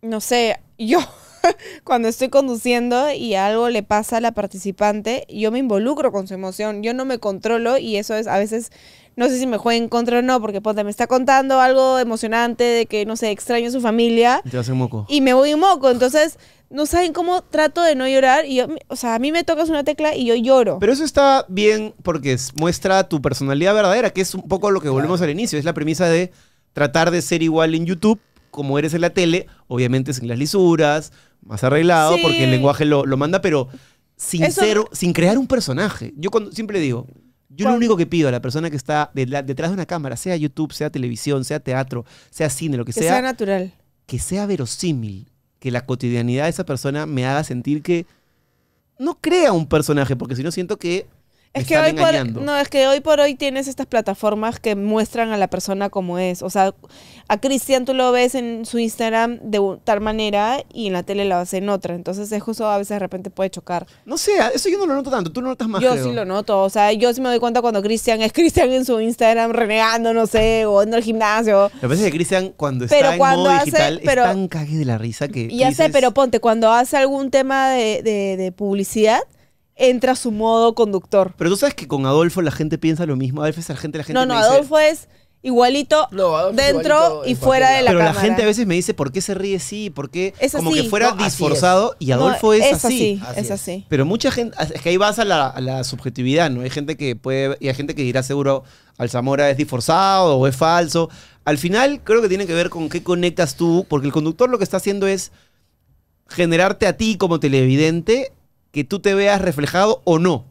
S6: No sé, yo [laughs] cuando estoy conduciendo y algo le pasa a la participante, yo me involucro con su emoción. Yo no me controlo y eso es a veces. No sé si me juega en contra o no, porque ponte, me está contando algo emocionante de que, no sé, extraño a su familia
S5: Te hace moco.
S6: y me voy un moco. Entonces, no saben cómo trato de no llorar. Y yo, o sea, a mí me tocas una tecla y yo lloro.
S5: Pero eso está bien porque es- muestra tu personalidad verdadera, que es un poco lo que volvemos al inicio. Es la premisa de tratar de ser igual en YouTube como eres en la tele, obviamente sin las lisuras, más arreglado,
S6: Sí.
S5: porque el lenguaje lo, lo manda, pero
S6: Eso-
S5: sincero, sin crear un personaje. Yo cuando, siempre digo, yo lo
S6: Cuando-
S5: único que pido a la persona que está de la- detrás de una cámara, sea YouTube, sea televisión, sea teatro, sea cine, lo que,
S6: que
S5: sea,
S6: sea natural.
S5: que sea verosímil, que la cotidianidad de esa persona me haga sentir que no crea un personaje, porque si no siento que me
S6: Es que, hoy
S5: están
S6: por,
S5: engañando.
S6: no, es que hoy por hoy tienes estas plataformas que muestran a la persona como es. O sea, a Cristian tú lo ves en su Instagram de u- tal manera y en la tele la ves en otra. Entonces es justo a veces de repente puede chocar.
S5: No sé, eso yo no lo noto tanto, tú lo notas más.
S6: yo
S5: creo.
S6: sí lo noto. O sea, yo sí me doy cuenta cuando Cristian es [laughs] Cristian en su Instagram renegando, no sé, o en el gimnasio.
S5: Lo que pasa es que Cristian, cuando está
S6: Pero
S5: en
S6: cuando
S5: modo
S6: hace-
S5: digital,
S6: pero-
S5: es tan cague de la risa que. tú
S6: Y ya sé,
S5: dices,
S6: pero ponte, cuando hace algún tema de, de- de publicidad, entra su modo conductor.
S5: Pero tú sabes que con Adolfo la gente piensa lo mismo. Adolfo es la gente, la gente.
S6: No, no,
S5: me dice-
S6: Adolfo es igualito
S7: No, Adolfo
S6: dentro
S7: igualito
S6: y
S7: en
S6: fuera de
S7: cualquier
S6: la
S5: pero
S6: cámara.
S5: la gente a veces me dice, ¿por qué se ríe así? ¿Por qué?
S6: Es
S5: Como
S6: así.
S5: que fuera
S7: No, así es.
S5: disforzado y Adolfo
S6: No,
S5: es,
S6: así.
S7: Así
S6: Es
S7: es.
S6: así.
S5: Pero mucha gente, es que ahí vas a la, a la subjetividad, ¿no? Hay gente que puede, y hay gente que dirá seguro, Alzamora es disforzado o es falso. Al final creo que tiene que ver con qué conectas tú, porque el conductor lo que está haciendo es generarte a ti como televidente que tú te veas reflejado o no.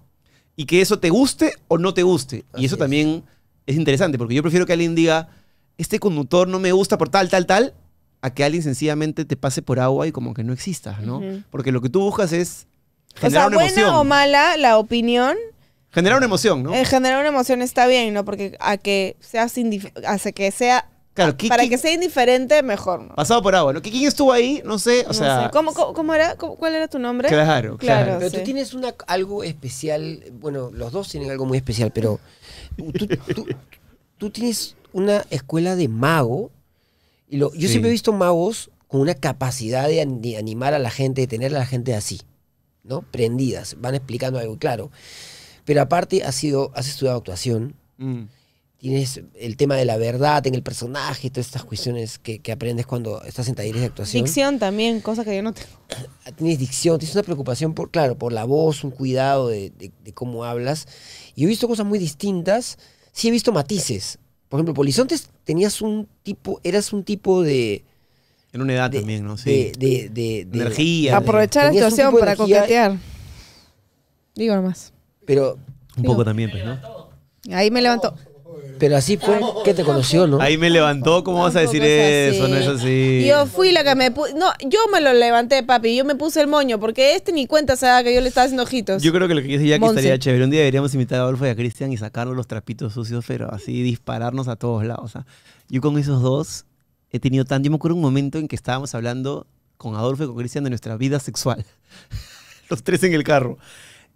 S5: Y que eso te guste o no te guste.
S7: Así
S5: y eso
S7: es.
S5: también es interesante, porque yo prefiero que alguien diga, este conductor no me gusta por tal, tal, tal, a que alguien sencillamente te pase por agua y como que no existas, ¿no?
S6: Ujú.
S5: Porque lo que tú buscas es
S6: O
S5: generar
S6: sea,
S5: una
S6: buena
S5: emoción.
S6: o mala la opinión,
S5: Generar una emoción, ¿no?
S6: eh, generar una emoción está bien, ¿no? Porque a que seas indif- hace que sea
S5: claro, ¿qué-
S6: para
S5: qué-
S6: que sea indiferente mejor, ¿no?
S5: pasado por agua, ¿no? ¿Qué- ¿Quién estuvo ahí? No sé, o
S6: No
S5: sea...
S6: sé. ¿Cómo, cómo, cómo era? ¿Cómo- ¿Cuál era tu nombre?
S5: Claro, claro.
S6: Claro.
S7: Pero
S6: sí.
S7: tú tienes una, algo especial, bueno, los dos tienen algo muy especial, pero tú, tú- tú tienes una escuela de mago. Y lo, yo
S5: Sí.
S7: siempre he visto magos con una capacidad de, an- de animar a la gente, de tener a la gente así, ¿no? Prendidas, van explicando algo, claro. Pero aparte has, sido, has estudiado actuación,
S5: Mm.
S7: tienes el tema de la verdad en el personaje, todas estas cuestiones que, que aprendes cuando estás en talleres de actuación
S6: Ficción también, cosa que yo no tengo.
S7: tienes dicción, tienes una preocupación por, claro, por la voz, un cuidado de, de- de cómo hablas. Y he visto cosas muy distintas. Sí he visto matices. Por ejemplo, Polizontes tenías un tipo, eras un tipo de...
S5: En una edad
S7: de-
S5: también, ¿no? Sí.
S7: de- de- de- de- Ah,
S5: Energía.
S6: Aprovechar la
S7: Tenías un
S6: situación
S7: tipo de
S6: para
S7: energía,
S6: coquetear. Digo nomás.
S7: Pero,
S5: Un poco también, pues, ¿no?
S6: Ahí me levantó.
S7: pero así fue que te conoció, ¿no?
S5: Ahí me levantó, ¿cómo vas a decir
S6: Tampoco es
S5: eso? No es así.
S6: Yo fui la que me puse. No, yo me lo levanté, papi. Yo me puse el moño porque este ni cuenta se da que yo le estaba haciendo ojitos.
S5: Yo creo que lo que dice Jackie
S6: Monse.
S5: estaría chévere. Un día deberíamos invitar a Adolfo y a Cristian y sacarnos los trapitos sucios, pero así dispararnos a todos lados. ¿ah? Yo con esos dos he tenido tanto. Yo me acuerdo un momento en que estábamos hablando con Adolfo y con Cristian de nuestra vida sexual. [laughs] los tres en el carro.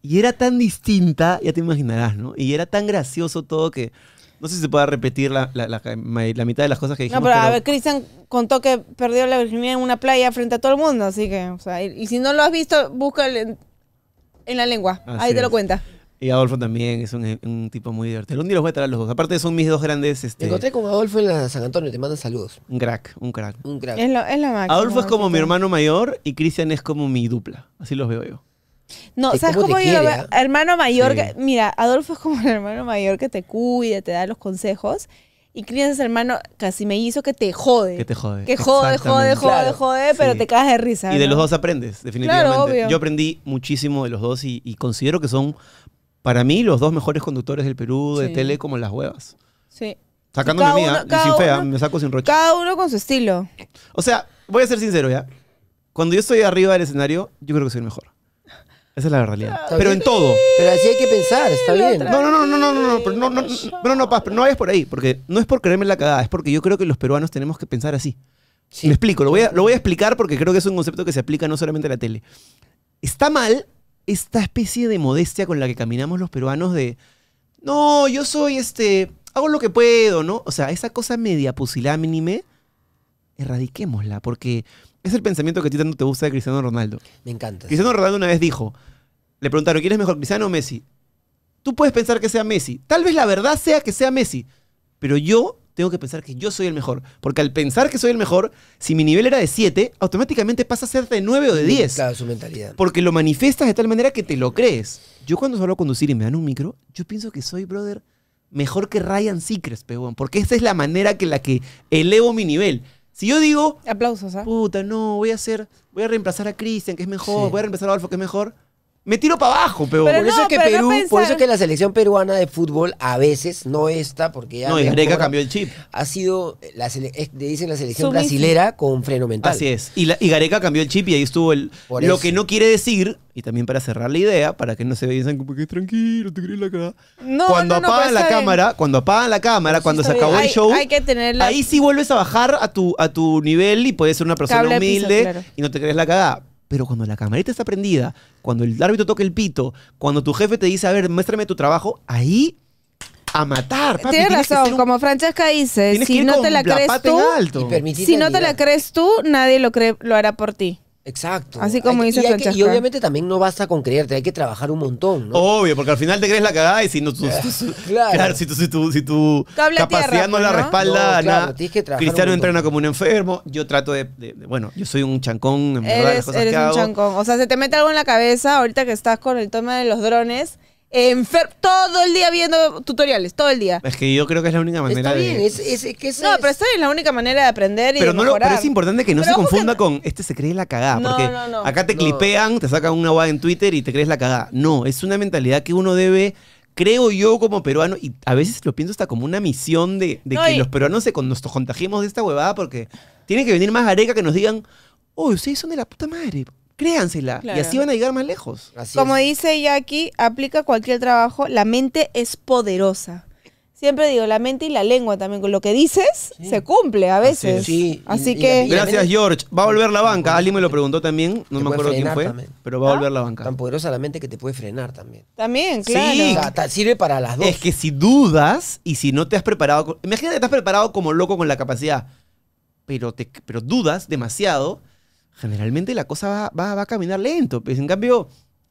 S5: Y era tan distinta, ya te imaginarás, ¿no? Y era tan gracioso todo que. No sé si se pueda repetir la, la- la- la mitad de las cosas que dijimos.
S6: No, pero a
S5: pero-
S6: ver, Cristian contó que perdió la virginidad en una playa frente a todo el mundo, así que, o sea, y, y si no lo has visto, búscalo en, en la lengua,
S5: Así
S6: ahí te
S5: es.
S6: lo cuenta.
S5: Y Adolfo también es un, un tipo muy divertido. Un día los voy a traer a los dos. Aparte son mis dos grandes...
S7: Te
S5: Este,
S7: encontré con Adolfo en la San Antonio, te mandan saludos.
S5: un crack, un crack.
S7: Un crack.
S6: Es, lo, es la máxima.
S5: Adolfo es como mi
S6: Cristian.
S5: hermano mayor y Cristian es como mi dupla. Así los veo yo.
S6: No,
S7: Que
S6: ¿sabes
S7: cómo
S6: cómo
S7: te
S6: yo lo
S7: quiere,
S6: veo?
S7: ¿ah?
S6: Hermano mayor, que-
S5: Sí.
S6: mira, Adolfo es como el hermano mayor que te cuida, te da los consejos, y Cristian es el hermano casi mellizo que te jode.
S5: Que te jode.
S6: Que jode, jode,
S5: Exactamente.
S6: jode,
S7: Claro.
S6: jode, pero
S5: Sí.
S6: te cagas de risa.
S5: Y de
S6: ¿no?
S5: los dos aprendes, definitivamente.
S6: obvio.
S5: Yo aprendí muchísimo de los dos y, y considero que son, para mí, los dos mejores conductores del Perú de
S6: Sí.
S5: tele como las huevas.
S6: Sí.
S5: Sacándome a
S6: Cada
S5: mí, ¿ah?
S6: uno-
S5: y sin
S6: cada
S5: fea,
S6: uno-
S5: me saco sin rocha.
S6: Cada uno con su estilo.
S5: O sea, voy a ser sincero ya. Cuando yo estoy arriba del escenario, yo creo que soy el mejor. Esa es la realidad.
S7: Está
S5: Pero
S7: bien.
S5: en todo.
S7: Pero así hay que pensar, está bien.
S5: No, no, no, no, no, no, no, pero no, no, no, no, no, Paz, pero no vayas por ahí, porque no es por creerme la cagada, es porque yo creo que los peruanos tenemos que pensar así.
S7: Sí.
S5: Me explico, lo voy, a, lo voy a explicar porque creo que es un concepto que se aplica no solamente a la tele. Está mal esta especie de modestia con la que caminamos los peruanos de, no, yo soy este, hago lo que puedo, ¿no? O sea, esa cosa media pusilánime, erradiquémosla, porque es el pensamiento que a ti tanto te gusta de Cristiano Ronaldo.
S7: Me encanta.
S5: Cristiano Ronaldo una vez dijo, le preguntaron, ¿quién es mejor, Cristiano o Messi? Tú puedes pensar que sea Messi. Tal vez la verdad sea que sea Messi, pero yo tengo que pensar que yo soy el mejor. Porque al pensar que soy el mejor, si mi nivel era de 7, automáticamente pasa a ser de 9 o de 10.
S7: Mm, Claro, su mentalidad.
S5: Porque lo manifiestas de tal manera que te lo crees. Yo cuando solo conducir y me dan un micro, yo pienso que soy, brother, mejor que Ryan Seacrest, peón. Porque esa es la manera que la que elevo mi nivel. Si yo digo,
S6: Aplausos, ¿ah?
S5: puta, no, voy a hacer, voy a reemplazar a Cristian, que es mejor,
S7: Sí.
S5: voy a reemplazar a Adolfo, que es mejor. Me tiro para abajo, peón.
S7: Por
S6: Pero
S7: eso
S6: no,
S7: es que
S6: pero no
S7: Perú, por eso
S6: pensar-
S7: es que la selección peruana de fútbol a veces no está, porque ya
S5: no, y
S7: mejor,
S5: Gareca cambió el chip.
S7: ha sido la sele- es- le dicen la selección
S6: Sumisa.
S7: brasilera con freno mental.
S5: Así es. Y, la- y Gareca cambió el chip y ahí estuvo el.
S7: Por
S5: lo
S7: eso.
S5: que no quiere decir, y también para cerrar la idea, para que no se vean como que tranquilo, te crees la cara.
S6: No,
S5: cuando
S6: no, no,
S5: apagan
S6: pero
S5: la
S6: está bien.
S5: cámara, cuando apagan la cámara, cuando se
S7: está bien.
S5: acabó
S6: hay,
S5: el show,
S6: hay que tener la-
S5: ahí sí vuelves a bajar a tu, a tu nivel y puedes ser una persona
S6: Cable al piso,
S5: humilde
S6: claro.
S5: y no te crees la cagada. Pero cuando la camarita está prendida, cuando el árbitro toca el pito, cuando tu jefe te dice, a ver, muéstrame tu trabajo, ahí a matar. papi,
S6: Tienes
S5: tienes que
S6: razón,
S5: ser un-
S6: como Francesca dice,
S5: tienes que
S6: si
S5: ir
S6: no
S5: con
S6: te la crees
S5: pata en
S6: tú,
S5: alto.
S7: Y permitir
S6: si no te la
S7: admirar.
S6: crees tú, nadie lo cree, lo hará por ti.
S7: Exacto.
S6: Así como
S7: Hay que-
S6: dice
S7: y, hay que- y
S6: Francesca.
S7: obviamente también no basta con creerte, hay que trabajar un montón, ¿no?
S5: Obvio, porque al final te crees la cagada y si
S7: [laughs]
S5: no tu, tu- tu-
S7: claro.
S5: claro, si tu, si tu- si tu
S6: Cable a
S5: capacidad
S6: tierra, pues,
S5: no la
S6: ¿no?
S5: respalda,
S7: No, claro,
S5: nada.
S7: tienes que trabajar
S5: Cristiano
S7: un montón.
S5: entrena como un enfermo, yo trato de, de- de- bueno, yo soy un chancón, en verdad, las
S6: Eres,
S5: cosas
S6: eres
S5: que
S6: un
S5: hago.
S6: chancón. O sea, se te mete algo en la cabeza ahorita que estás con el tema de los drones. enfer- todo el día viendo tutoriales, todo el día.
S5: Es que yo creo que es la única manera
S7: Está bien,
S5: de...
S7: es, es- es que esa
S6: No,
S7: es-
S6: pero esta es la única manera de aprender y
S5: Pero,
S6: de
S5: no lo- pero
S6: mejorar.
S5: es importante que no
S6: Pero
S5: se
S6: ojo que
S5: confunda
S6: no-
S5: con este se cree la cagada.
S6: No,
S5: porque
S6: no, no.
S5: acá te
S7: No.
S5: clipean, te sacan una guada en Twitter y te crees la cagada. No, es una mentalidad que uno debe, creo yo como peruano, y a veces lo pienso hasta como una misión de, de
S6: No,
S5: que
S6: y-
S5: los peruanos se, con- nos contagiemos de esta huevada porque tiene que venir más areca que nos digan, uy, ustedes son de la puta madre, créansela. Y
S6: Claro.
S5: así van a llegar más lejos.
S7: así
S6: Como
S7: es.
S6: dice Jackie, aplica cualquier trabajo, la mente es poderosa. Siempre digo, la mente y la lengua también, con lo que dices se cumple a veces.
S7: es. Sí,
S6: Así
S7: y- y
S6: que...
S7: la- y la-
S5: Gracias, George. Va a volver la banca. Alguien me lo preguntó también, no
S7: Te
S5: me
S7: puede
S5: acuerdo quién
S7: frenar
S5: fue,
S7: también.
S5: pero va a volver la banca.
S7: Tan poderosa la mente que te puede frenar también.
S6: También,
S5: Sí.
S6: claro.
S7: O sea, ta- sirve para las dos.
S5: Es que si dudas y si no te has preparado, con- imagínate que estás preparado como loco con la capacidad, pero, te, pero dudas demasiado, generalmente la cosa va, va- va a caminar lento. Pues en cambio,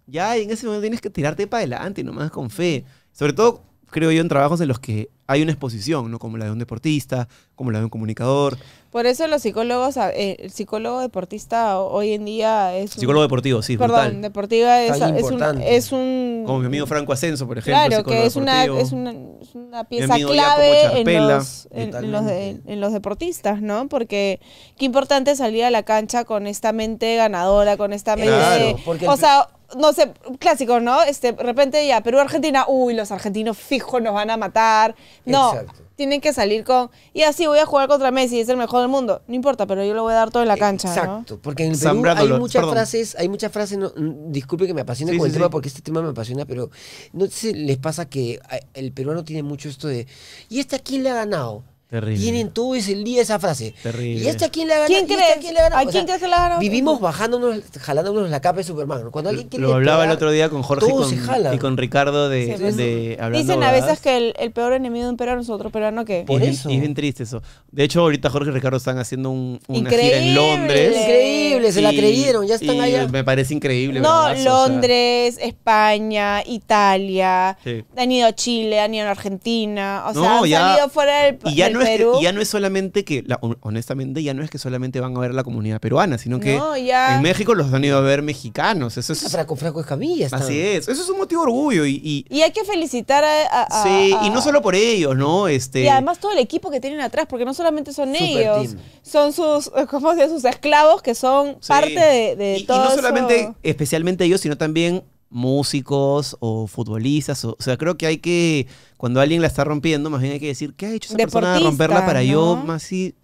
S5: ya en ese momento tienes que tirarte para adelante, nomás con fe. Sobre todo, creo yo, en trabajos en los que hay una exposición, ¿no? Como la de un deportista, como la de un comunicador,
S6: Por eso los psicólogos, a- eh, el psicólogo deportista ho- hoy en día es... un-
S5: psicólogo deportivo, sí,
S6: Perdón,
S5: brutal.
S6: deportiva es,
S7: Tan
S6: es un...
S7: importante.
S6: Es un
S5: Como mi amigo Franco Ascenso, por ejemplo.
S6: claro,
S5: psicólogo
S6: que es una,
S5: deportivo.
S6: es, una, es una pieza
S5: amigo Jacopo
S6: clave en
S5: Charpela.
S6: los, en, en los de-
S7: Totalmente.
S6: en los deportistas, ¿no? Porque qué importante salir a la cancha con esta mente ganadora, con esta mente...
S5: Claro,
S7: porque
S6: o
S7: el-
S6: sea, no sé, clásico, ¿no? Este, de repente ya, Perú-Argentina, uy, los argentinos fijos nos van a matar. No,
S7: Exacto.
S6: tienen que salir con... Y así voy a jugar contra Messi, es el mejor del mundo. No importa, pero yo lo voy a dar todo en la cancha, ¿no?
S7: Eh, Exacto, porque en el Perú
S5: Zambrano
S7: hay
S5: lo-
S7: muchas
S5: perdón.
S7: frases, hay muchas frases, no, mm, disculpe que me apasione
S5: Sí,
S7: con
S5: sí,
S7: el tema
S5: sí.
S7: porque este tema me apasiona, pero no sé, les pasa que a- el peruano tiene mucho esto de, ¿y esta quién le ha ganado?
S5: Terrible.
S7: Tienen todo ese el día esa frase.
S5: Terrible.
S7: ¿Y esta quién le ha ganado?
S6: ¿Quién
S7: ¿Y esta
S6: crees?
S7: quién le ha ganado?
S6: ¿A quién crees que le ha ganado?
S7: Vivimos bajándonos, jalándonos la capa de Superman. Cuando alguien quiere
S5: Lo hablaba el
S7: declarar,
S5: otro día con Jorge y
S7: todos
S5: con-
S7: se jalan.
S5: y con Ricardo de,
S6: Sí, pues,
S5: de hablando
S6: Dicen a
S5: Bobadas.
S6: veces que el, el peor enemigo de un peruano es otro peruano que...
S7: Por
S5: y es,
S7: eso.
S5: bien, y es bien triste eso. De hecho, ahorita Jorge y Ricardo están haciendo un- una gira
S6: Increíble.
S5: en Londres.
S7: Increíble, se la
S5: Y-
S7: creyeron, ya están
S5: y
S7: allá.
S5: Me parece increíble.
S6: No,
S5: bravazo, o sea.
S6: Londres, España, Italia,
S5: Sí.
S6: han ido a Chile, han ido a Argentina, o
S5: No,
S6: sea, han
S5: ya-
S6: salido fuera del,
S5: Y ya,
S6: del
S5: no es que-
S6: Perú.
S5: y ya no es solamente que, la- hon- honestamente, ya no es que solamente van a ver a la comunidad peruana, sino que
S6: No, ya-
S5: en México los han ido a ver mexicanos. Eso es,
S7: Franco, Franco Escamilla está.
S5: así es. Eso es un motivo de orgullo. Y, y-
S6: Y hay que felicitar a, a- a-
S5: sí,
S6: a-
S5: y no solo por ellos, ¿no? Este,
S6: y además todo el equipo que tienen atrás, porque no solamente son
S7: Super
S6: ellos,
S7: team.
S6: son sus, [laughs] ¿cómo se dice? sus esclavos que son
S5: Sí.
S6: parte de, de
S5: Y- y,
S6: todo
S5: no solamente,
S6: eso.
S5: especialmente ellos, sino también músicos o futbolistas. O, o sea, creo que hay que, cuando alguien la está rompiendo, más bien hay que decir, ¿qué ha hecho esa persona de
S6: Deportistas,
S5: romperla para yo
S6: ¿no?
S5: más así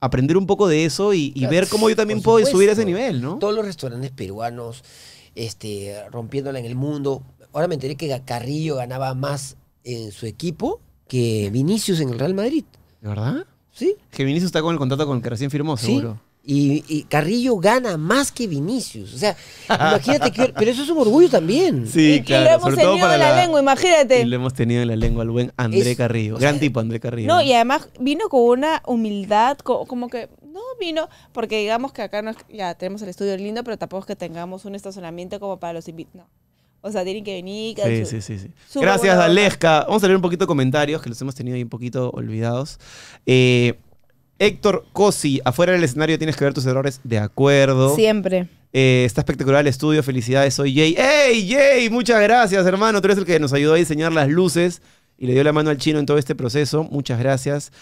S5: aprender un poco de eso y, y
S7: Claro,
S5: ver cómo yo también
S7: por
S5: puedo subir a
S7: supuesto.
S5: ese nivel, ¿no?
S7: Todos los restaurantes peruanos, este, rompiéndola en el mundo. Ahora me enteré que Carrillo ganaba más en su equipo que Vinicius en el Real Madrid.
S5: ¿De verdad?
S7: ¿Sí?
S5: Que Vinicius está con el contrato con el que recién firmó,
S7: Sí.
S5: seguro.
S7: Y, y Carrillo gana más que Vinicius. O sea, imagínate que. Pero eso es un orgullo también.
S5: Sí,
S6: y que lo hemos tenido de la, lengua,
S5: Y
S6: imagínate.
S5: lo hemos tenido en la lengua al buen André
S7: Es-
S5: Carrillo.
S7: o sea,
S5: Gran tipo André Carrillo.
S6: No, y además vino con una humildad, co- como que no vino, porque digamos que acá no es- ya tenemos el estudio lindo, pero tampoco es que tengamos un estacionamiento como para los invitados. O sea, tienen que venir.
S5: Sí,
S6: su-
S5: sí, sí, sí.
S6: Súper
S5: Gracias,
S6: buena onda.
S5: Dalesca. Vamos a leer un poquito de comentarios que los hemos tenido ahí un poquito olvidados. Eh, Héctor Cosi, afuera del escenario tienes que ver tus errores. De acuerdo.
S6: Siempre.
S5: Eh, está espectacular el estudio. Felicidades, soy Jay. ¡Hey, Jay! Muchas gracias, hermano. Tú eres el que nos ayudó a diseñar las luces y le dio la mano al chino en todo este proceso. Muchas gracias.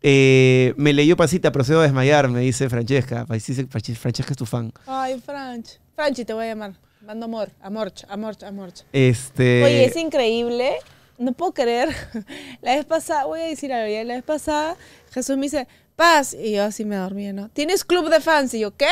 S5: Eh, me leyó pasita, procedo a desmayar, me dice Francesca. Dice, Francesca es tu fan.
S6: Ay, Franch. Franchi, te voy a llamar. Mando amor, amor, amor, amor.
S5: Este,
S6: Oye, es increíble. No puedo creer. [laughs] La vez pasada, voy a decir algo, ya, la vez pasada Jesús me dice, paz. Y yo así me dormía, ¿no? ¿Tienes club de fans? Y yo, ¿qué?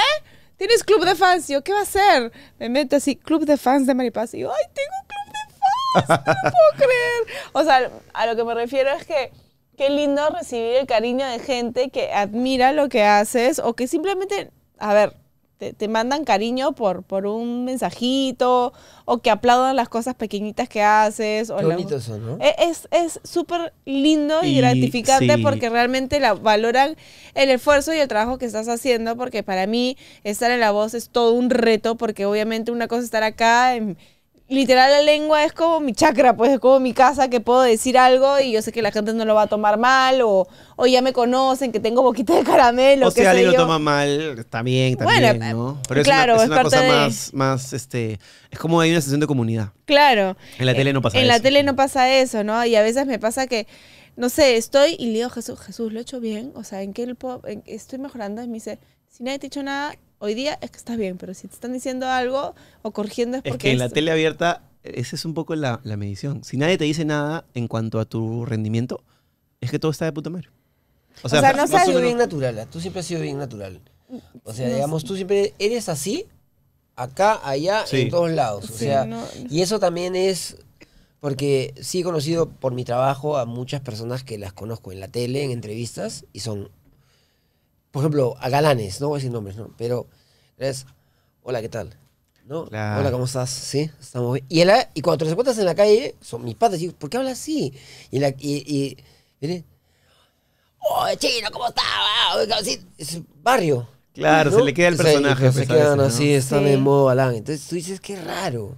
S6: ¿Tienes club de fans? Y yo, ¿qué va a ser? Me meto así, club de fans de Maripaz. Y yo, ay, tengo un club de fans. No lo puedo creer. O sea, a lo que me refiero es que qué lindo recibir el cariño de gente que admira lo que haces o que simplemente, a ver, te, te mandan cariño por, por un mensajito o que aplaudan las cosas pequeñitas que haces. O
S7: Qué
S6: la-
S7: bonito eso, ¿no?
S6: E- Es es súper lindo y,
S5: Y,
S6: gratificante
S5: sí.
S6: porque realmente la, valoran el esfuerzo y el trabajo que estás haciendo porque para mí estar en la voz es todo un reto porque obviamente una cosa es estar acá en- Literal, la lengua es como mi chakra, pues es como mi casa que puedo decir algo y yo sé que la gente no lo va a tomar mal o, o ya me conocen, que tengo boquita de caramelo.
S5: o si
S6: qué sé
S5: alguien lo
S6: yo.
S5: toma mal, está bien,
S6: Bueno,
S5: también, ¿no? Pero es
S6: claro,
S5: una, es
S6: es
S5: una
S6: parte
S5: cosa
S6: de-
S5: más, más, este, es como hay una sensación de comunidad.
S6: Claro.
S5: En la tele no pasa
S6: Eh, En
S5: eso.
S6: la tele no pasa eso, ¿no? Y a veces me pasa que, no sé, estoy y le digo, Jesús, Jesús, ¿lo he hecho bien? O sea, ¿en qué lo puedo- en- estoy mejorando? Y me dice, si nadie te ha dicho nada, hoy día es que estás bien, pero si te están diciendo algo o corrigiendo es
S5: Es
S6: porque...
S5: que en la
S6: es-
S5: tele abierta, esa es un poco la, la medición. Si nadie te dice nada en cuanto a tu rendimiento, es que todo está de puta madre. O
S6: sea, no
S7: tú
S6: sabes
S7: has sido
S6: vivir.
S7: bien natural, ¿ah? tú siempre has sido bien natural. O sea,
S6: No
S7: digamos, tú siempre eres así, acá, allá,
S5: Sí.
S7: en todos lados. O
S6: Sí,
S7: sea,
S6: no-
S7: y eso también es porque sí he conocido por mi trabajo a muchas personas que las conozco en la tele, en entrevistas, y son, por ejemplo, a galanes, no voy a decir nombres, ¿no? Pero es, hola, ¿qué tal? ¿No?
S5: Claro.
S7: Hola, ¿cómo estás? Sí, estamos bien. Y, en la- y cuando te los encuentras en la calle, son mis padres, digo, ¿por qué hablas así? Y, la, y, y viene, ¡Oh, chino, ¿cómo estás? Ah, oiga, sí, Es barrio.
S5: Claro, se le queda el
S7: O sea, y
S5: personaje,
S7: Se
S5: pues, a veces,
S7: quedan
S5: ¿no?
S7: así, están
S6: Sí.
S7: en modo Alan. Entonces tú dices, qué raro.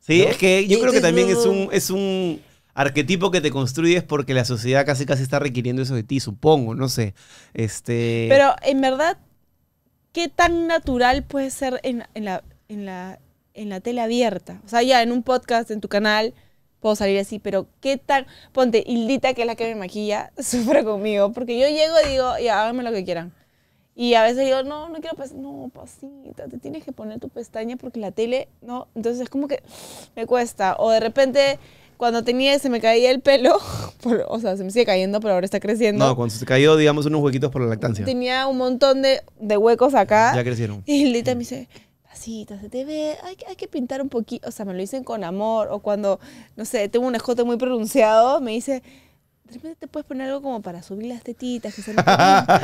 S5: Sí,
S7: ¿no?
S5: es que yo
S7: Y
S5: creo que
S7: entonces
S5: también es
S7: no-
S5: un, es un arquetipo que te construyes porque la sociedad casi casi está requiriendo eso de ti, supongo, no sé. Este,
S6: Pero en verdad, ¿qué tan natural puede ser en, en la, en, la, en la tele abierta? O sea, ya en un podcast, en tu canal, puedo salir así, pero ¿qué tan...? Ponte, Hildita, que es la que me maquilla, [laughs] sufre conmigo, porque yo llego y digo, ya, háganme lo que quieran. Y a veces digo, no, no quiero pestañas. No, pasita, te tienes que poner tu pestaña porque la tele, no. Entonces es como que me cuesta. O de repente, cuando tenía, se me caía el pelo. [laughs] por- o sea, se me sigue cayendo, pero ahora está creciendo.
S5: no, cuando se cayó, digamos, unos huequitos por la lactancia.
S6: Tenía un montón de, de huecos acá.
S5: Ya crecieron.
S6: Y Lita me dice, pasita, se te ve, hay, que- hay que pintar un poquito. O sea, me lo dicen con amor. O cuando, no sé, tengo un escote muy pronunciado, me dice, de repente te puedes poner algo como para subir las tetitas, que se note bien".
S5: [laughs]
S6: Yo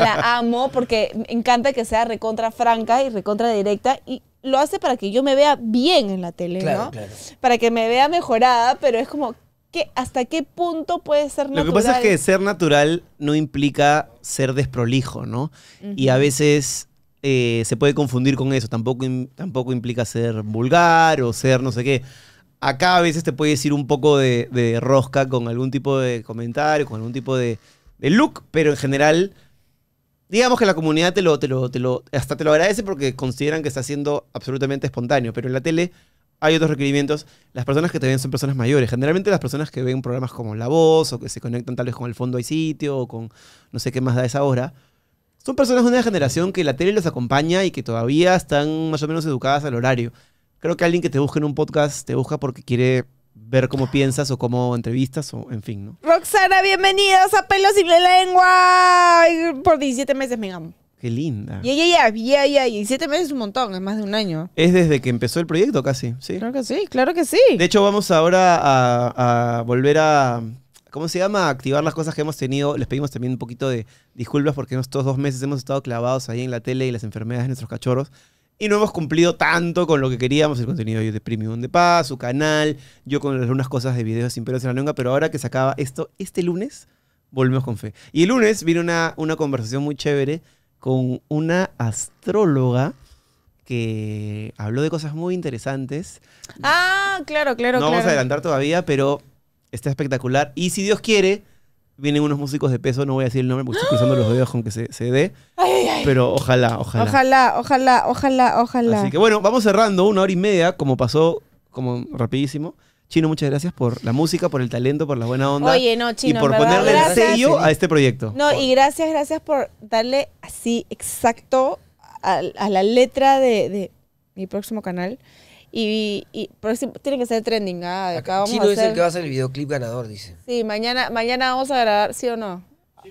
S6: la amo porque me encanta que sea recontra franca y recontra directa. Y lo hace para que yo me vea bien en la tele,
S7: Claro,
S6: ¿no?
S7: claro.
S6: Para que me vea mejorada, pero es como... ¿qué- ¿Hasta qué punto puede ser
S5: Lo
S6: natural?
S5: que pasa es que ser natural no implica ser desprolijo, ¿no? Y a veces eh, se puede confundir con eso. Tampoco, im- tampoco implica ser vulgar o ser no sé qué. Acá a veces te puede decir un poco de, de rosca con algún tipo de comentario, con algún tipo de, de look, pero en general, digamos que la comunidad te lo, te lo, te lo, hasta te lo agradece porque consideran que está siendo absolutamente espontáneo. Pero en la tele hay otros requerimientos. Las personas que te ven son personas mayores. Generalmente las personas que ven programas como La Voz o que se conectan tal vez con El Fondo Hay Sitio o con no sé qué más da esa hora, son personas de una generación que la tele los acompaña y que todavía están más o menos educadas al horario. Creo que alguien que te busca en un podcast te busca porque quiere ver cómo piensas o cómo entrevistas o en fin, ¿no?
S6: Roxana, bienvenidos a Pelos y la Lengua. Ay, Por 17 meses, me amo.
S5: Qué linda.
S6: Ya, ya, ya, ya, ya. Y 17 meses es un montón, es más de un año.
S5: Es desde que empezó el proyecto casi, ¿sí?
S6: Claro que sí, claro que sí.
S5: De hecho, vamos ahora a, a volver a. ¿Cómo se llama? A activar las cosas que hemos tenido. Les pedimos también un poquito de disculpas porque en estos dos meses hemos estado clavados ahí en la tele y las enfermedades de nuestros cachorros. Y no hemos cumplido tanto con lo que queríamos, el contenido de Premium de Paz, su canal, yo con algunas cosas de videos sin pelos en la lengua, pero ahora que se acaba esto, este lunes, volvemos con fe. Y el lunes vino una, una conversación muy chévere con una astróloga que habló de cosas muy interesantes
S6: Ah, claro, claro,
S5: no
S6: claro.
S5: vamos a adelantar todavía, pero está espectacular. Y si Dios quiere, vienen unos músicos de peso, no voy a decir el nombre porque estoy cruzando los dedos con que se, se dé,
S6: Ay, ay, ay.
S5: pero ojalá, ojalá.
S6: Ojalá, ojalá, ojalá, ojalá.
S5: Así que bueno, vamos cerrando una hora y media, como pasó, como rapidísimo. Chino, muchas gracias por la música, por el talento, por la buena onda
S6: Oye, no, chino,
S5: y por
S6: en verdad,
S5: ponerle el
S6: gracias.
S5: sello a este proyecto.
S6: No, y gracias, gracias por darle así exacto a, a la letra de, de mi próximo canal. Y, y próximo- tiene que ser trending, ah, de acá vamos
S7: Chino
S6: a
S7: es el
S6: hacer.
S7: que va a ser el videoclip ganador, dice.
S6: Sí, mañana, mañana vamos a grabar, ¿sí o no?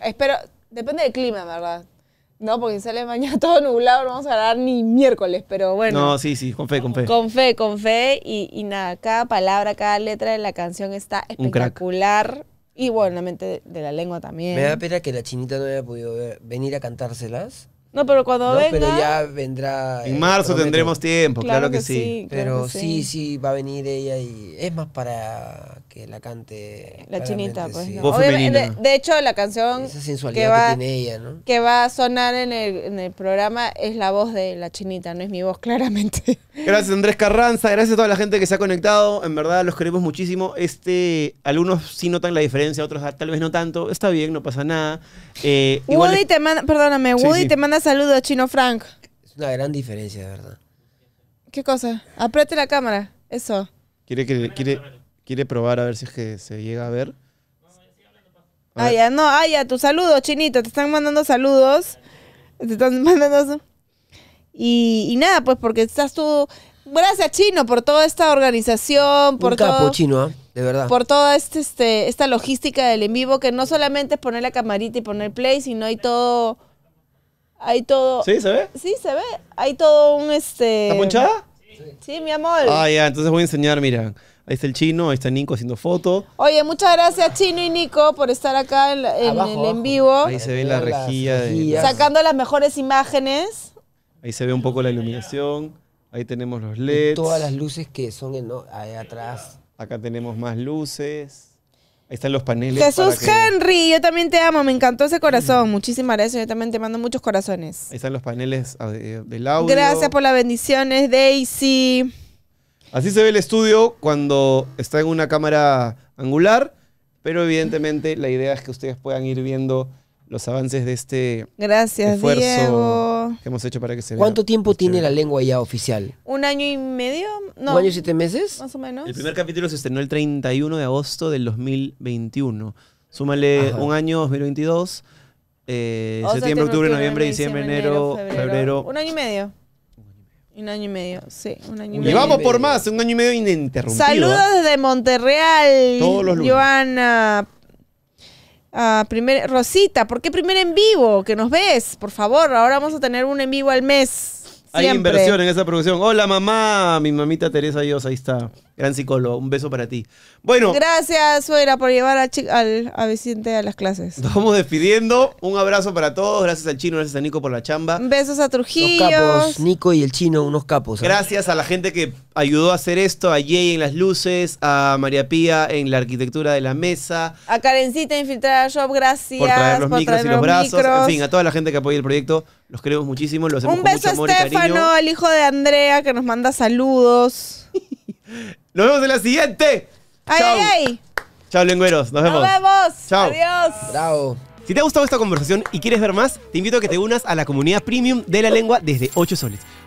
S6: Espero, depende del clima, ¿verdad? No, porque si sale mañana [laughs] todo nublado, no vamos a grabar ni miércoles, pero bueno.
S5: No, sí, sí, con fe, con fe.
S6: Con fe, con fe. Y, y nada, cada palabra, cada letra de la canción está
S5: Un crack.
S6: espectacular. Y bueno, la mente de, de la lengua también.
S7: Me da pena que la chinita no haya podido ver- venir a cantárselas.
S6: No, pero cuando
S7: ¿no?
S6: venga...
S7: Pero ya pues, vendrá. eh,
S5: En marzo
S7: prometo.
S5: tendremos tiempo, claro, que, sí.
S6: claro
S7: Pero
S6: que
S7: sí, sí, va a venir ella y es más para que la cante.
S6: La chinita,
S7: claramente,
S6: pues.
S7: sí.
S6: ¿no?
S5: Voz
S6: Obviamente, de,
S5: femenina.
S6: de hecho, la canción
S7: Esa
S6: que
S7: sensualidad
S6: va,
S7: que tiene ella, ¿no?
S6: que va a sonar en el, en el programa es la voz de la chinita, no es mi voz, [laughs] claramente.
S5: Gracias Andrés Carranza, gracias a toda la gente que se ha conectado, en verdad los queremos muchísimo. Este, algunos sí notan la diferencia, otros ah, tal vez no tanto. Está bien, no pasa nada. Eh, igual-
S6: Woody te manda, perdóname,
S5: Sí,
S6: Woody
S5: sí.
S6: te manda saludos, Chino Frank.
S7: Es una gran diferencia, de verdad.
S6: ¿Qué cosa? Apriete la cámara, eso.
S5: quiere que quiere quiere probar a ver si es que se llega a ver. A
S6: Ah,
S5: ver.
S6: ya, no, ah, ya, tus saludos, chinito, te están mandando saludos. Te están [laughs] mandando. su- Y, y nada, pues porque estás tú. Gracias, chino, por toda esta organización, por
S7: Un capo
S6: todo.
S7: chino, ¿ah? de verdad.
S6: Por toda este, este, esta logística del en vivo, que no solamente es poner la camarita y poner play, sino hay todo. Hay todo.
S5: ¿Sí se ve?
S6: Sí, se ve. Hay todo un este.
S5: ¿Está ponchada?
S6: Sí, mi amor.
S5: Ah, ya, entonces voy a enseñar, mira. Ahí está el chino, ahí está Nico haciendo foto.
S6: Oye, muchas gracias, Chino y Nico, por estar acá en, la- en
S7: Abajo,
S6: el en
S7: abajo.
S6: vivo,
S5: Ahí se ve la
S7: Las
S5: rejilla de-
S7: rejillas.
S6: sacando las mejores imágenes.
S5: Ahí se ve un poco la iluminación. Ahí tenemos los
S7: Y
S5: LEDs.
S7: todas las luces que son en, no, ahí atrás.
S5: Acá tenemos más luces. Ahí están los paneles.
S6: Jesús
S5: para que- Mm.
S6: Henry, yo también te amo, me encantó ese corazón. Muchísimas gracias, yo también te mando muchos corazones.
S5: Ahí están los paneles ah, de- del audio.
S6: Gracias por las bendiciones, Daisy.
S5: Así se ve el estudio cuando está en una cámara angular, pero evidentemente la idea es que ustedes puedan ir viendo los avances de este
S6: Gracias,
S5: esfuerzo
S6: Diego.
S5: que hemos hecho para que se vea.
S7: ¿Cuánto tiempo
S5: Pues
S7: tiene la
S5: chévere.
S7: lengua ya oficial?
S6: ¿Un año y medio? No,
S7: ¿Un año y siete meses?
S6: más o menos.
S5: El primer capítulo se estrenó el 31 de agosto del 2021. Súmale
S7: Ajá.
S5: un año, 2022, eh,
S6: O sea,
S5: septiembre, octubre,
S6: este octubre,
S5: noviembre, diciembre, enero, febrero.
S6: Un año y medio. Un año y medio, sí, un año y
S7: Y
S5: Y
S6: medio.
S5: vamos por más, un año y medio ininterrumpido. ¿ah?
S6: Saludos desde Monterreal.
S5: Todos los lunes.
S6: Joana. Ah, primer- Rosita, ¿por qué primer en vivo? Que nos ves, por favor. Ahora vamos a tener un en vivo al mes.
S5: Hay
S6: Siempre.
S5: inversión en esa producción. Hola mamá, mi mamita Teresa Dios, ahí está. Gran psicóloga, un beso para ti. Bueno,
S6: Gracias, suegra, por llevar a, chi- al, a Vicente a
S5: [laughs]
S6: las clases.
S5: Nos vamos despidiendo. Un abrazo para todos. Gracias al chino, gracias a Nico por la chamba.
S6: Besos a
S7: Los
S6: Trujillo.
S7: capos, Nico y el chino, unos capos. ¿ah?
S5: Gracias a la gente que ayudó a hacer esto, a Jay en las luces, a María Pía en la arquitectura de la mesa,
S6: A Karencita Infiltrada Shop, gracias
S5: por traer los micros y
S6: traer
S5: los brazos, en
S6: micros.
S5: fin, a toda la gente que apoya el proyecto, los queremos muchísimo, los hacemos
S6: un
S5: con
S6: beso
S5: mucho
S6: a
S5: amor y cariño.
S6: Estefano, el hijo de Andrea, que nos manda saludos.
S5: [laughs] Nos vemos en la siguiente.
S6: ¡Ay,
S5: Chao.
S6: ay, ay!
S5: Chao, lengüeros, nos
S6: ¡Nos
S5: vemos.
S6: vemos!
S5: Chao.
S6: ¡Adiós!
S7: Bravo.
S5: Si te ha gustado esta conversación y quieres ver más, te invito a que te unas a la comunidad premium de la lengua desde 8 soles.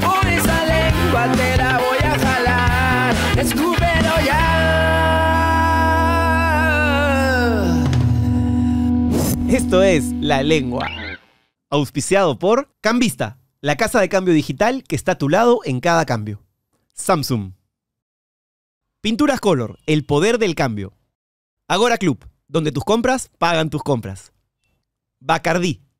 S11: Por esa lengua te la voy a jalar. Escúpelo ya.
S5: Esto es La Lengua. Auspiciado por Cambista, la casa de cambio digital que está a tu lado en cada cambio. Samsung. Pinturas Color, el poder del cambio. Agora Club, donde tus compras pagan tus compras. Bacardí,